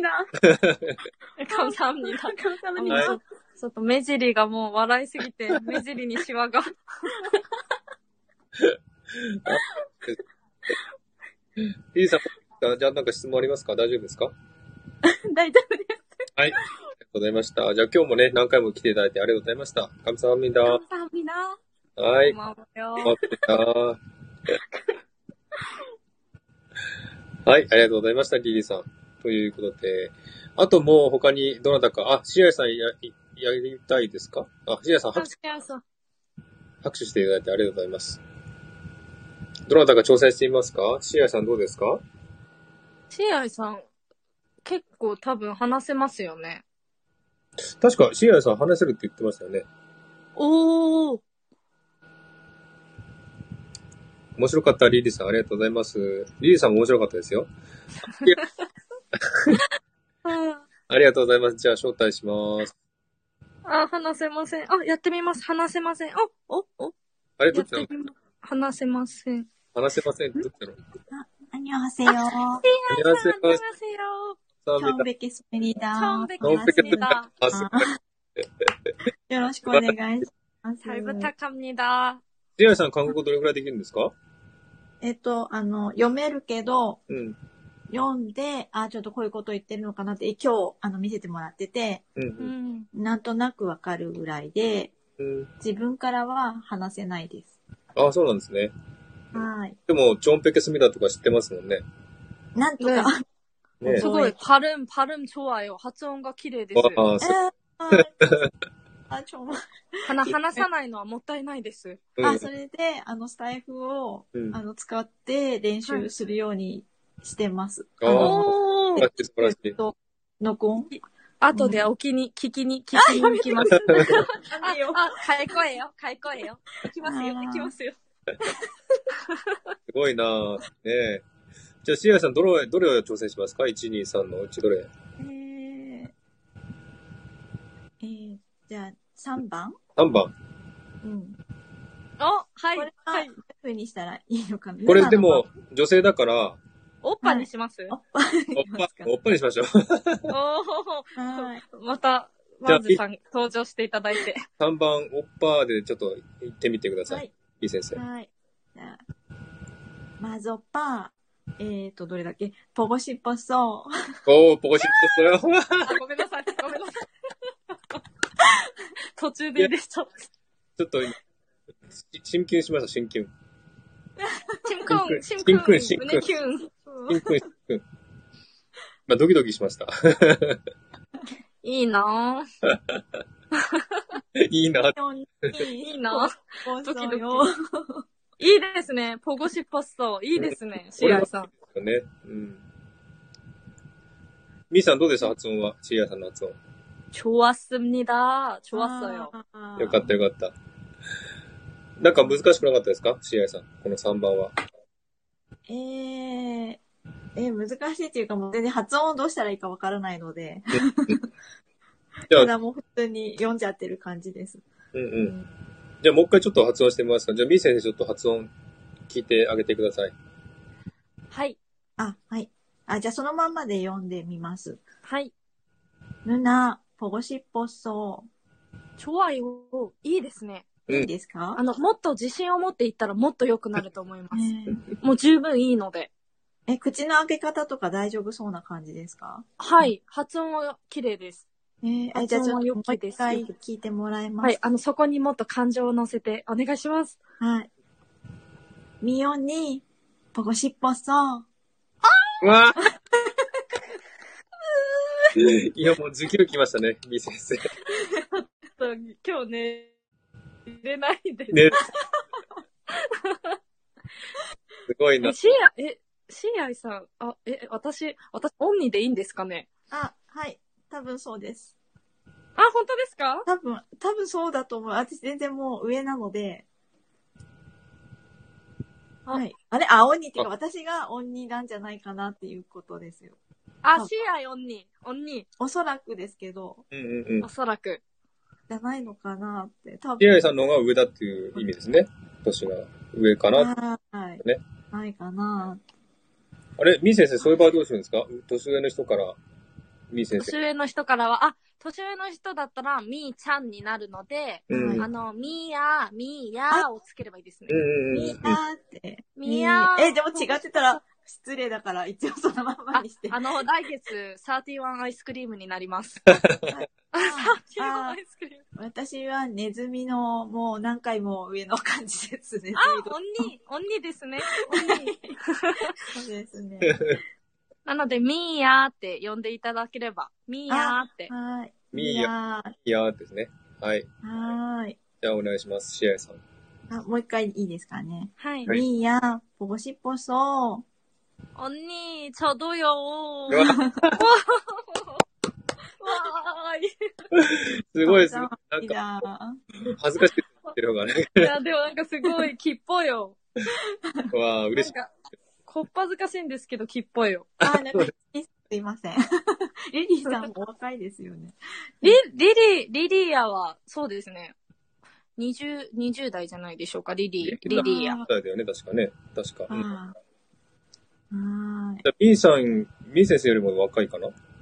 [SPEAKER 3] ニダ。
[SPEAKER 2] カムサムニダ。
[SPEAKER 3] カムサハムニ
[SPEAKER 1] はい
[SPEAKER 3] ダ。
[SPEAKER 2] ちょっと目尻がもう笑いすぎ て、目尻にシワが。
[SPEAKER 1] リーさん、じゃあなんか質問ありますか大丈夫ですかあり
[SPEAKER 3] 大丈 夫です。
[SPEAKER 1] がとうございました。じゃあ今日もね、何回も来ていただいてありがとうございました。感謝합니
[SPEAKER 3] カ
[SPEAKER 1] 다
[SPEAKER 3] ムサハムニダ。
[SPEAKER 1] はい。
[SPEAKER 2] まあよ
[SPEAKER 1] 待ってた。 はい、ありがとうございました、リリーさん。ということで、あともう他にどなたか、あ、シアさんや、やりたいですかあ、シアさん拍手
[SPEAKER 2] 確かにそう。
[SPEAKER 1] 拍手していただいてありがとうございます。どなたか挑戦してみますかシアさんどうですか
[SPEAKER 2] シアイさん、結構多分話せますよね。
[SPEAKER 1] 確か、シアさん話せるって言ってましたよね。
[SPEAKER 2] おー。
[SPEAKER 1] 面白かった、リリーさん。ありがとうございます。リリーさんも面白かったですよ。
[SPEAKER 2] あ
[SPEAKER 1] ありがとうございます。じゃあ、招待します。
[SPEAKER 2] あ、話せません。あ、やってみます。話せません。お、お、お、
[SPEAKER 1] あれ、ど
[SPEAKER 2] や
[SPEAKER 1] っ
[SPEAKER 2] っ
[SPEAKER 1] ちな
[SPEAKER 2] て
[SPEAKER 1] の
[SPEAKER 2] みます。話せません。
[SPEAKER 1] 話せません。どっちなの
[SPEAKER 6] 안녕하 세요。
[SPEAKER 1] 話せま
[SPEAKER 2] 話
[SPEAKER 1] せ
[SPEAKER 2] せませんよ。
[SPEAKER 6] チョン
[SPEAKER 1] ん。
[SPEAKER 6] ベケスペリダ。
[SPEAKER 2] チョンベケ
[SPEAKER 1] ノンペケ
[SPEAKER 2] スペリダ
[SPEAKER 1] あ、す
[SPEAKER 6] よろしくお願いします。
[SPEAKER 2] 잘부탁합니다。
[SPEAKER 1] ジェアさん、韓国語どれくらいできるんですか
[SPEAKER 6] えっと、あの、読めるけど、
[SPEAKER 1] うん。
[SPEAKER 6] 読んで、あ、ちょっとこういうこと言ってるのかなって、今日、あの、見せてもらってて、
[SPEAKER 1] うん
[SPEAKER 2] う
[SPEAKER 1] うん。
[SPEAKER 2] ん。
[SPEAKER 6] なんとなくわかるぐらいで、
[SPEAKER 1] うん。
[SPEAKER 6] 自分からは話せないです。
[SPEAKER 1] あ、そうなんですね。
[SPEAKER 6] はい。
[SPEAKER 1] でも、ジョンペケスミダとか知ってますもんね。
[SPEAKER 6] なんとか、
[SPEAKER 2] ね
[SPEAKER 1] ね
[SPEAKER 2] すごい、발음발음좋아요。発音が綺麗です。
[SPEAKER 1] ああ、
[SPEAKER 6] え
[SPEAKER 1] そう。
[SPEAKER 6] ー あ、ちょ、
[SPEAKER 2] はな話さないのはもったいないです。
[SPEAKER 1] うん
[SPEAKER 6] あ、それで、あの、スタイフを、
[SPEAKER 1] うん
[SPEAKER 6] あの、使って練習するようにしてます。
[SPEAKER 1] あー
[SPEAKER 6] の
[SPEAKER 2] お
[SPEAKER 1] 素晴
[SPEAKER 2] ー。
[SPEAKER 1] らしい、素晴らし
[SPEAKER 6] え
[SPEAKER 1] い
[SPEAKER 6] っ。と、ノコン
[SPEAKER 2] 後でお気に、聞きに、聞きに行きます。あ、あ、買い声よ、買い声よ。行きますよ、
[SPEAKER 6] あー
[SPEAKER 2] 行きますよ。
[SPEAKER 1] すごいなぁ。ねえ。じゃあ、シアさん、どれ、どれを挑戦しますか ?1、2、3のうちどれ
[SPEAKER 6] えー、えー、じゃあ、3番
[SPEAKER 1] ?3 番。
[SPEAKER 6] うん。
[SPEAKER 2] お、はい
[SPEAKER 6] これ、は、
[SPEAKER 2] は
[SPEAKER 6] どう
[SPEAKER 2] い
[SPEAKER 6] い。う風にしたらいいのかな
[SPEAKER 1] これでも、、女性だから、
[SPEAKER 2] おっぱにします、
[SPEAKER 6] おっ
[SPEAKER 1] おっぱ、おっぱにしましょう。
[SPEAKER 2] おー。
[SPEAKER 6] はい。
[SPEAKER 2] また、
[SPEAKER 1] じゃあ
[SPEAKER 2] ワンズさん登場していただいて。
[SPEAKER 1] 3番、おっぱでちょっと行ってみてください。
[SPEAKER 6] はいい、。
[SPEAKER 1] い先生。
[SPEAKER 6] はい。じゃあ、まずおっぱ、えっと、どれだっけポゴシポソ。
[SPEAKER 1] おー、ポコシッと、それは。
[SPEAKER 2] あ、ごめんなさい、ごめんなさい。途中で入れちゃった。
[SPEAKER 1] ちょっと今、し心キュンしました、心キュン。
[SPEAKER 2] チンコン、チ
[SPEAKER 1] チ
[SPEAKER 2] ン
[SPEAKER 1] ン
[SPEAKER 2] コ
[SPEAKER 1] ク
[SPEAKER 2] ン、
[SPEAKER 1] ンチンクン
[SPEAKER 2] 胸キュン。
[SPEAKER 1] 心キュン、心キュン。まあ、ドキドキしました。
[SPEAKER 2] いいなぁ。
[SPEAKER 1] いいなぁ。
[SPEAKER 2] い
[SPEAKER 6] い
[SPEAKER 2] いなぁ。
[SPEAKER 6] ド
[SPEAKER 2] ド
[SPEAKER 6] キ
[SPEAKER 2] キ
[SPEAKER 6] ド
[SPEAKER 2] ド
[SPEAKER 6] キ
[SPEAKER 2] キ。。いいですね。ポゴシパスタ。いいですね。シアイさん。
[SPEAKER 1] ね。うん。ミーさんどうでした発音は。シーアさんの発音。
[SPEAKER 2] 좋았습니다。좋았어요。
[SPEAKER 6] あー
[SPEAKER 1] よかったよかった。なんか難しくなかったですかシーアさん。この3番は。
[SPEAKER 6] えー、えー、難しいっていうかもう全然発音をどうしたらいいかわからないので、
[SPEAKER 1] じ
[SPEAKER 6] た
[SPEAKER 1] ゃあ、
[SPEAKER 6] だもう普通に読んじゃってる感じです。
[SPEAKER 1] うんうん。じゃあもう一回ちょっと発音してみますか。じゃあミー先生ちょっと発音聞いてあげてください。
[SPEAKER 2] はい。
[SPEAKER 6] あ、はい。あ、じゃあそのまんまで読んでみます。
[SPEAKER 2] はい。
[SPEAKER 6] ぬな、ぽごしっぽそ
[SPEAKER 2] 좋아요。いいですね。
[SPEAKER 6] う。いいですか
[SPEAKER 2] あの、もっと自信を持っていったらもっと良くなると思いま
[SPEAKER 6] え
[SPEAKER 2] す。
[SPEAKER 6] ー
[SPEAKER 2] もう十分いいので。
[SPEAKER 6] え、口の開け方とか大丈夫そうな感じですか
[SPEAKER 2] はい。発音は綺麗です。
[SPEAKER 6] えー、あ
[SPEAKER 2] 発音は
[SPEAKER 6] じゃあちょっと
[SPEAKER 2] 良
[SPEAKER 6] もう
[SPEAKER 2] きで
[SPEAKER 6] 一
[SPEAKER 2] す
[SPEAKER 6] 回聞いてもらいま
[SPEAKER 2] はい
[SPEAKER 6] す。。
[SPEAKER 2] あの、そこにもっと感情を乗せてお願いします。
[SPEAKER 6] はい。みよに、ぽごしっぽそう。
[SPEAKER 1] うわぁ いや、もう10キロ来ましたね、B 先生。
[SPEAKER 2] と今日ね、入れないで。
[SPEAKER 1] ね。すごいな
[SPEAKER 2] え、。シア、え、シアイさん、あ、え、私、私、オンニでいいんですかね
[SPEAKER 6] あ、はい。多分そうです。
[SPEAKER 2] あ、本当ですか
[SPEAKER 6] 多分、多分そうだと思う。私全然もう上なので。
[SPEAKER 2] あ
[SPEAKER 6] はい。あれあ、オンニっていうか、私がオンニなんじゃないかなっていうことですよ。
[SPEAKER 2] あ、シアイオンニ、オンニ、
[SPEAKER 6] おそらくですけど、
[SPEAKER 1] うんうんうん
[SPEAKER 2] お。そらく。
[SPEAKER 6] じゃないのかなって。多
[SPEAKER 1] 平
[SPEAKER 6] 分。
[SPEAKER 1] 井さんの方が上だっていう意味ですね。年が上かな。
[SPEAKER 6] はい。
[SPEAKER 1] ね
[SPEAKER 6] ないかな。
[SPEAKER 1] あれ、みー先生、そういう場合どうするんですか年上の人から、みー先生。
[SPEAKER 2] 年上の人からは、あ、年上の人だったら、みーちゃんになるので、
[SPEAKER 1] うんうんうん
[SPEAKER 2] あの、みーや、みーやをつければいいですね。
[SPEAKER 1] うんうん
[SPEAKER 6] み
[SPEAKER 1] うん
[SPEAKER 6] ん。なーって。
[SPEAKER 2] みーやー。
[SPEAKER 6] え、でも違ってたら失礼だから、一応そのまま
[SPEAKER 2] あ
[SPEAKER 6] にして。、
[SPEAKER 2] あの、来月、31アイスクリームになります。31ア
[SPEAKER 6] あ
[SPEAKER 2] イスクリーム。
[SPEAKER 6] 私はネズミのもう何回も上の感じです。ネズミ
[SPEAKER 2] オンニ、オンニですね。
[SPEAKER 6] そうですね。
[SPEAKER 2] なので、みーやーって呼んでいただければ、みーやーって。
[SPEAKER 6] はい。
[SPEAKER 1] みーや
[SPEAKER 6] いやー
[SPEAKER 1] いやーですね。はい。
[SPEAKER 6] はーい。
[SPEAKER 1] じゃあお願いします。シアイ さん。
[SPEAKER 6] あ、もう一回いいですかね。
[SPEAKER 2] はい。
[SPEAKER 1] はい
[SPEAKER 6] みーや、ぼこしっぽそ
[SPEAKER 2] おんにー、ちょどよー。
[SPEAKER 1] うわ
[SPEAKER 2] わーい。
[SPEAKER 1] すごいですね。な
[SPEAKER 6] う。
[SPEAKER 1] ん
[SPEAKER 6] い
[SPEAKER 1] か、
[SPEAKER 6] だ
[SPEAKER 1] 恥ずかしくなってる方がね。
[SPEAKER 2] いや、でもなんかすごい、きっぽよ。
[SPEAKER 1] わあ、
[SPEAKER 2] な
[SPEAKER 1] 嬉しい。
[SPEAKER 2] んか、こっぱずかしいんですけど、きっぽよ。
[SPEAKER 6] あ、なんか、すいません。リリーさんもお若いですよね。
[SPEAKER 2] リ、リリー、リリアは、そうですね。20、20代じゃないでしょうか、リリー。リリア。
[SPEAKER 1] だよね、確かね。確か。うん
[SPEAKER 6] あーはーい。
[SPEAKER 1] じゃあみーさん、みー先生よりも若いかな確か。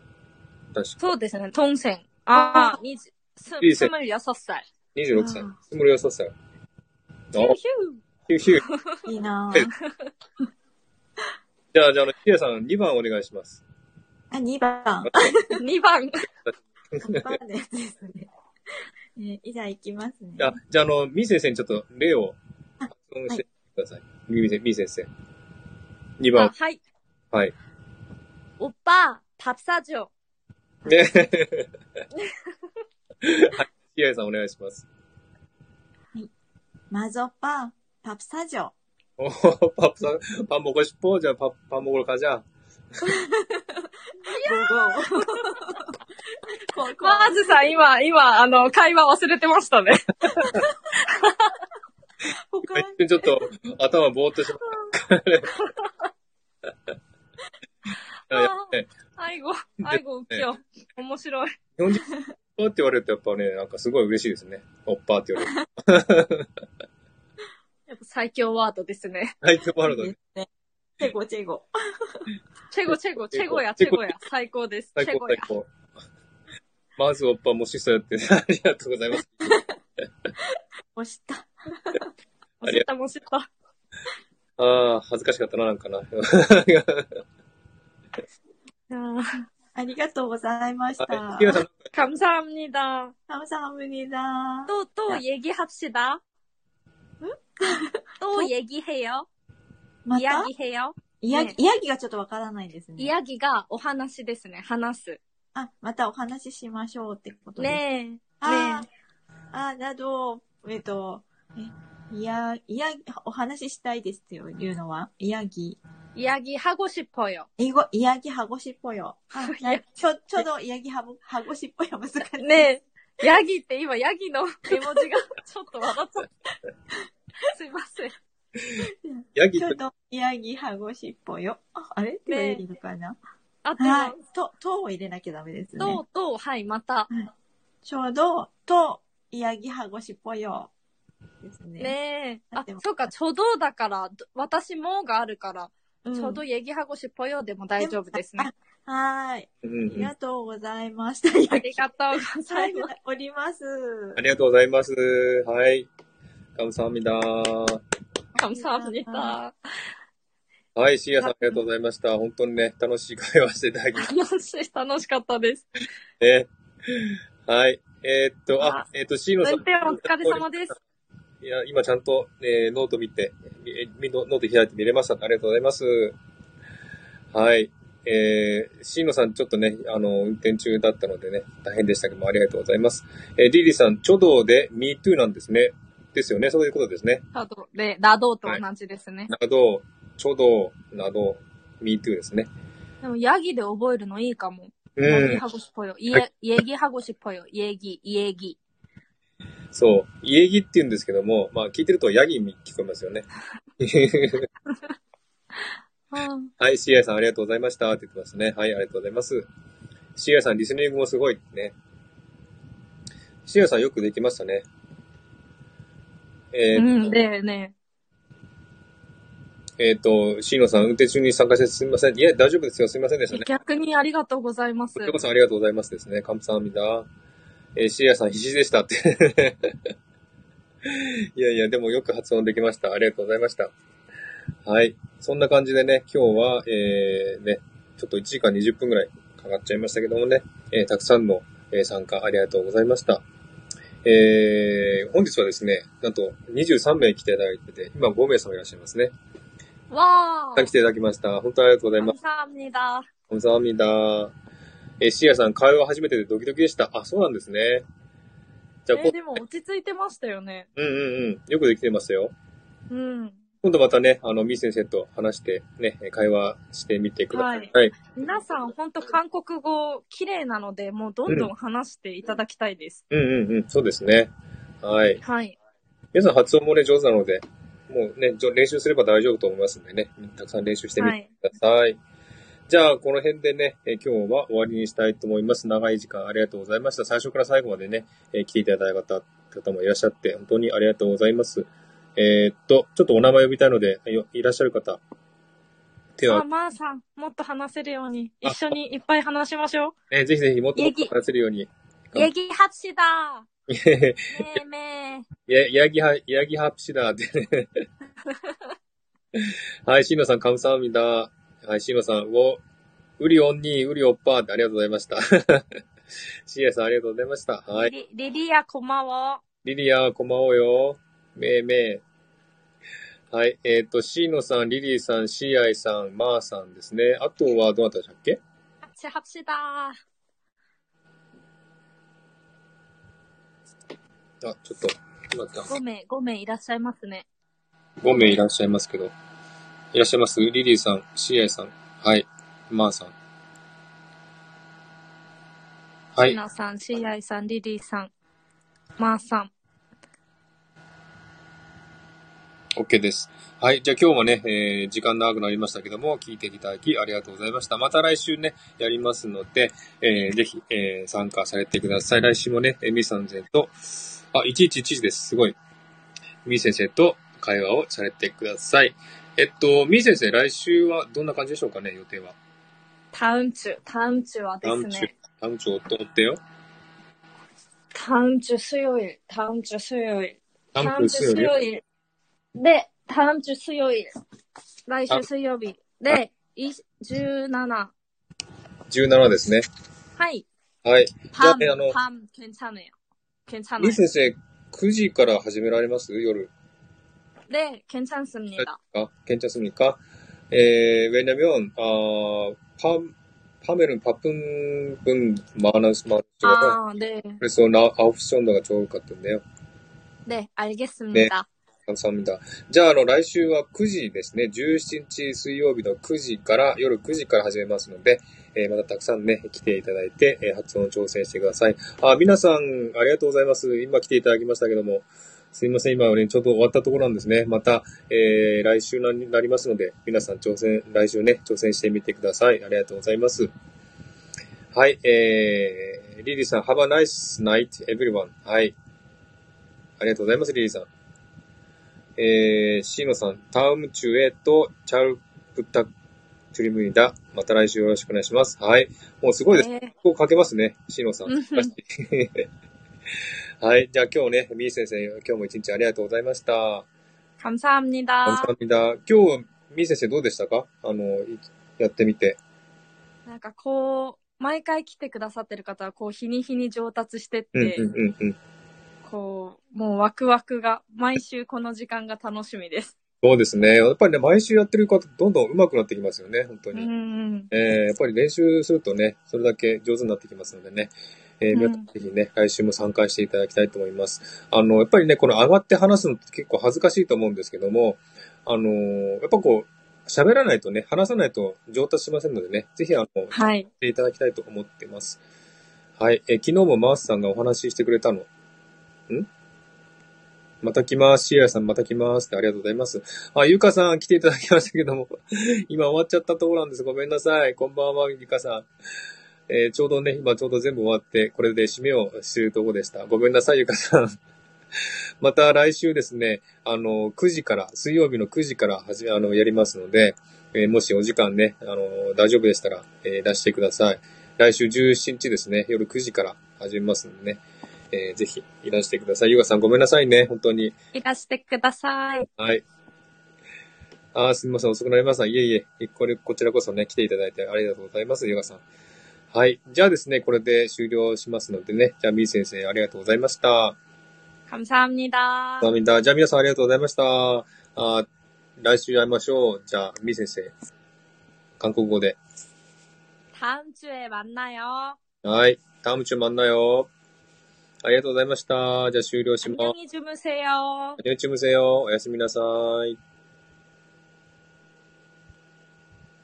[SPEAKER 2] そうですね、トンセン。ああ、20、す
[SPEAKER 1] いい、です
[SPEAKER 2] す
[SPEAKER 1] ね
[SPEAKER 2] むりやさっさい。
[SPEAKER 1] 26歳
[SPEAKER 6] あ。
[SPEAKER 1] つもりはそう歳。あ、
[SPEAKER 2] ヒューヒ
[SPEAKER 1] ヒューヒュー。
[SPEAKER 6] いいなー
[SPEAKER 1] じゃあ、じゃあ、あの、シアイさん、2番お願いします。
[SPEAKER 6] あ、2番。
[SPEAKER 2] ュー。2番。
[SPEAKER 6] 2番のやつですね。えいざ行きますね。
[SPEAKER 1] あ、じゃあ、あの、みー先生にちょっと例を発音してください。みーみー先生。2
[SPEAKER 2] あ
[SPEAKER 1] 番。
[SPEAKER 2] はい。
[SPEAKER 1] はい。
[SPEAKER 2] おっぱ、パプサジオ。
[SPEAKER 1] ね。はい。シアイさん、お願いします。
[SPEAKER 6] マゾパ、パプサジョ。
[SPEAKER 1] おーパプさん、パンボコしっぽじゃあ、パ、パンボコルかじゃあ。
[SPEAKER 6] ゴーゴー。こうこ
[SPEAKER 2] マーズさん、今、今、あの、会話忘れてましたね。
[SPEAKER 6] う他
[SPEAKER 1] 一瞬ちょっと頭ぼーっとしま した。いややっぱね
[SPEAKER 2] 愛護、愛護、浮世。面白い。
[SPEAKER 1] 日本人、おっぱって言われるとやっぱね、なんかすごい嬉しいですね。おっぱって言われると。
[SPEAKER 2] やっぱ最強ワードですね。
[SPEAKER 1] はい、トワールド
[SPEAKER 6] で
[SPEAKER 1] ね
[SPEAKER 6] すね。チェゴチェゴ。
[SPEAKER 2] チェゴ、チェゴ、チェゴや、
[SPEAKER 1] チェ
[SPEAKER 2] チェ
[SPEAKER 1] ゴ
[SPEAKER 2] ゴや。最高です。チ
[SPEAKER 1] 最
[SPEAKER 2] ェ
[SPEAKER 1] 高
[SPEAKER 2] ゴや
[SPEAKER 1] 最。高。 まずおっぱもしそうやって、 ありがとうございます。
[SPEAKER 6] 押した。
[SPEAKER 2] もう知った、もう知った。
[SPEAKER 1] ああ、恥ずかしかったな、なん かな。
[SPEAKER 6] ありがとうございました。
[SPEAKER 1] はい。キラさん、
[SPEAKER 2] カムサハムニダ。
[SPEAKER 6] 감사합니다
[SPEAKER 2] と、と、얘기합시다。ん と、얘기해요。
[SPEAKER 6] ま
[SPEAKER 2] 이야
[SPEAKER 6] た
[SPEAKER 2] 기해요。
[SPEAKER 6] イヤギ、イヤギがちょっとわからないですね。
[SPEAKER 2] 이야기がお話ですね。話す。
[SPEAKER 6] あ、またお話ししましょうってことです。
[SPEAKER 2] ねえ。ね
[SPEAKER 6] あーあー、など、えっと、えいや、いや、お話ししたいですよ、いうのは。いやぎ。
[SPEAKER 2] え。이야기하고싶어요。
[SPEAKER 6] 英語、いやぎはごしっぽよ。あ
[SPEAKER 2] いや
[SPEAKER 6] ちょ、ちょうどいやぎはご、はごしっぽよ、難しい。
[SPEAKER 2] ねえ、 ヤギって今、ヤ ギの絵文字がちょっと笑っちゃった。すいません。
[SPEAKER 1] ヤギ
[SPEAKER 6] ち
[SPEAKER 1] と
[SPEAKER 6] ょうどいやぎはごしっぽよ。ああれって言えるのかな、
[SPEAKER 2] あと、
[SPEAKER 6] はい。と、とを入れなきゃダメですね。
[SPEAKER 2] と、と、はい、また。
[SPEAKER 6] ちょうど、と、いやぎはごしっぽよ。ですね。
[SPEAKER 2] ねえ。
[SPEAKER 6] 合っ
[SPEAKER 2] あ
[SPEAKER 6] てま、す
[SPEAKER 2] そうか、ちょどだから、ど私もがあるから、
[SPEAKER 6] うん、
[SPEAKER 2] ちょどヤギはごしぽよでも大丈夫ですね。
[SPEAKER 6] あ。はーい。
[SPEAKER 1] うん
[SPEAKER 6] あ
[SPEAKER 1] う
[SPEAKER 6] り
[SPEAKER 1] ん。
[SPEAKER 6] がとうございました。い
[SPEAKER 2] あ
[SPEAKER 6] や
[SPEAKER 2] りがとうございます。
[SPEAKER 6] おります。
[SPEAKER 1] ありがとうございます。はい。カムサハミダ
[SPEAKER 2] カムサハムニダ。
[SPEAKER 1] はい、シーヤさんありがとうございました。本当にね、楽しい会話していただきまし
[SPEAKER 2] 楽しい、楽しかった です。
[SPEAKER 1] たね。はい。えーっと、あ
[SPEAKER 2] あ、
[SPEAKER 1] えーっと、シーノ
[SPEAKER 2] 運
[SPEAKER 1] さん。
[SPEAKER 2] 転お疲れ様です。
[SPEAKER 1] いや、今ちゃんと、えーノート見て、みえみノート開いて見れました。ありがとうございます。はい。えー、シーノさんちょっとね、あの、運転中だったのでね、大変でしたけども、ありがとうございます。えー、リリーさん、書道で MeToo なんですね。ですよね、そういうことですね。
[SPEAKER 2] あと、レ、ラドーと同じですね。
[SPEAKER 1] など、書道など、MeToo ですね。
[SPEAKER 2] でも、ヤギで覚えるのいいかも。ヤ
[SPEAKER 1] う
[SPEAKER 2] ギ
[SPEAKER 1] ん、
[SPEAKER 2] ハゴシポヨ。イエ、イエギハゴシポヨ。イエギ、イエギ。
[SPEAKER 1] そう、家着って言うんですけども、まあ聞いてるとヤギに聞こえますよね。
[SPEAKER 2] うん
[SPEAKER 1] はい、シエさんありがとうございましたって言ってますね。はい、ありがとうございます。シエさん、リスニングもすごいね。シエさんよくできましたね。えー
[SPEAKER 2] うん、でね、
[SPEAKER 1] えっ、と、シーノさん、運転中に参加してすみません。いや、大丈夫ですよ。すみませんでしたね。
[SPEAKER 2] 逆にありがとうございます
[SPEAKER 1] こ。ちらこそありがとうございますですね。カムサハミダ。えーシエさん、必死でしたって。 いやいや、でもよく発音できました。ありがとうございました。はい。そんな感じでね、今日は、えー、ね、ちょっと1時間20分ぐらいかかっちゃいましたけどもね、えーたくさんの、えー参加ありがとうございました。えー、本日はですね、なんと23名来ていただいてて、今5名様いらっしゃいますね。
[SPEAKER 2] わー。
[SPEAKER 1] 来ていただきました。本当にありがとうございます。
[SPEAKER 2] さみだ。
[SPEAKER 1] おざみだ。え、シアさん、会話初めてでドキドキでした。あ、そうなんですね。じ
[SPEAKER 2] え
[SPEAKER 1] ゃあ、こ
[SPEAKER 2] ー、でも落ち着いてましたよね。
[SPEAKER 1] うんうんうん。よくできてましたよ。
[SPEAKER 2] うん。
[SPEAKER 1] 今度またね、あの、ミー先生と話して、ね、会話してみてください。
[SPEAKER 2] はい
[SPEAKER 1] はい。
[SPEAKER 2] 皆さん、本当韓国語綺麗なので、もうどんどん話していただきたいです。
[SPEAKER 1] うんうんうん。そうですね。はい。
[SPEAKER 2] はい。
[SPEAKER 1] 皆さん発音もね、上手なので、もうね、じょ練習すれば大丈夫と思いますんでね、たくさん練習してみ
[SPEAKER 2] は
[SPEAKER 1] て
[SPEAKER 2] い。
[SPEAKER 1] ください。じゃあ、この辺でね、え今日は終わりにしたいと思います。長い時間ありがとうございました。最初から最後までね、え来ていただいた方もいらっしゃって、本当にありがとうございます。えーっと、ちょっとお名前呼びたいので、よいらっしゃる方、手を
[SPEAKER 2] あ、まー、さん、もっと話せるように、一緒にいっぱい話しましょう。
[SPEAKER 1] ね、ぜひぜひもっともっと話せるように。
[SPEAKER 2] ヤギハチシだ。
[SPEAKER 1] え
[SPEAKER 2] ねえね
[SPEAKER 1] や、ヤギは、ヤギハプシだってね。はい、シーノさん、カムサハミダ。はい、シーノさん、を、ウリオンに、ウリオッパーってありがとうございました。 シエさん、ありがとうございました。
[SPEAKER 2] え。
[SPEAKER 1] はい。
[SPEAKER 2] リリリア、こまわ。
[SPEAKER 1] リリア、こまおうよ。めいめい。はい。えっ、と、シーノさん、リリーさん、シーアイさん、マーさんですね。あとは、どなたでしたっけ
[SPEAKER 2] ハチハチだ。
[SPEAKER 1] あ、ちょっと、今、
[SPEAKER 2] 5名、5名いらっしゃいますね。
[SPEAKER 1] 5名いらっしゃいますけど。いらっしゃいますリリーさん、シーアイさん。はい。マーさん。は
[SPEAKER 2] シ
[SPEAKER 1] い。
[SPEAKER 2] ナさん、シーアイさん、リリーさん、マーさん。
[SPEAKER 1] OK です。はい。じゃあ今日もね、えー時間長くなりましたけども、聞いていただきありがとうございました。また来週ね、やりますので、えーぜひ、えー参加されてください。来週もね、えーみーさん先生と、あ、111時です。すごい。みー先生と会話をされてください。えっと、みー先生、来週はどんな感じでしょうかね、予定は。
[SPEAKER 2] タウンチュ、タウンチュはですね。
[SPEAKER 1] タウンチュ、タウンチュ、おってよ。
[SPEAKER 2] タウンチュ強い、タウンチュ強い。
[SPEAKER 1] タウン
[SPEAKER 2] タ
[SPEAKER 1] チ
[SPEAKER 2] ウン
[SPEAKER 1] ュ
[SPEAKER 2] チ
[SPEAKER 1] 強い
[SPEAKER 2] ュ
[SPEAKER 1] よ。
[SPEAKER 2] 強い。で、タウンチュ強い。来週水曜日。で、い17。
[SPEAKER 1] 17ですね。
[SPEAKER 2] 하이
[SPEAKER 1] はい。じゃあ
[SPEAKER 2] 밤
[SPEAKER 1] ね、あの、
[SPEAKER 2] 밤 괜찮아요.
[SPEAKER 1] み
[SPEAKER 2] 괜찮아요.
[SPEAKER 1] ー先生、9時から始められます夜。
[SPEAKER 2] 네 괜찮습니다.
[SPEAKER 1] 아, 괜찮습니까? 에, 왜냐면, 아, 파, 파멜은 바쁜 분 많아서 많아서
[SPEAKER 2] 아, 네.
[SPEAKER 1] 그래서 나 9시 정도가 좋을 것 같은데요.
[SPEAKER 2] 네, 알겠습니다.
[SPEAKER 1] 감사합니다. 자, 来週は9時ですね. 17日水曜日の9時から夜9時から始めますので、えーまたたくさんね、来ていただいて、えー発音挑戦してください。あ、皆さん、ありがとうございます。今来ていただきましたけども、すいません、今、ね、ちょうど終わったところなんですね。また、えー来週ななりますので、皆さん挑戦、来週ね、挑戦してみてください。ありがとうございます。はい、えー、リリーさん、Have a nice night, everyone. はい。ありがとうございます、リリーさん。えー、シーノさん、タウムチュエとチャルプタチュリムニダ。また来週よろしくお願いします。はい。もうすごいです。
[SPEAKER 2] 네
[SPEAKER 1] こうかけますね、シーノさん。
[SPEAKER 2] うん
[SPEAKER 1] 素晴らしい はい。じゃあ今日ね、ミー先生、今日も一日ありがとうございました。感
[SPEAKER 2] 감사합니다.
[SPEAKER 1] 謝합니다今日、ミー先生どうでしたかあの、いやってみて。
[SPEAKER 2] なんかこう、毎回来てくださってる方は、こう、日に日に上達してっ
[SPEAKER 1] うん
[SPEAKER 2] て、
[SPEAKER 1] うんうんうん。
[SPEAKER 2] こう、もうワクワクが、毎週この時間が楽しみです。
[SPEAKER 1] そうですね。やっぱりね、毎週やってる方、どんどん上手くなってきますよね、本当
[SPEAKER 2] う
[SPEAKER 1] に。
[SPEAKER 2] ん。
[SPEAKER 1] えーやっぱり練習するとね、それだけ上手になってきますのでね、えー
[SPEAKER 2] うん
[SPEAKER 1] 皆さんぜひね、来週も参加していただきたいと思います。あの、やっぱりね、この上がって話すのって結構恥ずかしいと思うんですけども、あのーやっぱこう、喋らないとね、話さないと上達しませんのでね、ぜひあの、やっ
[SPEAKER 2] はい。
[SPEAKER 1] ていただきたいと思ってます。はい。えー昨日もマースさんがお話ししてくれたの。んまた来ます。シエラさんまた来ますってありがとうございます。あ、ゆかさん来ていただきましたけども、 今終わっちゃったところなんです。ごめんなさい。こんばんは、ゆかさん。えーちょうどね、今ちょうど全部終わって、これで締めをするところでした。ごめんなさい、ゆかさん。 また来週ですね、あの、9時から、水曜日の9時から始め、あの、やりますので、えーもしお時間ね、あの、大丈夫でしたら、えー出してください。来週17日ですね、夜9時から始めますのでね、えーぜひいらしてください。ゆかさんごめんなさいね、本当に。
[SPEAKER 2] いらしてください。
[SPEAKER 1] はい。あーすみません、遅くなりました。いえいえ、これ、こちらこそね、来ていただいてありがとうございます、ヨガさん。はい。じゃあですね、これで終了しますのでね、じゃあ、みー先生、ありがとうございました。
[SPEAKER 2] 감사합니다
[SPEAKER 1] じゃあ、みんな、じゃあ皆さんありがとうございました。あー来週会いましょう。じゃあ、みー先生、韓国語で。
[SPEAKER 2] 다음주에만나요
[SPEAKER 1] はい。ターム中만나よ。ありがとうございました。じゃあ、終了し
[SPEAKER 2] 안
[SPEAKER 1] ます
[SPEAKER 2] 녕히주무세요 。
[SPEAKER 1] 안녕히주무세요おやすみなさい。